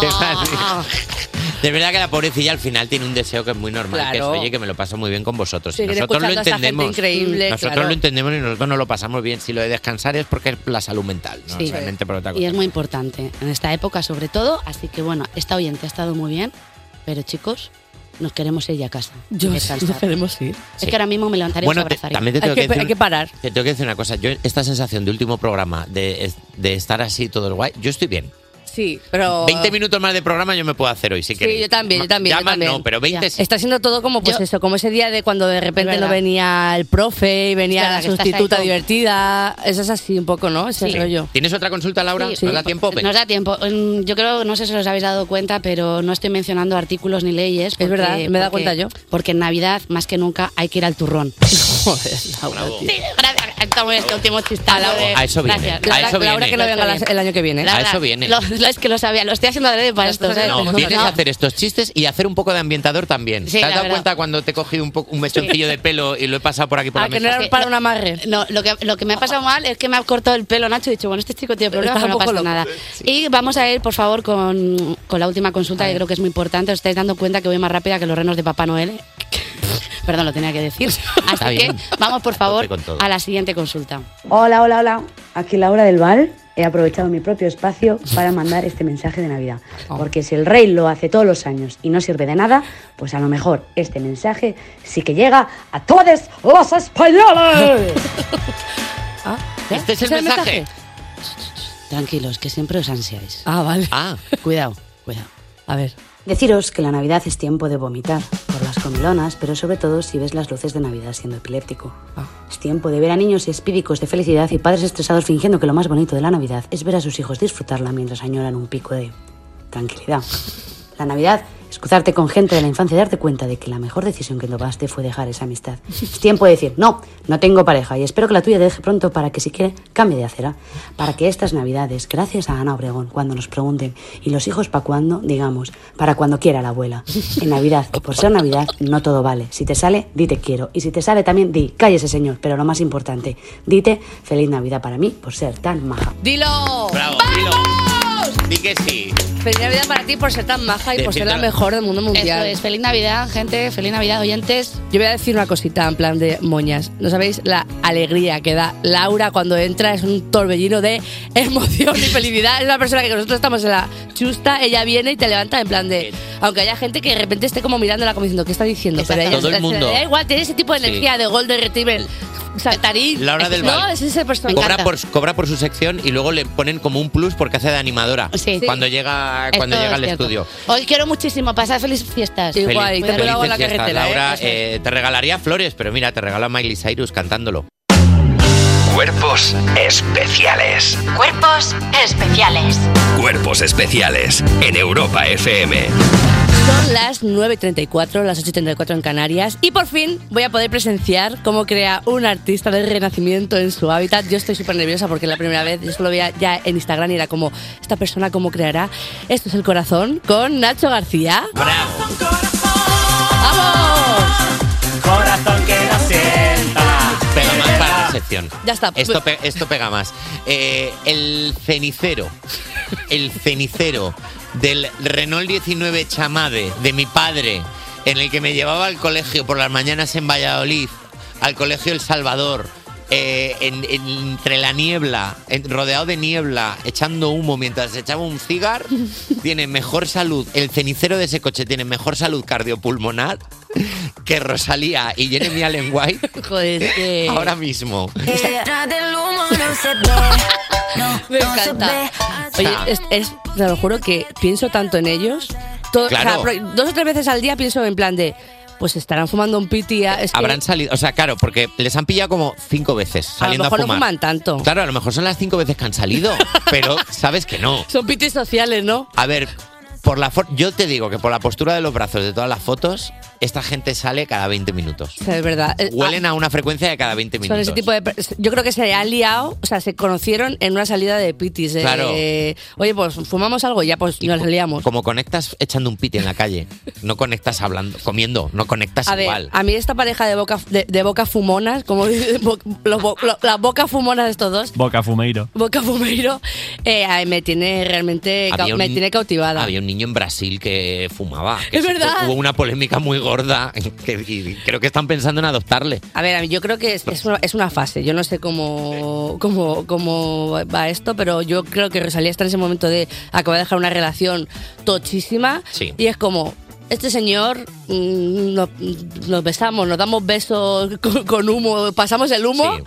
Speaker 3: Qué mal. De verdad que la pobrecilla al final tiene un deseo que es muy normal, que es,
Speaker 5: Claro.
Speaker 3: oye, que me lo paso muy bien con vosotros.
Speaker 5: Seguir
Speaker 3: nosotros lo
Speaker 5: escuchando a esta gente
Speaker 3: entendemos.
Speaker 5: increíble,
Speaker 3: nosotros
Speaker 5: claro.
Speaker 3: lo entendemos y nosotros nos lo pasamos bien. Si lo de descansar es porque es la salud mental, no
Speaker 17: Sí.
Speaker 3: realmente por otra
Speaker 17: Y
Speaker 3: cosa.
Speaker 17: es muy importante en esta época, sobre todo. Así que bueno, esta oyente ha estado muy bien, pero chicos, nos queremos ir ya a casa.
Speaker 5: Yo-
Speaker 17: Descansar.
Speaker 5: nos queremos ir.
Speaker 17: Es que ahora mismo me levantaré y
Speaker 3: Bueno,
Speaker 17: os
Speaker 3: te-
Speaker 17: abrazaría.
Speaker 3: también te tengo que, decir,
Speaker 5: parar.
Speaker 3: Te tengo que decir una cosa. Yo esta sensación de último programa, de, es- de estar así todo el guay, yo estoy bien.
Speaker 5: Sí, pero.
Speaker 3: 20 minutos más de programa yo me puedo hacer hoy, si
Speaker 5: Oh. Sí,
Speaker 3: queréis.
Speaker 5: yo también, yo
Speaker 3: Ma-
Speaker 5: también.
Speaker 3: ya
Speaker 5: yo
Speaker 3: más
Speaker 5: también.
Speaker 3: no, pero 20 sí.
Speaker 5: Está siendo todo como, pues eso, como ese día de cuando de repente
Speaker 17: Es
Speaker 5: no
Speaker 17: verdad.
Speaker 5: venía el profe y venía
Speaker 17: Es verdad
Speaker 5: la
Speaker 17: que estás ahí
Speaker 5: sustituta
Speaker 17: con-
Speaker 5: divertida. Eso es así un poco, ¿no? Ese
Speaker 17: Sí.
Speaker 5: rollo.
Speaker 3: ¿Tienes otra consulta, Laura?
Speaker 17: Sí.
Speaker 3: ¿Nos da tiempo? Ven.
Speaker 17: Nos da tiempo. Mm, Yo creo, no sé si os habéis dado cuenta, pero no estoy mencionando artículos ni leyes. porque-
Speaker 5: verdad, me he dado
Speaker 17: porque-
Speaker 5: cuenta yo.
Speaker 17: Porque en Navidad, más que nunca, hay que ir al turrón.
Speaker 5: Joder,
Speaker 17: Sí, gracias. Estamos en este último chistazo de-
Speaker 3: A eso viene,
Speaker 17: Gracias.
Speaker 3: a Laura- eso
Speaker 5: Laura,
Speaker 3: viene.
Speaker 5: que no venga la- el año que viene.
Speaker 3: A eso viene.
Speaker 17: Lo- lo- es que lo sabía, lo estoy haciendo adrede para esto. ¿sabes?
Speaker 3: No,
Speaker 17: Como-
Speaker 3: vienes
Speaker 17: no.
Speaker 3: a hacer estos chistes y hacer un poco de ambientador también.
Speaker 17: Sí,
Speaker 3: ¿Te has
Speaker 17: la
Speaker 3: dado
Speaker 17: verdad.
Speaker 3: cuenta cuando te he cogido un, poco- un mechoncillo de pelo y lo he pasado por aquí por
Speaker 17: Ah,
Speaker 3: la
Speaker 17: que
Speaker 3: mesa?
Speaker 17: no era para un amarre. No, lo que, lo que me ha pasado mal es que me ha cortado el pelo, Nacho. He dicho, bueno, este chico tiene problemas,
Speaker 5: Está
Speaker 17: pero no
Speaker 5: un
Speaker 17: pasa
Speaker 5: poco loco.
Speaker 17: nada. Y vamos a ir, por favor, con, con la última consulta, que creo que es muy importante. Os estáis dando cuenta que voy más rápida que los renos de Papá Noel. Perdón, lo tenía que decir.
Speaker 11: Está
Speaker 17: Así que
Speaker 11: bien.
Speaker 17: vamos, por favor,
Speaker 11: con todo.
Speaker 17: a la siguiente consulta.
Speaker 11: Hola, hola, hola. Aquí Laura del Val. He aprovechado mi propio espacio para mandar este mensaje de Navidad.
Speaker 17: Oh.
Speaker 11: Porque si el rey lo hace todos los años y no sirve de nada, pues a lo mejor este mensaje sí que llega a todos los españoles.
Speaker 5: Ah,
Speaker 17: Este
Speaker 11: es el mensaje?
Speaker 17: Tranquilos, que siempre os ansiáis.
Speaker 5: Ah, vale.
Speaker 3: Ah.
Speaker 17: Cuidado, cuidado.
Speaker 5: A ver.
Speaker 11: Deciros que la Navidad es tiempo de vomitar por las comilonas, pero sobre todo si ves las luces de Navidad siendo epiléptico.
Speaker 5: Ah.
Speaker 11: Es tiempo de ver a niños espíricos de felicidad y padres estresados fingiendo que lo más bonito de la Navidad es ver a sus hijos disfrutarla mientras añoran un pico de tranquilidad. La Navidad es cruzarte con gente de la infancia y darte cuenta de que la mejor decisión que tomaste fue dejar esa amistad. Es tiempo de decir, no, no tengo pareja y espero que la tuya te deje pronto para que si quiere cambie de acera. Para que estas Navidades, gracias a Ana Obregón, cuando nos pregunten, ¿y los hijos para cuándo? Digamos, para cuando quiera la abuela. En Navidad, y por ser Navidad, no todo vale. Si te sale, di te quiero. Y si te sale también, di, cállese señor. Pero lo más importante, dite, feliz Navidad para mí por ser tan maja.
Speaker 5: ¡Dilo!
Speaker 3: Bravo, dilo. Di que sí.
Speaker 5: Feliz Navidad para ti por ser tan
Speaker 3: Eh,
Speaker 5: maja y por ser la
Speaker 3: Decirte-
Speaker 5: mejor del mundo
Speaker 3: Eh.
Speaker 5: mundial.
Speaker 17: Eso es, feliz Navidad, gente, feliz Navidad, oyentes.
Speaker 5: Yo voy a decir una cosita en plan de moñas. ¿No sabéis la alegría que da Laura cuando entra? Es un torbellino de emoción y felicidad. Es una persona que nosotros estamos en la chusta, ella viene y te levanta en plan de... Aunque haya gente que de repente esté como mirándola como diciendo, ¿qué está diciendo? Pero ella
Speaker 3: Todo el
Speaker 5: se- se-
Speaker 3: mundo.
Speaker 5: le da igual, tiene ese tipo de
Speaker 3: Sí. Eh,
Speaker 5: energía de golden retriever. Saltarín.
Speaker 3: Laura del
Speaker 5: No,
Speaker 3: Val.
Speaker 5: es esa persona.
Speaker 3: Cobra por, cobra por su sección y luego le ponen como un plus porque hace de animadora
Speaker 17: Sí.
Speaker 3: cuando
Speaker 17: Sí.
Speaker 3: llega cuando
Speaker 17: Esto
Speaker 3: llega
Speaker 17: es
Speaker 3: al
Speaker 17: cierto.
Speaker 3: estudio.
Speaker 17: Os quiero muchísimo, pasad felices fiestas.
Speaker 3: Feliz-
Speaker 17: Cuidado.
Speaker 3: felices fiestas, Laura, eh, te regalaría flores, pero mira, te regala Miley Cyrus cantándolo.
Speaker 1: Cuerpos especiales.
Speaker 4: Cuerpos especiales.
Speaker 1: Cuerpos especiales en Europa FM.
Speaker 5: Son las 9.34, las 8.34 en Canarias y por fin voy a poder presenciar cómo crea un artista del renacimiento en su hábitat. Yo estoy súper nerviosa porque la primera vez, yo solo veía ya en Instagram y era como, esta persona cómo creará. Esto es El Corazón con Nacho García.
Speaker 7: Corazón que no sienta.
Speaker 3: Pega más para la sección.
Speaker 5: Ya está. Pues-
Speaker 3: Esto, pe- esto pega más. Eh, el cenicero. El cenicero del Renault 19 Chamade de mi padre, en el que me llevaba al colegio por las mañanas en Valladolid, al colegio El Salvador. eh, en- en- entre la niebla, en- rodeado de niebla, echando humo mientras echaba un cigar, tiene mejor salud. El cenicero de ese coche tiene mejor salud cardiopulmonar que Rosalía y Jeremy Allen White
Speaker 5: Joder, es que-
Speaker 3: ahora mismo.
Speaker 7: Detrás del humo no se ve. No,
Speaker 5: Me
Speaker 7: no se
Speaker 5: encanta.
Speaker 7: ve.
Speaker 5: Oye, es, es- te lo juro que pienso tanto en ellos. To- o sea,
Speaker 3: Claro.
Speaker 5: pro- dos o tres veces al día pienso en plan de, pues estarán fumando un piti. a- Es que
Speaker 3: Habrán salido, o sea, claro, porque les han pillado como cinco veces
Speaker 5: a lo
Speaker 3: saliendo a,
Speaker 5: mejor no
Speaker 3: fumar.
Speaker 5: fuman tanto.
Speaker 3: Claro, a lo mejor son las cinco veces que han salido, pero sabes que no.
Speaker 5: Son pitis sociales, ¿no?
Speaker 3: A ver, por la for- yo te digo que por la postura de los brazos de todas las fotos, esta gente sale cada 20 minutos.
Speaker 5: O sea, es verdad. Eh,
Speaker 3: Huelen a una frecuencia de cada 20
Speaker 5: Son
Speaker 3: minutos.
Speaker 5: ese tipo de. per- Yo creo que se han liado, o sea, se conocieron en una salida de pitis. de,
Speaker 3: Claro.
Speaker 5: eh, Oye, pues fumamos algo y ya, pues nos liamos.
Speaker 3: Como conectas echando un piti en la calle, no conectas hablando, comiendo, no conectas
Speaker 5: A ver,
Speaker 3: igual.
Speaker 5: a mí esta pareja de boca, de, de boca fumonas, como dice, bo- los bo- lo- las bocas fumonas de estos dos,
Speaker 6: Boca fumeiro.
Speaker 5: boca fumeiro, eh, ay, me tiene realmente, ca-
Speaker 3: Había un
Speaker 5: me
Speaker 3: ni-
Speaker 5: tiene cautivada.
Speaker 3: Había un niño en Brasil que fumaba. que
Speaker 5: Es
Speaker 3: se-
Speaker 5: verdad.
Speaker 3: Hubo una polémica muy gorda que- y creo que están pensando en adoptarle.
Speaker 5: A ver, a mí yo creo que es, es una, es una fase. Yo no sé cómo, cómo, cómo va esto, pero yo creo que Rosalía está en ese momento de acaba de dejar una relación tochísima.
Speaker 3: Sí.
Speaker 5: Y es como, este señor, mm, nos, nos besamos, nos damos besos con, con humo, pasamos el humo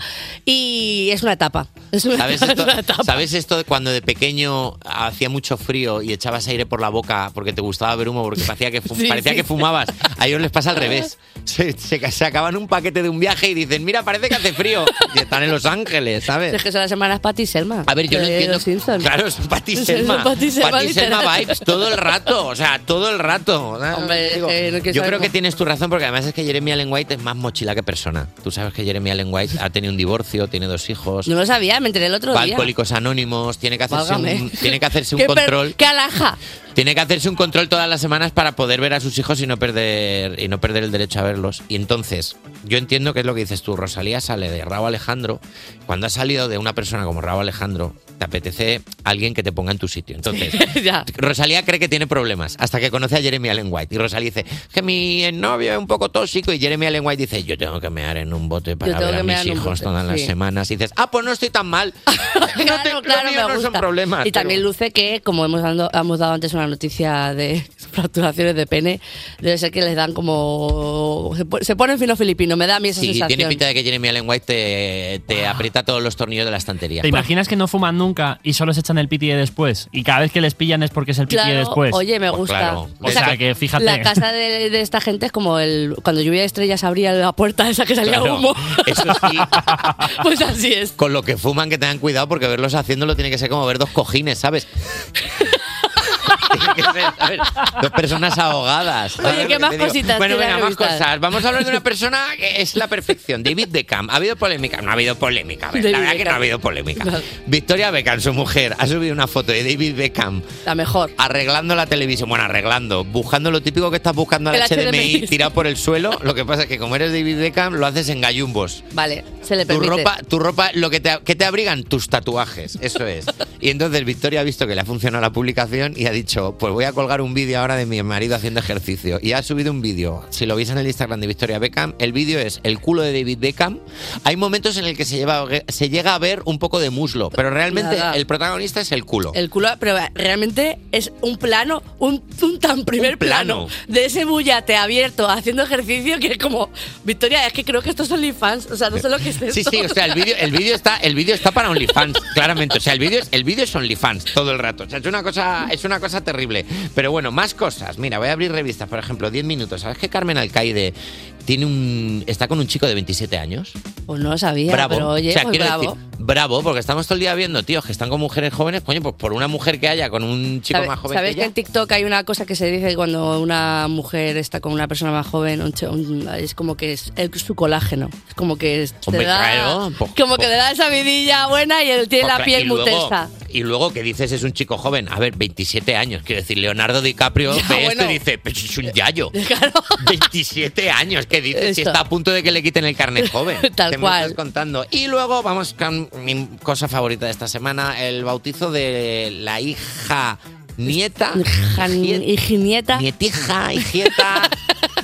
Speaker 5: y es una etapa. Es una,
Speaker 3: ¿Sabes
Speaker 5: es
Speaker 3: esto,
Speaker 5: una etapa.
Speaker 3: ¿Sabes esto de cuando de pequeño hacía mucho frío y echabas aire por la boca porque te gustaba ver humo, porque parecía que, fu-
Speaker 5: Sí,
Speaker 3: parecía
Speaker 5: sí.
Speaker 3: que fumabas? A ellos les pasa al revés. Se, se- se acaban un paquete de un viaje y dicen, mira, parece que hace frío. Y están en Los Ángeles,
Speaker 5: Es
Speaker 3: ¿sabes?
Speaker 5: que son las semanas Patty y Selma.
Speaker 3: A ver, yo
Speaker 5: de
Speaker 3: lo entiendo.
Speaker 5: Los Simpsons.
Speaker 3: Claro, son Pati
Speaker 5: Son
Speaker 3: Selma.
Speaker 5: Patti Selma,
Speaker 3: Pati Selma
Speaker 5: literal.
Speaker 3: vibes todo el rato. O sea, todo el rato.
Speaker 5: Hombre,
Speaker 3: Digo,
Speaker 5: eh, no quiero
Speaker 3: yo
Speaker 5: saber
Speaker 3: creo que
Speaker 5: cómo-
Speaker 3: tienes tu razón porque además es que Jeremy Allen White es más mochila que persona. Tú sabes que Jeremy Allen White ha tenido un divorcio, tiene dos hijos.
Speaker 5: No lo sabía, me enteré el otro
Speaker 3: Va a
Speaker 5: día.
Speaker 3: Alcohólicos Anónimos, tiene que hacerse
Speaker 5: Válgame.
Speaker 3: un, tiene que hacerse un
Speaker 5: Qué per-
Speaker 3: control.
Speaker 5: ¡Qué alhaja!
Speaker 3: Tiene que hacerse un control todas las semanas para poder ver a sus hijos y no perder y no perder el derecho a verlos. Y entonces, yo entiendo que es lo que dices tú, Rosalía sale de Raúl Alejandro, cuando ha salido de una persona como Raúl Alejandro, te apetece alguien que te ponga en tu sitio. Entonces,
Speaker 5: ya.
Speaker 3: Rosalía cree que tiene problemas hasta que conoce a Jeremy Allen White. Y Rosalía dice, que mi novio es un poco tóxico. Y Jeremy Allen White dice, yo tengo que mear en un bote para
Speaker 5: tengo
Speaker 3: ver
Speaker 5: que
Speaker 3: a
Speaker 5: mear
Speaker 3: mis
Speaker 5: en un
Speaker 3: hijos
Speaker 5: bote,
Speaker 3: todas las
Speaker 5: sí.
Speaker 3: semanas. Y dices, ah, pues no estoy tan mal.
Speaker 5: claro, claro,
Speaker 3: mío
Speaker 5: me
Speaker 3: no son
Speaker 5: gusta.
Speaker 3: problemas,
Speaker 5: Y
Speaker 3: pero-
Speaker 5: también luce que, como hemos, dando- hemos dado antes una noticia de fracturaciones de pene, debe ser que les dan como... Se, po- se ponen fino filipino, me da a mí esa
Speaker 3: Sí,
Speaker 5: sensación. Ah.
Speaker 3: tiene pinta de que Jeremy Allen White te, te aprieta todos los tornillos de la estantería.
Speaker 6: ¿Te imaginas que no fuman nunca y solo se echan el piti de después? Y cada vez que les pillan es porque es el piti de
Speaker 5: Claro,
Speaker 6: después.
Speaker 5: oye, me
Speaker 6: Pues
Speaker 5: gusta.
Speaker 6: claro. O
Speaker 5: O sea,
Speaker 6: sea, que fíjate.
Speaker 5: La casa de, de esta gente es como el cuando lluvia de estrellas abría la puerta esa que salía
Speaker 3: Claro.
Speaker 5: humo.
Speaker 3: Eso sí.
Speaker 5: pues así es.
Speaker 3: Con lo que fuman, que tengan cuidado, porque verlos haciéndolo tiene que ser como ver dos cojines, ¿sabes? Tiene que ser, ¿sabes? Dos personas ahogadas. ¿sabes
Speaker 5: Oye,
Speaker 3: lo
Speaker 5: ¿qué
Speaker 3: que
Speaker 5: más
Speaker 3: te digo?
Speaker 5: cositas
Speaker 3: Bueno,
Speaker 5: tiene
Speaker 3: venga,
Speaker 5: la
Speaker 3: más
Speaker 5: revista?
Speaker 3: cosas. Vamos a hablar de una persona que es la perfección. David Beckham. ¿Ha habido polémica? No ha habido polémica. a ver,
Speaker 5: David
Speaker 3: la verdad que no ha
Speaker 5: Beckham.
Speaker 3: habido polémica. Victoria Beckham, su mujer, ha subido una foto de David Beckham
Speaker 5: La mejor.
Speaker 3: arreglando la televisión. Bueno, arreglando, buscando lo típico que estás buscando al
Speaker 5: El
Speaker 3: HDMI,
Speaker 5: HDMI.
Speaker 3: tirado por el suelo. Lo que pasa es que como eres David Beckham, lo haces en gallumbos.
Speaker 5: Vale, se le
Speaker 3: Tu
Speaker 5: permite.
Speaker 3: ropa, tu ropa, lo que te, que te abrigan tus tatuajes, eso es. Y entonces Victoria ha visto que le ha funcionado la publicación y ha dicho, pues voy a colgar un vídeo ahora de mi marido haciendo ejercicio. Y ha subido un vídeo. Si lo veis en el Instagram de Victoria Beckham, el vídeo es el culo de David Beckham. Hay momentos en el que se, lleva, se llega a ver un poco de muslo, pero realmente
Speaker 5: Nada.
Speaker 3: el protagonista es el culo.
Speaker 5: El culo, pero realmente es un plano, un, un tan primer
Speaker 3: plano.
Speaker 5: plano. de ese bullate abierto haciendo ejercicio que es como, Victoria, es que creo que estos son fans, o sea, no sé lo que es esto.
Speaker 3: Sí, sí, o sea, el vídeo, el vídeo está, el vídeo está para OnlyFans, claramente. O sea, el vídeo, es- el vídeo es OnlyFans todo el rato. O sea, es una cosa, es una cosa terrible. horrible. Pero bueno, más cosas. Mira, voy a abrir revistas, por ejemplo, 10 minutos. ¿Sabes que Carmen Alcaide tiene un, está con un chico de 27 años?
Speaker 5: Pues no lo sabía,
Speaker 3: bravo.
Speaker 5: pero oye,
Speaker 3: O sea,
Speaker 5: pues
Speaker 3: quiero
Speaker 5: bravo.
Speaker 3: decir, bravo, porque estamos todo el día viendo tíos que están con mujeres jóvenes. Coño, pues por una mujer que haya con un chico
Speaker 5: ¿Sabe-
Speaker 3: más joven
Speaker 5: ¿Sabéis
Speaker 3: que
Speaker 5: que
Speaker 3: ella.
Speaker 5: en TikTok hay una cosa que se dice cuando una mujer está con una persona más joven? un ch- un- es como que es el- su colágeno. Es como que es- te
Speaker 3: Hombre,
Speaker 5: da-
Speaker 3: claro, pues-
Speaker 5: como que le da esa vidilla buena y él tiene
Speaker 3: Pues
Speaker 5: la
Speaker 3: cla-
Speaker 5: piel
Speaker 3: y
Speaker 5: muy
Speaker 3: luego-
Speaker 5: tensa.
Speaker 3: Y luego que dices es un chico joven. A ver, 27 años. Quiero decir, Leonardo DiCaprio ve esto y dice, pues es un yayo. 27 años. ¿Qué dices? Si
Speaker 5: Eso.
Speaker 3: está a punto de que le quiten el carnet joven.
Speaker 5: Tal
Speaker 3: Te me
Speaker 5: cual.
Speaker 3: estás contando. Y luego vamos con mi cosa favorita de esta semana, el bautizo de la hija nieta.
Speaker 5: Hijinieta.
Speaker 3: Nietija, hijieta.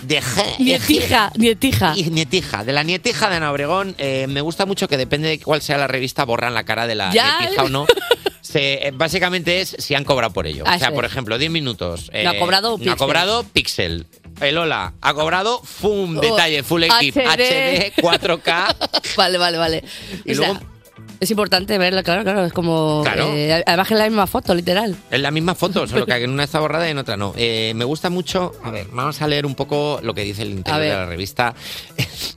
Speaker 3: De je-
Speaker 5: Nietija, nietija.
Speaker 3: Y nietija, de la nietija de Ana Obregón. Eh, me gusta mucho que depende de cuál sea la revista, borran la cara de la
Speaker 5: Ya.
Speaker 3: nietija o no. Se- eh, básicamente es si han cobrado por ello.
Speaker 5: Ah,
Speaker 3: o sea,
Speaker 5: sí.
Speaker 3: por ejemplo, 10 minutos. eh,
Speaker 5: No ha cobrado
Speaker 3: no ha
Speaker 5: Pixel.
Speaker 3: cobrado Pixel. El Hola ha cobrado Fum,
Speaker 5: Oh,
Speaker 3: detalle, Full Equip,
Speaker 5: HD.
Speaker 3: HD, 4K.
Speaker 5: Vale, vale, vale.
Speaker 3: Y
Speaker 5: O sea,
Speaker 3: luego-
Speaker 5: es importante verla, claro, claro. Es como.
Speaker 3: Claro.
Speaker 5: eh, además que es la misma foto, literal.
Speaker 3: Es la misma foto, solo que en una está borrada y en otra no. Eh, me gusta mucho. A ver, vamos a leer un poco lo que dice el interior de
Speaker 5: ver.
Speaker 3: la revista.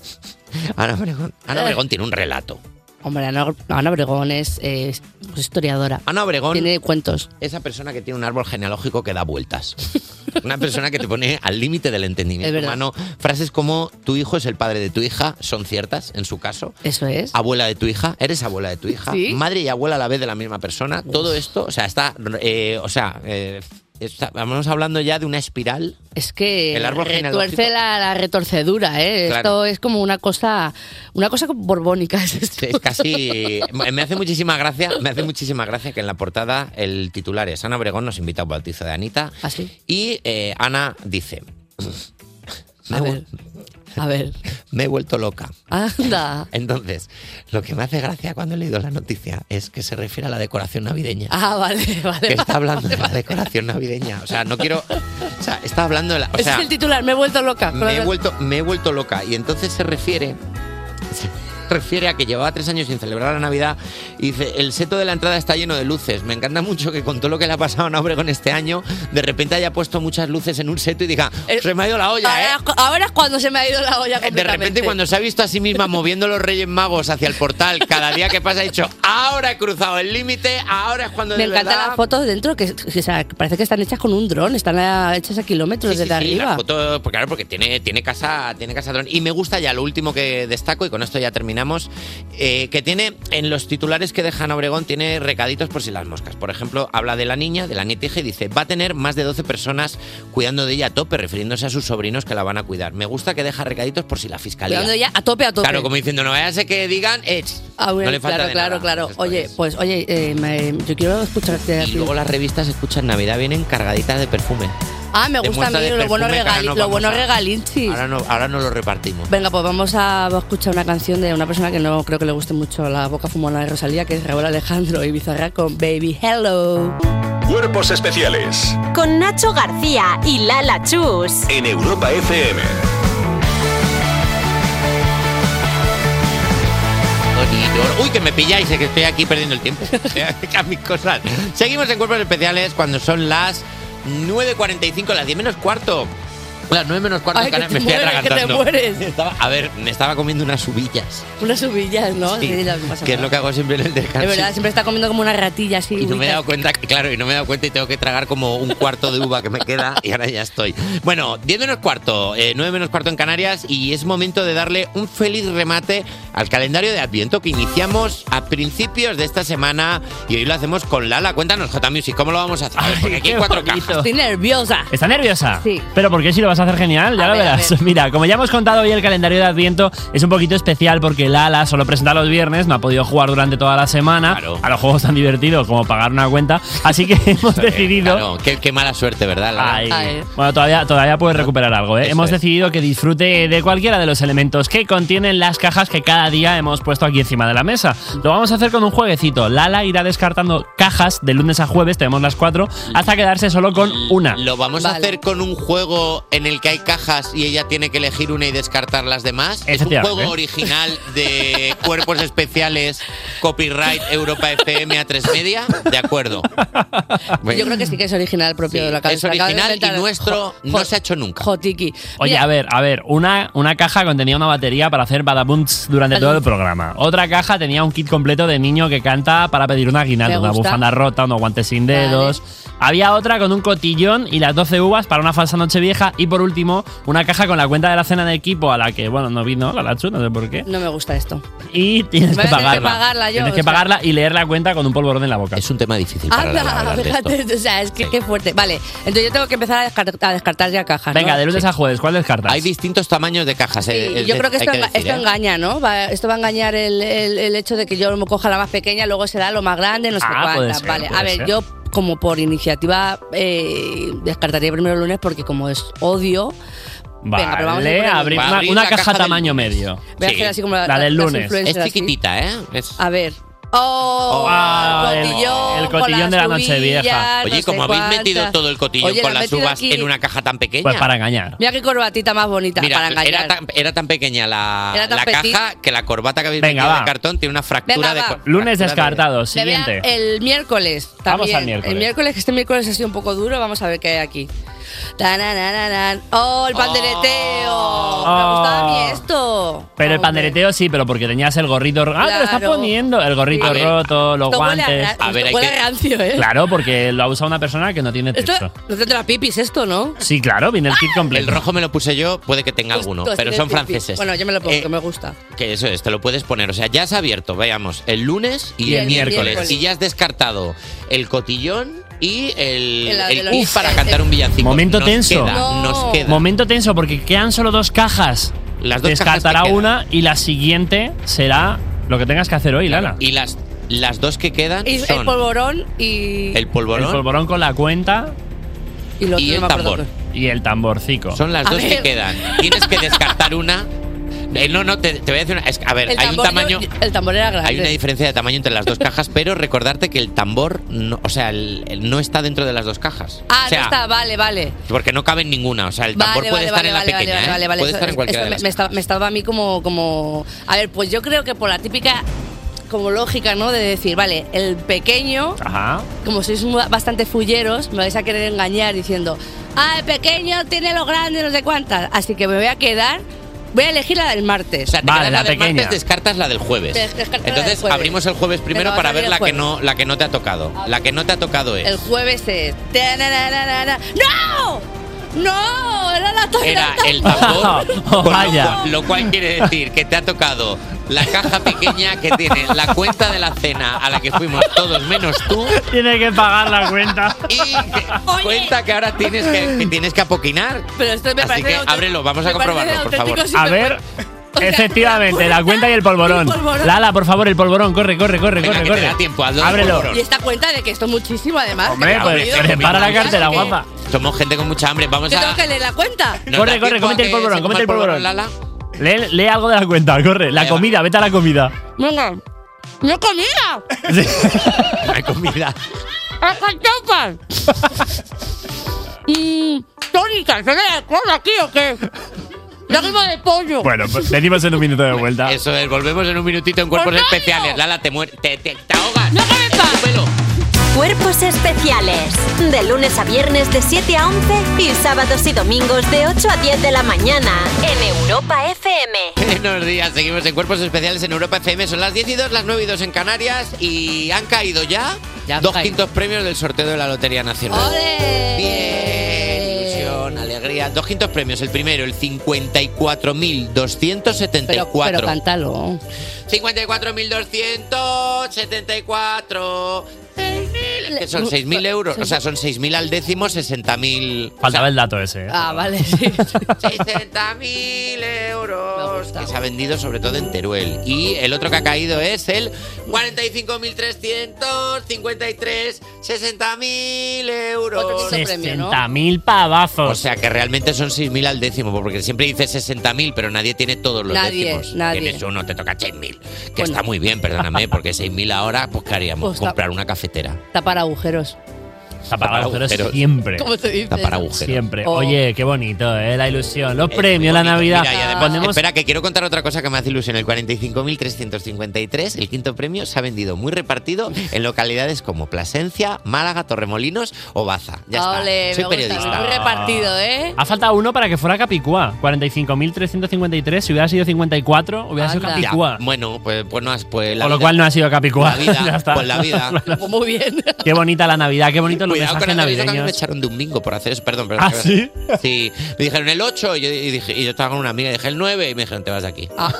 Speaker 3: Ana Obregón.
Speaker 5: Eh.
Speaker 3: Ana Obregón tiene un relato.
Speaker 5: Hombre, Ana, Ana Obregón es eh, pues, historiadora.
Speaker 3: Ana Obregón.
Speaker 5: Tiene cuentos.
Speaker 3: Esa persona que tiene un árbol genealógico que da vueltas. Una persona que te pone al límite del
Speaker 5: Es
Speaker 3: entendimiento
Speaker 5: verdad.
Speaker 3: humano. Frases como tu hijo es el padre de tu hija son ciertas en su caso.
Speaker 5: Eso es.
Speaker 3: Abuela de tu hija, eres abuela de tu hija.
Speaker 5: Sí.
Speaker 3: Madre y abuela a la vez de la misma persona. Todo esto, o sea, está, eh, o sea, eh, está- vamos hablando ya de una espiral.
Speaker 5: Es que
Speaker 3: El árbol
Speaker 5: Eh, retuerce
Speaker 3: genealógico.
Speaker 5: la, la retorcedura, ¿eh?
Speaker 3: Claro.
Speaker 5: Esto es como una cosa, una cosa borbónica. Es esto.
Speaker 3: Es casi. Me hace muchísima gracia. Me hace muchísima gracia que en la portada el titular es Ana Obregón nos invita a un bautizo de Anita.
Speaker 5: Así.
Speaker 3: Y eh, Ana dice.
Speaker 5: A ver. A ver.
Speaker 3: Me he vuelto loca.
Speaker 5: Anda.
Speaker 3: Entonces, lo que me hace gracia cuando he leído la noticia es que se refiere a la decoración navideña.
Speaker 5: Ah, vale, vale.
Speaker 3: que está
Speaker 5: vale.
Speaker 3: hablando de la decoración navideña. O sea, no quiero. O sea, está hablando de la. O
Speaker 5: Ese
Speaker 3: sea,
Speaker 5: es el titular, me he vuelto loca.
Speaker 3: me he vuelto, me he vuelto loca. Y entonces se refiere, se refiere a que llevaba tres años sin celebrar la Navidad y dice, el seto de la entrada está lleno de luces. Me encanta mucho que con todo lo que le ha pasado a Ana Obregón este año, de repente haya puesto muchas luces en un seto y diga, se me ha ido la olla, ¿eh?
Speaker 5: Ahora, ahora es cuando se me ha ido la olla
Speaker 3: De
Speaker 5: completamente.
Speaker 3: repente cuando se ha visto a sí misma moviendo los Reyes Magos hacia el portal, cada día que pasa ha dicho, ahora he cruzado el límite, ahora es cuando
Speaker 5: Me
Speaker 3: de
Speaker 5: encantan
Speaker 3: verdad
Speaker 5: las fotos dentro, que, que, o sea, que parece que están hechas con un dron, están ah, hechas a kilómetros desde
Speaker 3: Sí,
Speaker 5: arriba.
Speaker 3: las fotos, pues claro, porque tiene, tiene casa, tiene casa dron. Y me gusta ya lo último que destaco, y con esto ya terminamos, eh, que tiene en los titulares que dejan Obregón, tiene recaditos por si las moscas. Por ejemplo, habla de la niña, de la nietija, y dice, va a tener más de 12 personas cuidando de ella a tope, refiriéndose a sus sobrinos que la van a cuidar. Me gusta que deja recaditos por si la fiscalía.
Speaker 5: Cuidando ya a tope, a tope.
Speaker 3: Claro, como diciendo, no vaya a ser que digan, eh,
Speaker 5: Ah, bueno,
Speaker 3: no le falta
Speaker 5: claro,
Speaker 3: de
Speaker 5: claro,
Speaker 3: nada.
Speaker 5: claro. Oye, pues, oye, eh, me- yo quiero escucharte. a
Speaker 3: Y
Speaker 5: ti.
Speaker 3: luego las revistas escuchan Navidad, vienen cargaditas de perfume.
Speaker 5: Ah, me gusta a
Speaker 3: muestra
Speaker 5: mí,
Speaker 3: de
Speaker 5: lo bueno,
Speaker 3: perfume que ahora
Speaker 5: regali,
Speaker 3: nos
Speaker 5: lo
Speaker 3: vamos
Speaker 5: bueno
Speaker 3: a-
Speaker 5: regalinchis.
Speaker 3: Ahora no, ahora no lo repartimos.
Speaker 5: Venga, pues vamos a escuchar una canción de una persona que no creo que le guste mucho la boca fumona de Rosalía, que es Raúl Alejandro y Bizarra con Baby Hello.
Speaker 15: Cuerpos especiales
Speaker 2: Con Nacho García y Lala Chus.
Speaker 15: en Europa FM.
Speaker 3: Bonito. Uy, que me pilláis, eh, que estoy aquí perdiendo el tiempo. A mis cosas. Seguimos en cuerpos especiales cuando son las 9.45, las 10 menos cuarto. Las 9 menos cuarto,
Speaker 5: Ay, que
Speaker 3: Cana-
Speaker 5: te
Speaker 3: me estoy
Speaker 5: mueres, que te
Speaker 3: atragantando.
Speaker 5: mueres.
Speaker 3: Estaba- a ver, me estaba comiendo unas ubillas,
Speaker 5: Unas subillas, ¿no?
Speaker 3: Sí,
Speaker 5: ya no pasa
Speaker 3: que es lo
Speaker 5: nada.
Speaker 3: que hago siempre en el
Speaker 5: Es
Speaker 3: descanso.
Speaker 5: verdad, siempre está comiendo como una ratilla así.
Speaker 3: Y no me he
Speaker 5: ubicas.
Speaker 3: dado cuenta, que- claro, y no me he dado cuenta y tengo que tragar como un cuarto de uva que me queda y ahora ya estoy. Bueno, 10 menos cuarto, eh, 9 menos cuarto en Canarias y es momento de darle un feliz remate al calendario de Adviento que iniciamos a principios de esta semana y hoy lo hacemos con Lala. Cuéntanos, J Music, ¿cómo lo vamos a hacer? A ver, porque aquí hay
Speaker 6: qué
Speaker 3: cuatro cajas.
Speaker 5: Estoy nerviosa.
Speaker 6: ¿Está nerviosa?
Speaker 5: Sí.
Speaker 6: Pero ¿por qué si lo vas a hacer genial? Ya lo verás. Mira, como ya hemos contado hoy, el calendario de Adviento es un poquito especial porque Lala solo presenta los viernes, no ha podido jugar durante toda la semana a los juegos tan divertidos como pagar una cuenta. Así que hemos decidido.
Speaker 3: Claro, qué, qué mala suerte, ¿verdad, Lala?
Speaker 6: Ay. Bueno, todavía, todavía puedes recuperar algo, ¿eh?
Speaker 3: Eso
Speaker 6: hemos
Speaker 3: es.
Speaker 6: decidido que disfrute de cualquiera de los elementos que contienen las cajas que cada día hemos puesto aquí encima de la mesa. Lo vamos a hacer con un jueguecito. Lala irá descartando cajas de lunes a jueves, tenemos las cuatro, hasta quedarse solo con una.
Speaker 3: Lo vamos a hacer con un juego en el que hay cajas y ella tiene que elegir una y descartar las demás. Es un
Speaker 6: Efectivamente.
Speaker 3: juego original de cuerpos especiales, copyright Europa FM a tres media. De acuerdo.
Speaker 5: Yo creo que sí que es original propio de la
Speaker 3: Es
Speaker 5: cabeza.
Speaker 3: original y nuestro no se ha hecho nunca.
Speaker 5: Jotiki.
Speaker 6: Pues- Oye, a ver, a ver, una, una caja contenía una batería para hacer badabunts durante todo el programa. Otra caja tenía un kit completo de niño que canta para pedir una
Speaker 5: Me
Speaker 6: guinalda, una
Speaker 5: gusta.
Speaker 6: bufanda rota, unos guantes sin dedos. Había otra con un cotillón y las 12 uvas para una falsa noche vieja. Y por último, una caja con la cuenta de la cena de equipo a la que, bueno, no vino la Lachu, no sé por qué.
Speaker 5: No me gusta esto.
Speaker 6: Y tienes
Speaker 5: Voy
Speaker 6: que
Speaker 5: a tener que
Speaker 6: pagarla.
Speaker 5: pagarla yo,
Speaker 6: tienes
Speaker 5: o
Speaker 6: que
Speaker 5: sea.
Speaker 6: pagarla y leer la cuenta con un polvorón en la boca. Es
Speaker 3: un tema difícil.
Speaker 5: Anda, fíjate, o sea, es que qué fuerte. Vale, entonces yo tengo que empezar a, descar- a descartar ya cajas. ¿no?
Speaker 6: Venga, de lunes a jueves, ¿cuál descartas? Hay
Speaker 3: distintos tamaños de cajas. eh,
Speaker 5: Sí,
Speaker 3: es
Speaker 5: Yo
Speaker 3: de-
Speaker 5: creo que
Speaker 3: hay
Speaker 5: esto, enga-
Speaker 3: decir,
Speaker 5: esto
Speaker 3: ¿eh?
Speaker 5: engaña, ¿no? Va- esto va a engañar el, el- el hecho de que yo me coja la más pequeña, luego será lo más grande, no sé
Speaker 17: Ah,
Speaker 5: cuánta.
Speaker 17: puede ser,
Speaker 5: vale, a
Speaker 17: puede
Speaker 5: ver,
Speaker 17: ser.
Speaker 5: yo como por iniciativa eh, descartaría primero el lunes porque como es odio, venga, pero vamos a
Speaker 6: Vale,
Speaker 5: ir por el
Speaker 6: abrir
Speaker 5: lunes.
Speaker 6: una, una caja, tamaño medio.
Speaker 5: Voy a hacer así como la-
Speaker 6: del
Speaker 5: las
Speaker 6: lunes.
Speaker 5: influencers así.
Speaker 3: ¿eh? Es-
Speaker 5: A ver. Oh,
Speaker 6: Ah,
Speaker 5: el
Speaker 6: el-
Speaker 5: cotillón,
Speaker 6: el cotillón
Speaker 5: con
Speaker 6: de
Speaker 5: las
Speaker 6: la noche vieja.
Speaker 5: uvillas,
Speaker 3: Oye,
Speaker 5: no
Speaker 3: como
Speaker 5: sé
Speaker 3: habéis
Speaker 5: cuántas.
Speaker 3: metido todo el cotillón
Speaker 5: Oye,
Speaker 3: con
Speaker 5: lo han
Speaker 3: las
Speaker 5: metido
Speaker 3: uvas
Speaker 5: aquí.
Speaker 3: en una caja tan pequeña.
Speaker 6: Pues para engañar.
Speaker 5: Mira qué corbatita más bonita
Speaker 3: Mira,
Speaker 5: para engañar.
Speaker 3: Era, tan, era tan pequeña la,
Speaker 5: Era tan
Speaker 3: la
Speaker 5: petit.
Speaker 3: caja que la corbata que habéis
Speaker 6: Venga,
Speaker 3: metido
Speaker 6: va.
Speaker 3: de cartón tiene una fractura
Speaker 5: Venga,
Speaker 3: de
Speaker 5: va.
Speaker 3: cor-
Speaker 6: Lunes
Speaker 3: fractura de-
Speaker 6: descartado,
Speaker 5: Me veo
Speaker 6: siguiente.
Speaker 5: El miércoles. También.
Speaker 6: Vamos al miércoles.
Speaker 5: El miércoles, que este miércoles ha sido un poco duro. Vamos a ver qué hay aquí. Tananananan. Oh, el pandereteo. Me
Speaker 6: Oh.
Speaker 5: gustaba a mí esto.
Speaker 6: Pero el pandereteo sí, pero porque tenías el gorrito. ro- Ah, te lo estás
Speaker 5: Claro.
Speaker 6: poniendo. El gorrito
Speaker 5: A ver.
Speaker 6: roto, los
Speaker 5: Esto huele a
Speaker 6: guantes.
Speaker 5: ra- A ver, esto hay huele que- a rancio, ¿eh?
Speaker 6: Claro, porque lo ha usado una persona que no tiene
Speaker 5: Esto
Speaker 6: texto.
Speaker 5: lo de la pipis, esto, ¿no?
Speaker 6: Sí, claro, viene el kit completo.
Speaker 3: Ah, El rojo me lo puse yo, puede que tenga alguno,
Speaker 5: Esto es
Speaker 3: pero
Speaker 5: de
Speaker 3: son
Speaker 5: pipis.
Speaker 3: franceses. Eh,
Speaker 5: Bueno, yo me lo pongo, que me gusta.
Speaker 3: Que eso es, te lo puedes poner. O sea, ya has abierto, veamos, el lunes y, el, miércoles. Y ya has descartado el cotillón y el,
Speaker 5: El-
Speaker 3: el
Speaker 5: el-
Speaker 3: kit
Speaker 5: el-
Speaker 3: para cantar un villancico.
Speaker 6: Momento
Speaker 3: Nos
Speaker 6: tenso.
Speaker 3: queda, Nos queda.
Speaker 6: Momento tenso porque quedan solo dos cajas.
Speaker 3: Las dos cajas
Speaker 6: Descartará
Speaker 3: que quedan.
Speaker 6: una y la siguiente será lo que tengas que hacer hoy, Lala.
Speaker 3: Y las, las dos que quedan
Speaker 5: Y el
Speaker 3: son
Speaker 5: polvorón y.
Speaker 3: el polvorón.
Speaker 6: El polvorón con la cuenta
Speaker 5: Y, lo otro
Speaker 3: el
Speaker 5: no me acuerdo
Speaker 3: tambor.
Speaker 6: y el tamborcico.
Speaker 3: Son las
Speaker 5: A
Speaker 3: dos
Speaker 5: ver.
Speaker 3: que quedan. Tienes que descartar una. Eh, no, no, te, te voy a decir una. es que, a ver,
Speaker 5: El
Speaker 3: hay un
Speaker 5: tambor,
Speaker 3: tamaño.
Speaker 5: yo- el tambor era grande.
Speaker 3: Hay una diferencia de tamaño entre las dos cajas, pero recordarte que el tambor, no, o sea, el- el no está dentro de las dos cajas.
Speaker 5: Ah,
Speaker 3: o sea,
Speaker 5: no está, vale, vale.
Speaker 3: Porque no cabe en ninguna. O sea, el tambor
Speaker 5: Vale,
Speaker 3: puede
Speaker 5: vale,
Speaker 3: estar
Speaker 5: vale,
Speaker 3: en la
Speaker 5: vale,
Speaker 3: pequeña.
Speaker 5: vale,
Speaker 3: ¿eh?
Speaker 5: vale, vale.
Speaker 3: puede
Speaker 5: Eso-
Speaker 3: estar en cualquiera
Speaker 5: eso
Speaker 3: de
Speaker 5: me-
Speaker 3: las
Speaker 5: me, estaba, me estaba a mí como, como. A ver, pues yo creo que por la típica. Como lógica, ¿no? De decir, vale, el pequeño.
Speaker 6: Ajá.
Speaker 5: Como sois mu- bastante fulleros, me vais a querer engañar diciendo. Ah, el pequeño tiene lo grande, no sé cuántas. Así que me voy a quedar. Voy a elegir la del martes.
Speaker 3: te quedas la, del martes, descartas la del jueves.
Speaker 5: Des- descarto la del
Speaker 3: Entonces
Speaker 5: jueves.
Speaker 3: abrimos el jueves primero
Speaker 5: Venga,
Speaker 3: para
Speaker 5: vamos a
Speaker 3: ver
Speaker 5: abrir
Speaker 3: la
Speaker 5: el
Speaker 3: que
Speaker 5: jueves.
Speaker 3: no la que no te ha tocado. La que no te ha tocado es
Speaker 5: El jueves es. Tananana. ¡No! ¡No! Era la toalla.
Speaker 3: era el tambor.
Speaker 6: Oh,
Speaker 3: con lo,
Speaker 6: vaya.
Speaker 3: cual, lo cual quiere decir que te ha tocado la caja pequeña que tiene la cuenta de la cena a la que fuimos todos menos tú.
Speaker 6: Tiene que pagar la cuenta.
Speaker 3: Cuenta que ahora tienes que, que tienes que apoquinar.
Speaker 5: Pero esto me
Speaker 3: Así
Speaker 5: parece
Speaker 3: que
Speaker 5: auténtico-
Speaker 3: ábrelo, vamos a
Speaker 5: me parece
Speaker 3: comprobarlo, por favor.
Speaker 5: auténtico
Speaker 6: A ver. Efectivamente, la cuenta y el polvorón.
Speaker 5: el polvorón.
Speaker 6: Lala, por favor, el polvorón, corre, corre, corre,
Speaker 3: Venga,
Speaker 6: corre,
Speaker 3: que te
Speaker 6: corre.
Speaker 3: da tiempo, hazlo del
Speaker 6: Ábrelo.
Speaker 3: polvorón.
Speaker 5: Y esta cuenta de que esto es muchísimo, además. que
Speaker 6: Hombre,
Speaker 5: me ha
Speaker 6: pues
Speaker 5: jodido.
Speaker 6: prepara la cartera,
Speaker 5: que-
Speaker 6: guapa.
Speaker 3: Somos gente con mucha hambre, vamos
Speaker 5: Te
Speaker 3: a
Speaker 5: tengo que leer la cuenta.
Speaker 3: Nos
Speaker 6: Corre, corre,
Speaker 3: da tiempo a
Speaker 6: cómete el
Speaker 3: que
Speaker 6: polvorón,
Speaker 3: se
Speaker 6: cómete el
Speaker 3: coma
Speaker 6: polvorón.
Speaker 3: Lala.
Speaker 6: Lee, lee algo de la cuenta, corre. La comida, vete a la comida.
Speaker 5: Venga. ¡No he comido!
Speaker 3: Hay comida.
Speaker 5: ¡Has faltado Mmm. Tónica, ¿se la cosa aquí o qué? Lágrima de pollo.
Speaker 6: Bueno, pues venimos en un minuto de vuelta.
Speaker 3: Eso es, volvemos en un minutito en cuerpos especiales. Lala, te muere. Te, te- te ahogas.
Speaker 2: Cuerpos especiales. De lunes a viernes de 7 a 11 y sábados y domingos de 8 a 10 de la mañana en Europa FM.
Speaker 3: Buenos días, seguimos en cuerpos especiales en Europa FM. Son las 10 y 2, las 9 y 2 en Canarias y han caído ya, dos quintos premios del sorteo de la Lotería Nacional. Bien, ilusión, alegría. Dos quintos premios. El primero, el 54.274.
Speaker 5: Pero cántalo.
Speaker 3: 54.274. Que son 6.000 euros, o sea, son 6.000 al décimo, 60.000.
Speaker 6: Faltaba el dato ese. ¿eh?
Speaker 5: Ah, vale, sí.
Speaker 3: 60.000 euros. Que se ha vendido sobre todo en Teruel. Y el otro que ha caído es el 45.353, 60.000 euros.
Speaker 6: 60.000 pavazos.
Speaker 3: O sea que realmente son 6.000 al décimo, porque siempre dices 60.000, pero nadie tiene todos los
Speaker 5: Nadie,
Speaker 3: décimos.
Speaker 5: nadie.
Speaker 3: Tienes uno, te toca 6.000. Que está muy bien, perdóname, porque 6.000 ahora, pues ¿qué haríamos?
Speaker 5: Pues está-
Speaker 3: Comprar una cafetera.
Speaker 5: Tapar agujeros.
Speaker 6: Tapar agujeros siempre.
Speaker 4: ¿Cómo se dice?
Speaker 3: Tapar agujeros.
Speaker 6: Siempre.
Speaker 3: Oh.
Speaker 6: Oye, qué bonito, ¿eh? La ilusión, los
Speaker 3: Es
Speaker 6: premios, la
Speaker 3: muy bonito.
Speaker 6: Navidad.
Speaker 3: Mira, y además,
Speaker 6: Ponemos-
Speaker 3: espera, que quiero contar otra cosa que me hace ilusión. El 45.353, el quinto premio, se ha vendido muy repartido en localidades como Plasencia, Málaga, Torremolinos o Baza. Ya está.
Speaker 4: Ole,
Speaker 3: Soy
Speaker 4: me gusta,
Speaker 3: periodista.
Speaker 4: muy repartido, ¿eh?
Speaker 6: Ha faltado uno para que fuera Capicúa. 45.353. Si hubiera sido 54, hubiera sido
Speaker 3: Ya,
Speaker 6: Capicúa.
Speaker 3: bueno, pues, pues no has... Pues, la
Speaker 6: Con lo
Speaker 3: vida-
Speaker 6: cual no ha sido Capicúa.
Speaker 3: La vida,
Speaker 6: Ya está.
Speaker 3: pues la vida.
Speaker 4: Muy bien.
Speaker 6: Qué bonita la Navidad, qué bonito los
Speaker 3: Cuidado con
Speaker 6: mensajes
Speaker 3: el aviso que a mí me
Speaker 6: navideños.
Speaker 3: echaron de un bingo por hacer eso. Perdón, perdón.
Speaker 6: ¿Ah,
Speaker 3: perdón.
Speaker 6: sí?
Speaker 3: Sí. Me dijeron el 8 y yo, y dije, y yo estaba con una amiga y dije el 9 y me dijeron te vas de aquí.
Speaker 4: Ah.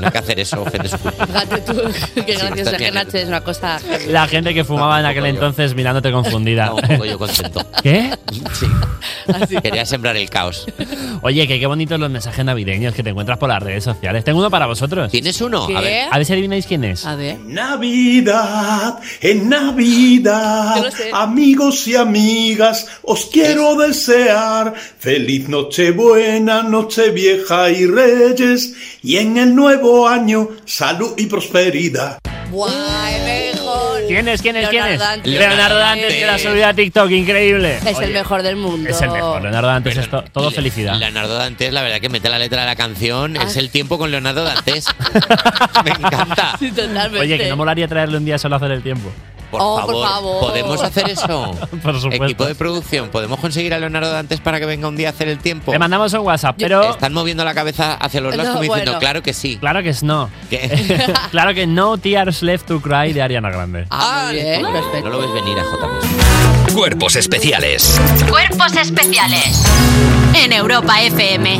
Speaker 3: No hay que hacer eso, ofende su cultura.
Speaker 5: Ah. Fíjate tú, qué gracioso.
Speaker 3: está bien.
Speaker 5: GNH es una cosa.
Speaker 6: La gente que fumaba en aquel entonces mirándote confundida.
Speaker 3: yo contento.
Speaker 6: ¿Qué?
Speaker 3: Sí. Quería sembrar el caos.
Speaker 6: Oye, que qué bonitos los mensajes navideños que te encuentras por las redes sociales. Tengo uno para vosotros.
Speaker 3: ¿Tienes uno?
Speaker 4: ¿Qué?
Speaker 6: A ver. A ver si adivináis quién es.
Speaker 4: A ver.
Speaker 8: Navidad, en Navidad, amigos y amigas, os quiero desear feliz Nochebuena, Nochevieja y Reyes, y en el nuevo año salud y prosperidad.
Speaker 4: Guay, mejor.
Speaker 6: ¿Quién es? ¿Quién es? ¿Quién es?
Speaker 4: Leonardo Dantes.
Speaker 6: Leonardo Dantes, que la subida a TikTok, increíble.
Speaker 5: Es el
Speaker 6: Oye,
Speaker 5: mejor del mundo.
Speaker 6: Es el mejor, Leonardo Dantes, es to- todo felicidad.
Speaker 3: Leonardo Dantes, la verdad que mete la letra de la canción,
Speaker 4: Ah.
Speaker 3: es el tiempo con Leonardo Dantes. Me encanta.
Speaker 4: Sí, totalmente.
Speaker 6: Oye, que no molaría traerle un día solo a hacer el tiempo.
Speaker 3: Por,
Speaker 4: Oh, por
Speaker 3: favor,
Speaker 4: favor.
Speaker 3: ¿podemos hacer eso?
Speaker 6: Por supuesto.
Speaker 3: Equipo de producción, ¿podemos conseguir a Leonardo Dantes para que venga un día a hacer el tiempo?
Speaker 6: Le mandamos un WhatsApp, pero.
Speaker 3: Están moviendo la cabeza hacia los lados
Speaker 6: No,
Speaker 3: como diciendo,
Speaker 6: bueno.
Speaker 3: claro que sí.
Speaker 6: Claro que es no. claro que no Tears Left to Cry de Ariana Grande.
Speaker 4: Ah, muy bien, perfecto.
Speaker 3: No lo ves venir
Speaker 4: Ah.
Speaker 3: a
Speaker 1: Cuerpos especiales.
Speaker 2: Cuerpos especiales en Europa FM.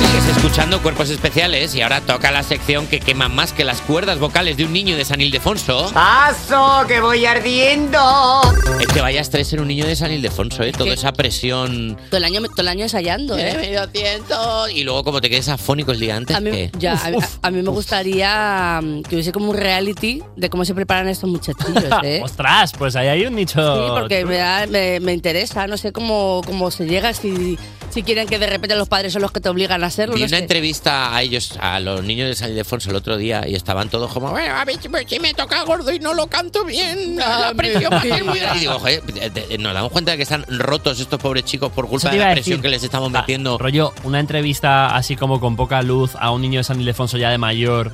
Speaker 3: Sigues escuchando Cuerpos Especiales y ahora toca la sección que quema más que las cuerdas vocales de un niño de San Ildefonso.
Speaker 4: ¡Paso, que voy ardiendo!
Speaker 3: Es que vaya estrés en un niño de San Ildefonso, ¿eh? Toda esa presión.
Speaker 5: Todo el año, todo el año ensayando,
Speaker 17: ¿eh?
Speaker 5: ¿eh?
Speaker 17: Medio tiento.
Speaker 3: Y luego como te quedes afónico el día antes.
Speaker 5: A mí,
Speaker 3: ¿qué?
Speaker 5: ya, a, mí- a mí me gustaría mm, que hubiese como un reality de cómo se preparan estos muchachillos, ¿eh?
Speaker 6: Ostras, pues ahí hay un nicho.
Speaker 5: Sí,
Speaker 3: Ah,
Speaker 5: porque me, da- me, me interesa, no sé cómo, cómo se llega, si, si quieren que de repente los padres son los que te obligan a hacerlo.
Speaker 3: Vi
Speaker 5: no
Speaker 3: una
Speaker 5: sé.
Speaker 3: entrevista a ellos, a los niños de San Ildefonso el otro día y estaban todos como... "Bueno, a ver
Speaker 5: pues,
Speaker 3: si me toca gordo y no lo canto bien. La presión va a ser muy grande". Y digo, joder, te- te- nos damos cuenta de que están rotos estos pobres chicos por
Speaker 6: Eso te
Speaker 3: culpa de
Speaker 6: iba
Speaker 3: la
Speaker 6: a
Speaker 3: presión
Speaker 6: decir. Ah.
Speaker 3: que les estamos metiendo.
Speaker 6: Rollo, una entrevista así como con poca luz a un niño de San Ildefonso ya de mayor,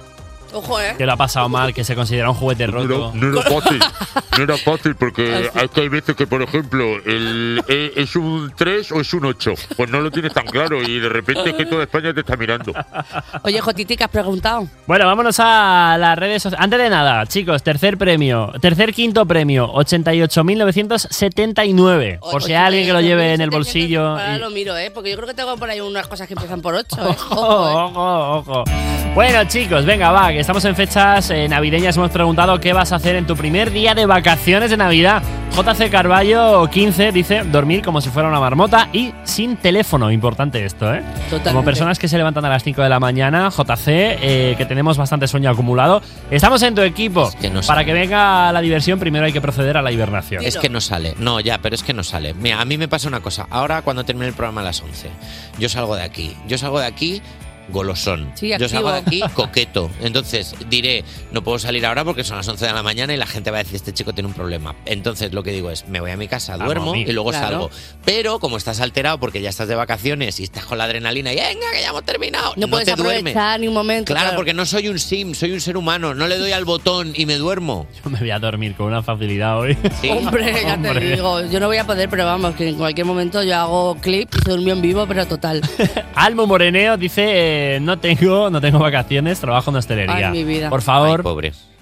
Speaker 5: Ojo, ¿eh?
Speaker 6: que lo ha pasado mal, que se considera un juguete roto.
Speaker 23: No era fácil, no era fácil porque hay que hay veces que, por ejemplo, el, eh, es un 3 o es un 8. Pues no lo tienes tan claro y de repente es que toda España te está mirando.
Speaker 5: Oye, Jotiti, ¿qué has preguntado?
Speaker 6: Bueno, vámonos a las redes sociales. Antes de nada, chicos, tercer premio, tercer quinto premio, 88.979. Por si hay alguien que lo lleve en el bolsillo.
Speaker 3: Ah,
Speaker 5: Ahora
Speaker 6: y-
Speaker 5: lo miro, ¿eh? Porque yo creo que tengo por ahí unas cosas que empiezan por 8, ¿eh?
Speaker 6: Ojo, ojo, ojo. Bueno, chicos, venga, va, que estamos en fechas eh, navideñas. Hemos preguntado qué vas a hacer en tu primer día de vacaciones de Navidad. JC Carballo 15 dice dormir como si fuera una marmota y sin teléfono. Importante esto, ¿eh? Como personas que se levantan a las 5 de la mañana, JC, eh, que tenemos bastante sueño acumulado. Estamos en tu equipo. Para que venga la diversión, primero hay que proceder a la hibernación.
Speaker 3: Es que no sale. No, ya, pero es que no sale. Mira, a mí me pasa una cosa. Ahora, cuando termine el programa a las 11, yo salgo de aquí. Yo salgo de aquí golosón.
Speaker 5: Sí,
Speaker 3: yo salgo de aquí
Speaker 5: activo.
Speaker 3: coqueto. Entonces diré, no puedo salir ahora porque son las 11 de la mañana y la gente va a decir, este chico tiene un problema. Entonces lo que digo es, me voy a mi casa,
Speaker 6: Vamos,
Speaker 3: duermo
Speaker 6: amigo.
Speaker 3: y luego
Speaker 6: Claro.
Speaker 3: salgo. Pero como estás alterado porque ya estás de vacaciones y estás con la adrenalina y venga, que ya hemos terminado.
Speaker 5: No, puedes
Speaker 3: te duermes.
Speaker 5: aprovechar ni un momento.
Speaker 3: Claro, porque no soy un sim, soy un ser humano. No le doy al botón y me duermo.
Speaker 6: Yo me voy a dormir con una facilidad hoy.
Speaker 5: Hombre, ya te
Speaker 6: Hombre.
Speaker 5: digo, yo no voy a poder, pero vamos, que en cualquier momento yo hago clip y se durmió en vivo, pero total.
Speaker 6: Almo Moreneo dice eh, no tengo no tengo vacaciones, trabajo en hostelería.
Speaker 5: Ay, mi vida.
Speaker 6: Por favor,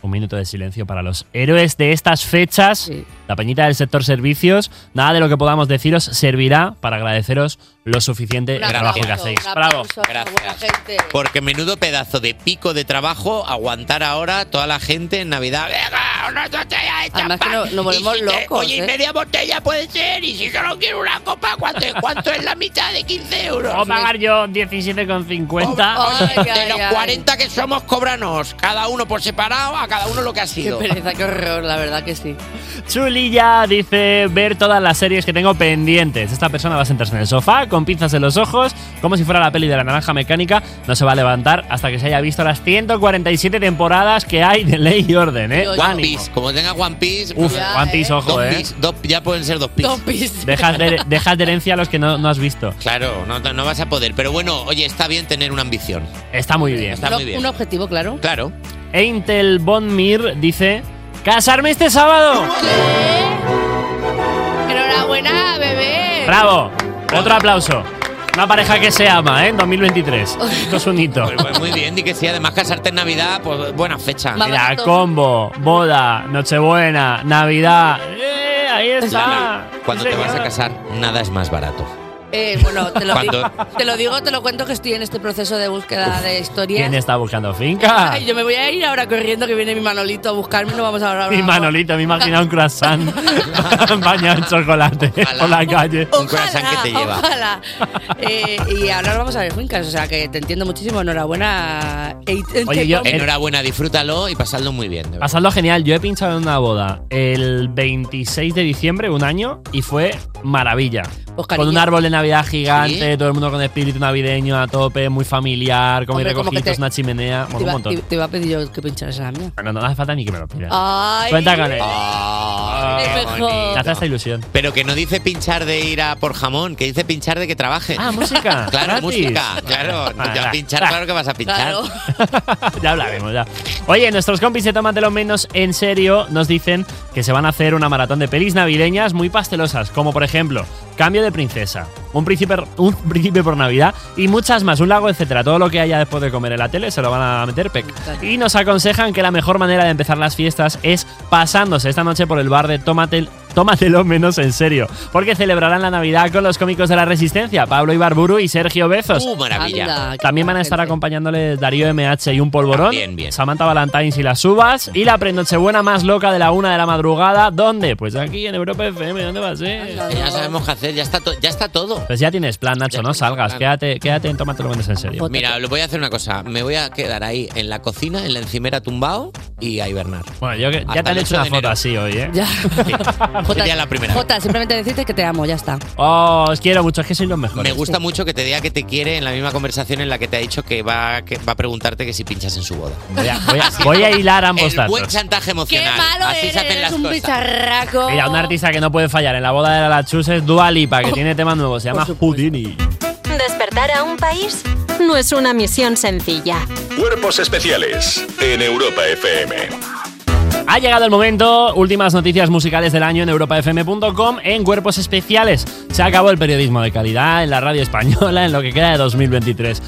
Speaker 6: un minuto de silencio para los héroes de estas fechas. La peñita del sector servicios, nada de lo que podamos deciros servirá para agradeceros lo suficiente el trabajo que hacéis. Bravo.
Speaker 3: Gracias. Porque menudo pedazo de pico de trabajo aguantar ahora toda la gente en Navidad. ¡Venga, una botella de
Speaker 5: Además que no-
Speaker 3: champán!
Speaker 5: nos volvemos
Speaker 3: Y si te-
Speaker 5: locos.
Speaker 3: Oye, y
Speaker 5: ¿eh?
Speaker 3: media botella puede ser. Y si solo quiero una copa, ¿cuánto, cuánto es la mitad de 15 euros?
Speaker 6: Puedo pagar yo 17,50.
Speaker 3: de los 40 que somos, cóbranos. Cada uno por separado, a cada uno lo que ha sido.
Speaker 5: Qué pereza, qué horror, la verdad que sí.
Speaker 6: Chulilla dice ver todas las series que tengo pendientes. Esta persona va a sentarse en el sofá con pinzas en los ojos, como si fuera la peli de la naranja mecánica. No se va a levantar hasta que se haya visto las 147 temporadas que hay de Ley y Orden, ¿eh?
Speaker 3: One Piece, como tenga One Piece. pues,
Speaker 6: Uf, One Piece, ojo,
Speaker 3: dos
Speaker 6: ¿eh?
Speaker 3: Piece, dos- ya pueden ser dos Piece.
Speaker 6: Dejas de, dejas de herencia a los que no, no has visto.
Speaker 3: Claro, no, no vas a poder. Pero bueno, oye, está bien tener una ambición.
Speaker 6: Está muy bien.
Speaker 3: Está muy bien.
Speaker 5: Un objetivo, claro.
Speaker 3: Claro.
Speaker 6: Eintel Bonmir dice: ¡Casarme este sábado!
Speaker 5: Enhorabuena, bebé.
Speaker 6: ¡Bravo! Otro aplauso. Una pareja que se ama, ¿eh? En 2023. Esto es un hito.
Speaker 3: Pues muy bien, di que sí. Además, casarte en Navidad, pues buena fecha.
Speaker 6: Mira, combo, boda, Nochebuena, Navidad. ¡Eh! Ahí está.
Speaker 3: Cuando te vas a casar, nada es más barato.
Speaker 5: Eh, bueno, te lo,
Speaker 3: Cuando-
Speaker 5: digo, te lo digo, te lo cuento que estoy en este proceso de búsqueda de historias.
Speaker 6: ¿Quién está buscando finca?
Speaker 5: Ay, yo me voy a ir ahora corriendo que viene mi Manolito a buscarme, no vamos a hablar.
Speaker 6: Mi Manolito, me imagina un croissant bañado en chocolate por la calle.
Speaker 5: Un croissant que te lleva. Ojalá. Eh, y ahora vamos a ver Juncas, o sea que te entiendo muchísimo. Enhorabuena. eh,
Speaker 6: Oye, yo- eh,
Speaker 3: Enhorabuena, disfrútalo y pasadlo muy bien. de verdad.
Speaker 6: Pasadlo genial, yo he pinchado en una boda el 26 de diciembre, un año, y fue maravilla. con un árbol de Navidad gigante, todo el mundo con espíritu navideño a tope, muy familiar, como
Speaker 5: Hombre, como que
Speaker 6: recogidos,
Speaker 5: te-
Speaker 6: una chimenea,
Speaker 5: te,
Speaker 6: bueno, un
Speaker 5: iba,
Speaker 6: montón.
Speaker 5: te- te iba a pedir yo que pincharas en la mía.
Speaker 6: Bueno, no hace falta ni que me lo pidas.
Speaker 5: Ay.
Speaker 6: Cuenta con él.
Speaker 3: Ah, qué
Speaker 5: Es mejor.
Speaker 3: bonito.
Speaker 6: Te hace esta ilusión.
Speaker 3: Pero que no dice pinchar de ir a por jamón, que dice pinchar de que trabaje.
Speaker 6: Ah, música.
Speaker 3: Claro,
Speaker 6: gratis.
Speaker 3: música. Claro,
Speaker 6: Vale,
Speaker 3: ya
Speaker 6: va.
Speaker 3: pinchar,
Speaker 6: Va.
Speaker 3: claro que vas a pinchar.
Speaker 6: ya hablaremos, ya. Oye, nuestros compis de Tómatelo Menos en serio nos dicen que se van a hacer una maratón de pelis navideñas muy pastelosas, como por ejemplo Cambio de Princesa, Un Príncipe, un príncipe por Navidad y muchas más, un lago, etcétera. Todo lo que haya después de comer en la tele se lo van a meter pec. Y nos aconsejan que la mejor manera de empezar las fiestas es pasándose esta noche por el bar de Tómatel. Tómatelo menos en serio, porque celebrarán la Navidad con los cómicos de la Resistencia, Pablo Ibarburu y Sergio Bezos.
Speaker 3: ¡Uh, maravilla! Anda, qué
Speaker 6: También van a estar acompañándole Darío MH y un polvorón, Samantha Valentines y las uvas, y la prenochebuena más loca de la una de la madrugada, ¿dónde? Pues aquí en Europa FM, ¿dónde eh? va a ser?
Speaker 3: Ya sabemos qué hacer, ya está, to- ya está todo.
Speaker 6: Pues ya tienes plan, Nacho, no salgas, quédate, quédate en Tómatelo menos en serio.
Speaker 3: Mira, lo voy a hacer una cosa. Me voy a quedar ahí en la cocina, en la encimera tumbado y a hibernar.
Speaker 6: Bueno, yo que- ya
Speaker 3: Hasta
Speaker 6: te han
Speaker 3: el
Speaker 6: hecho
Speaker 3: 8
Speaker 6: una
Speaker 3: de
Speaker 6: foto así hoy, ¿eh?
Speaker 5: Ya.
Speaker 3: Sería la primera. vez.
Speaker 5: Jota, simplemente decirte que te amo, ya está.
Speaker 6: Oh, os quiero mucho, es que sois los mejores.
Speaker 3: Me gusta mucho que te diga que te quiere en la misma conversación en la que te ha dicho que va, que va a preguntarte que si pinchas en su boda.
Speaker 6: Voy a, voy a- voy a hilar ambos
Speaker 3: El buen
Speaker 6: datos.
Speaker 3: chantaje emocional. Así se hacen las cosas.
Speaker 5: bicharraco.
Speaker 6: Mira, un artista que no puede fallar en la boda de la Lachus es Dua Lipa, que tiene tema nuevo, se llama Houdini.
Speaker 2: Despertar a un país no es una misión sencilla.
Speaker 15: Cuerpos especiales en Europa FM.
Speaker 6: Ha llegado el momento, últimas noticias musicales del año en europafm.com en cuerpos especiales. Se acabó el periodismo de calidad en la radio española en lo que queda de 2023.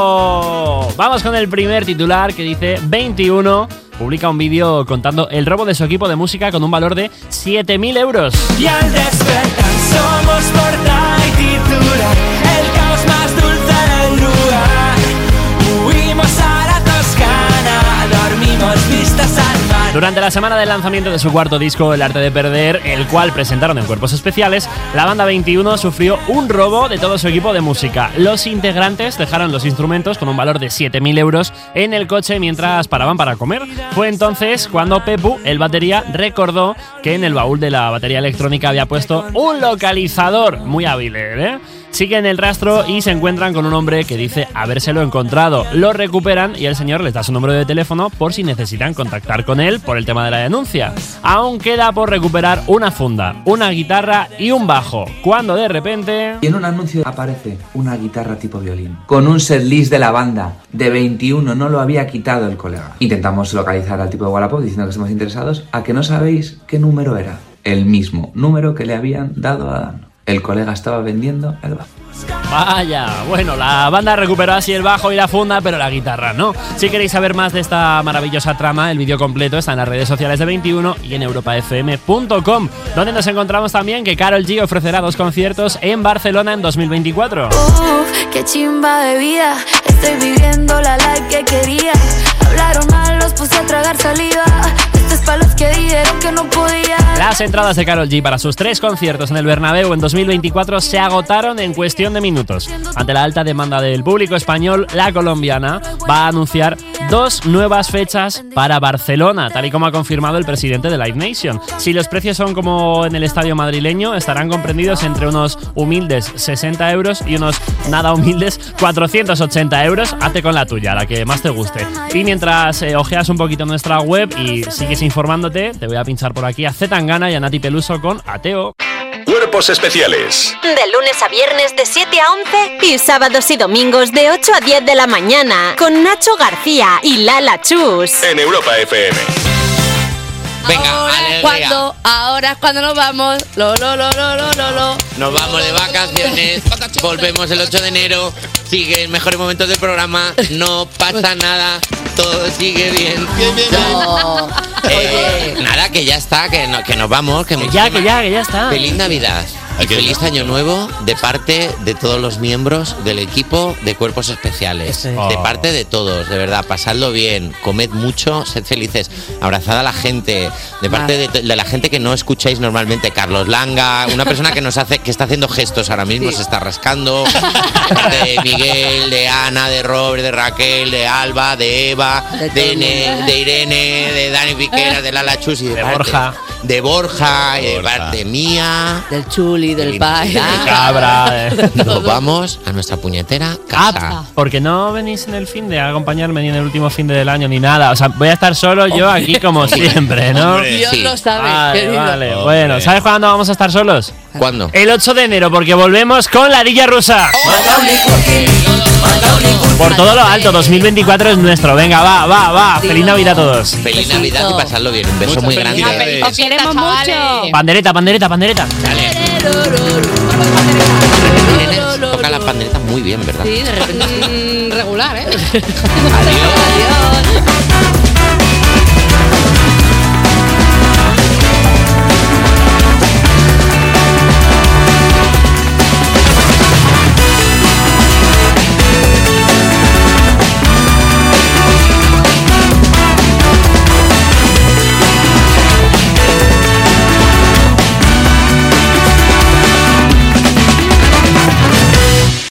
Speaker 6: ¡Oh! Vamos con el primer titular que dice 21. Publica un vídeo contando el robo de su equipo de música con un valor de 7.000 euros.
Speaker 14: Y al despertar somos portal y titular, el caos más dulce del lugar. Huimos a la Toscana, dormimos vistas al mar.
Speaker 6: Durante la semana del lanzamiento de su cuarto disco, El Arte de Perder, el cual presentaron en cuerpos especiales, la banda 21 sufrió un robo de todo su equipo de música. Los integrantes dejaron los instrumentos con un valor de 7.000 euros en el coche mientras paraban para comer. Fue entonces cuando Pepu, el batería, recordó que en el baúl de la batería electrónica había puesto un localizador. Muy hábil, ¿eh? Siguen el rastro y se encuentran con un hombre que dice habérselo encontrado. Lo recuperan y el señor les da su número de teléfono por si necesitan contactar con él por el tema de la denuncia. Aún queda por recuperar una funda, una guitarra y un bajo. Cuando de repente...
Speaker 9: Y en un anuncio aparece una guitarra tipo violín, con un setlist de la banda de 21, no lo había quitado el colega. Intentamos localizar al tipo de Wallapop diciendo que estamos interesados, a que no sabéis qué número era. El mismo número que le habían dado a Dan. El colega estaba vendiendo el bajo.
Speaker 6: Vaya, bueno, la banda recuperó así el bajo y la funda, pero la guitarra no. Si queréis saber más de esta maravillosa trama, el vídeo completo está en las redes sociales de 21 y en europafm.com, donde nos encontramos también que Carol G ofrecerá dos conciertos en Barcelona en 2024.
Speaker 7: Uf, qué chimba de vida. Estoy viviendo la life que quería. Hablaron mal, los puse a tragar saliva. Estos es pa' los que dijeron que no podía.
Speaker 6: Las entradas de Carol G para sus tres conciertos en el Bernabéu en 2024 se agotaron en cuestión de minutos. Ante la alta demanda del público español, la colombiana va a anunciar dos nuevas fechas para Barcelona, tal y como ha confirmado el presidente de Live Nation. Si los precios son como en el estadio madrileño, estarán comprendidos entre unos humildes 60 euros y unos nada humildes 480 euros. Hazte con la tuya, la que más te guste. Y mientras eh, ojeas un poquito nuestra web y sigues informándote, te voy a pinchar por aquí a Zetangana y a Nati Peluso con Ateo.
Speaker 15: Cuerpos especiales
Speaker 2: De lunes a viernes de 7 a 11 y sábados y domingos de 8 a 10 de la mañana con Nacho García y Lala Chus.
Speaker 15: en Europa FM.
Speaker 3: Venga,
Speaker 15: Eh,
Speaker 3: alegría.
Speaker 5: Cuando, ahora es cuando nos vamos. Lo, lo, lo, lo, lo, lo, lo.
Speaker 3: Nos vamos de vacaciones, volvemos el 8 de enero, sigue el mejor momento del programa, no pasa nada, todo sigue bien. Eh, nada, que ya está, que, no- que nos vamos. Que
Speaker 6: Ya, que ya, que ya está.
Speaker 3: Feliz Navidad. Y feliz Año Nuevo de parte de todos los miembros del equipo de Cuerpos Especiales. De
Speaker 6: Oh.
Speaker 3: parte de todos, de verdad. Pasadlo bien, comed mucho, sed felices. Abrazad a la gente. De parte de, de la gente que no escucháis normalmente, Carlos Langa, una persona que nos hace, que está haciendo gestos ahora mismo, se está rascando. De parte de Miguel, de Ana, de Robert, de Raquel, de Alba, de Eva, de, Ne- de Irene, de Dani Piquera, de Lala Chus y de, parte-
Speaker 6: Borja.
Speaker 3: De Borja, de parte mía.
Speaker 5: Del chuli, del pai.
Speaker 6: Cabra. eh.
Speaker 3: Nos vamos a nuestra puñetera casa.
Speaker 6: Porque no venís en el fin de a acompañarme ni en el último fin del año ni nada. O sea, voy a estar solo yo
Speaker 5: Hombre.
Speaker 6: aquí como
Speaker 5: Hombre.
Speaker 6: siempre, ¿no?
Speaker 5: Hombre, Dios sí. lo sabe,
Speaker 6: Vale,
Speaker 5: querido.
Speaker 6: vale.
Speaker 5: Hombre.
Speaker 6: Bueno, ¿sabes cuándo vamos a estar solos?
Speaker 3: ¿Cuándo?
Speaker 6: El 8 de enero, porque volvemos con la Dilla Rusa. Por todo lo alto, 2024 es nuestro. Venga, va, va, va. Feliz Navidad a todos.
Speaker 3: Feliz Navidad y pasadlo bien. Un beso muy
Speaker 7: Eh.
Speaker 3: grande.
Speaker 17: Os queremos mucho.
Speaker 6: Pandereta, pandereta, pandereta.
Speaker 3: Toca la pandereta muy bien, ¿verdad?
Speaker 17: Sí, de repente. regular, ¿eh?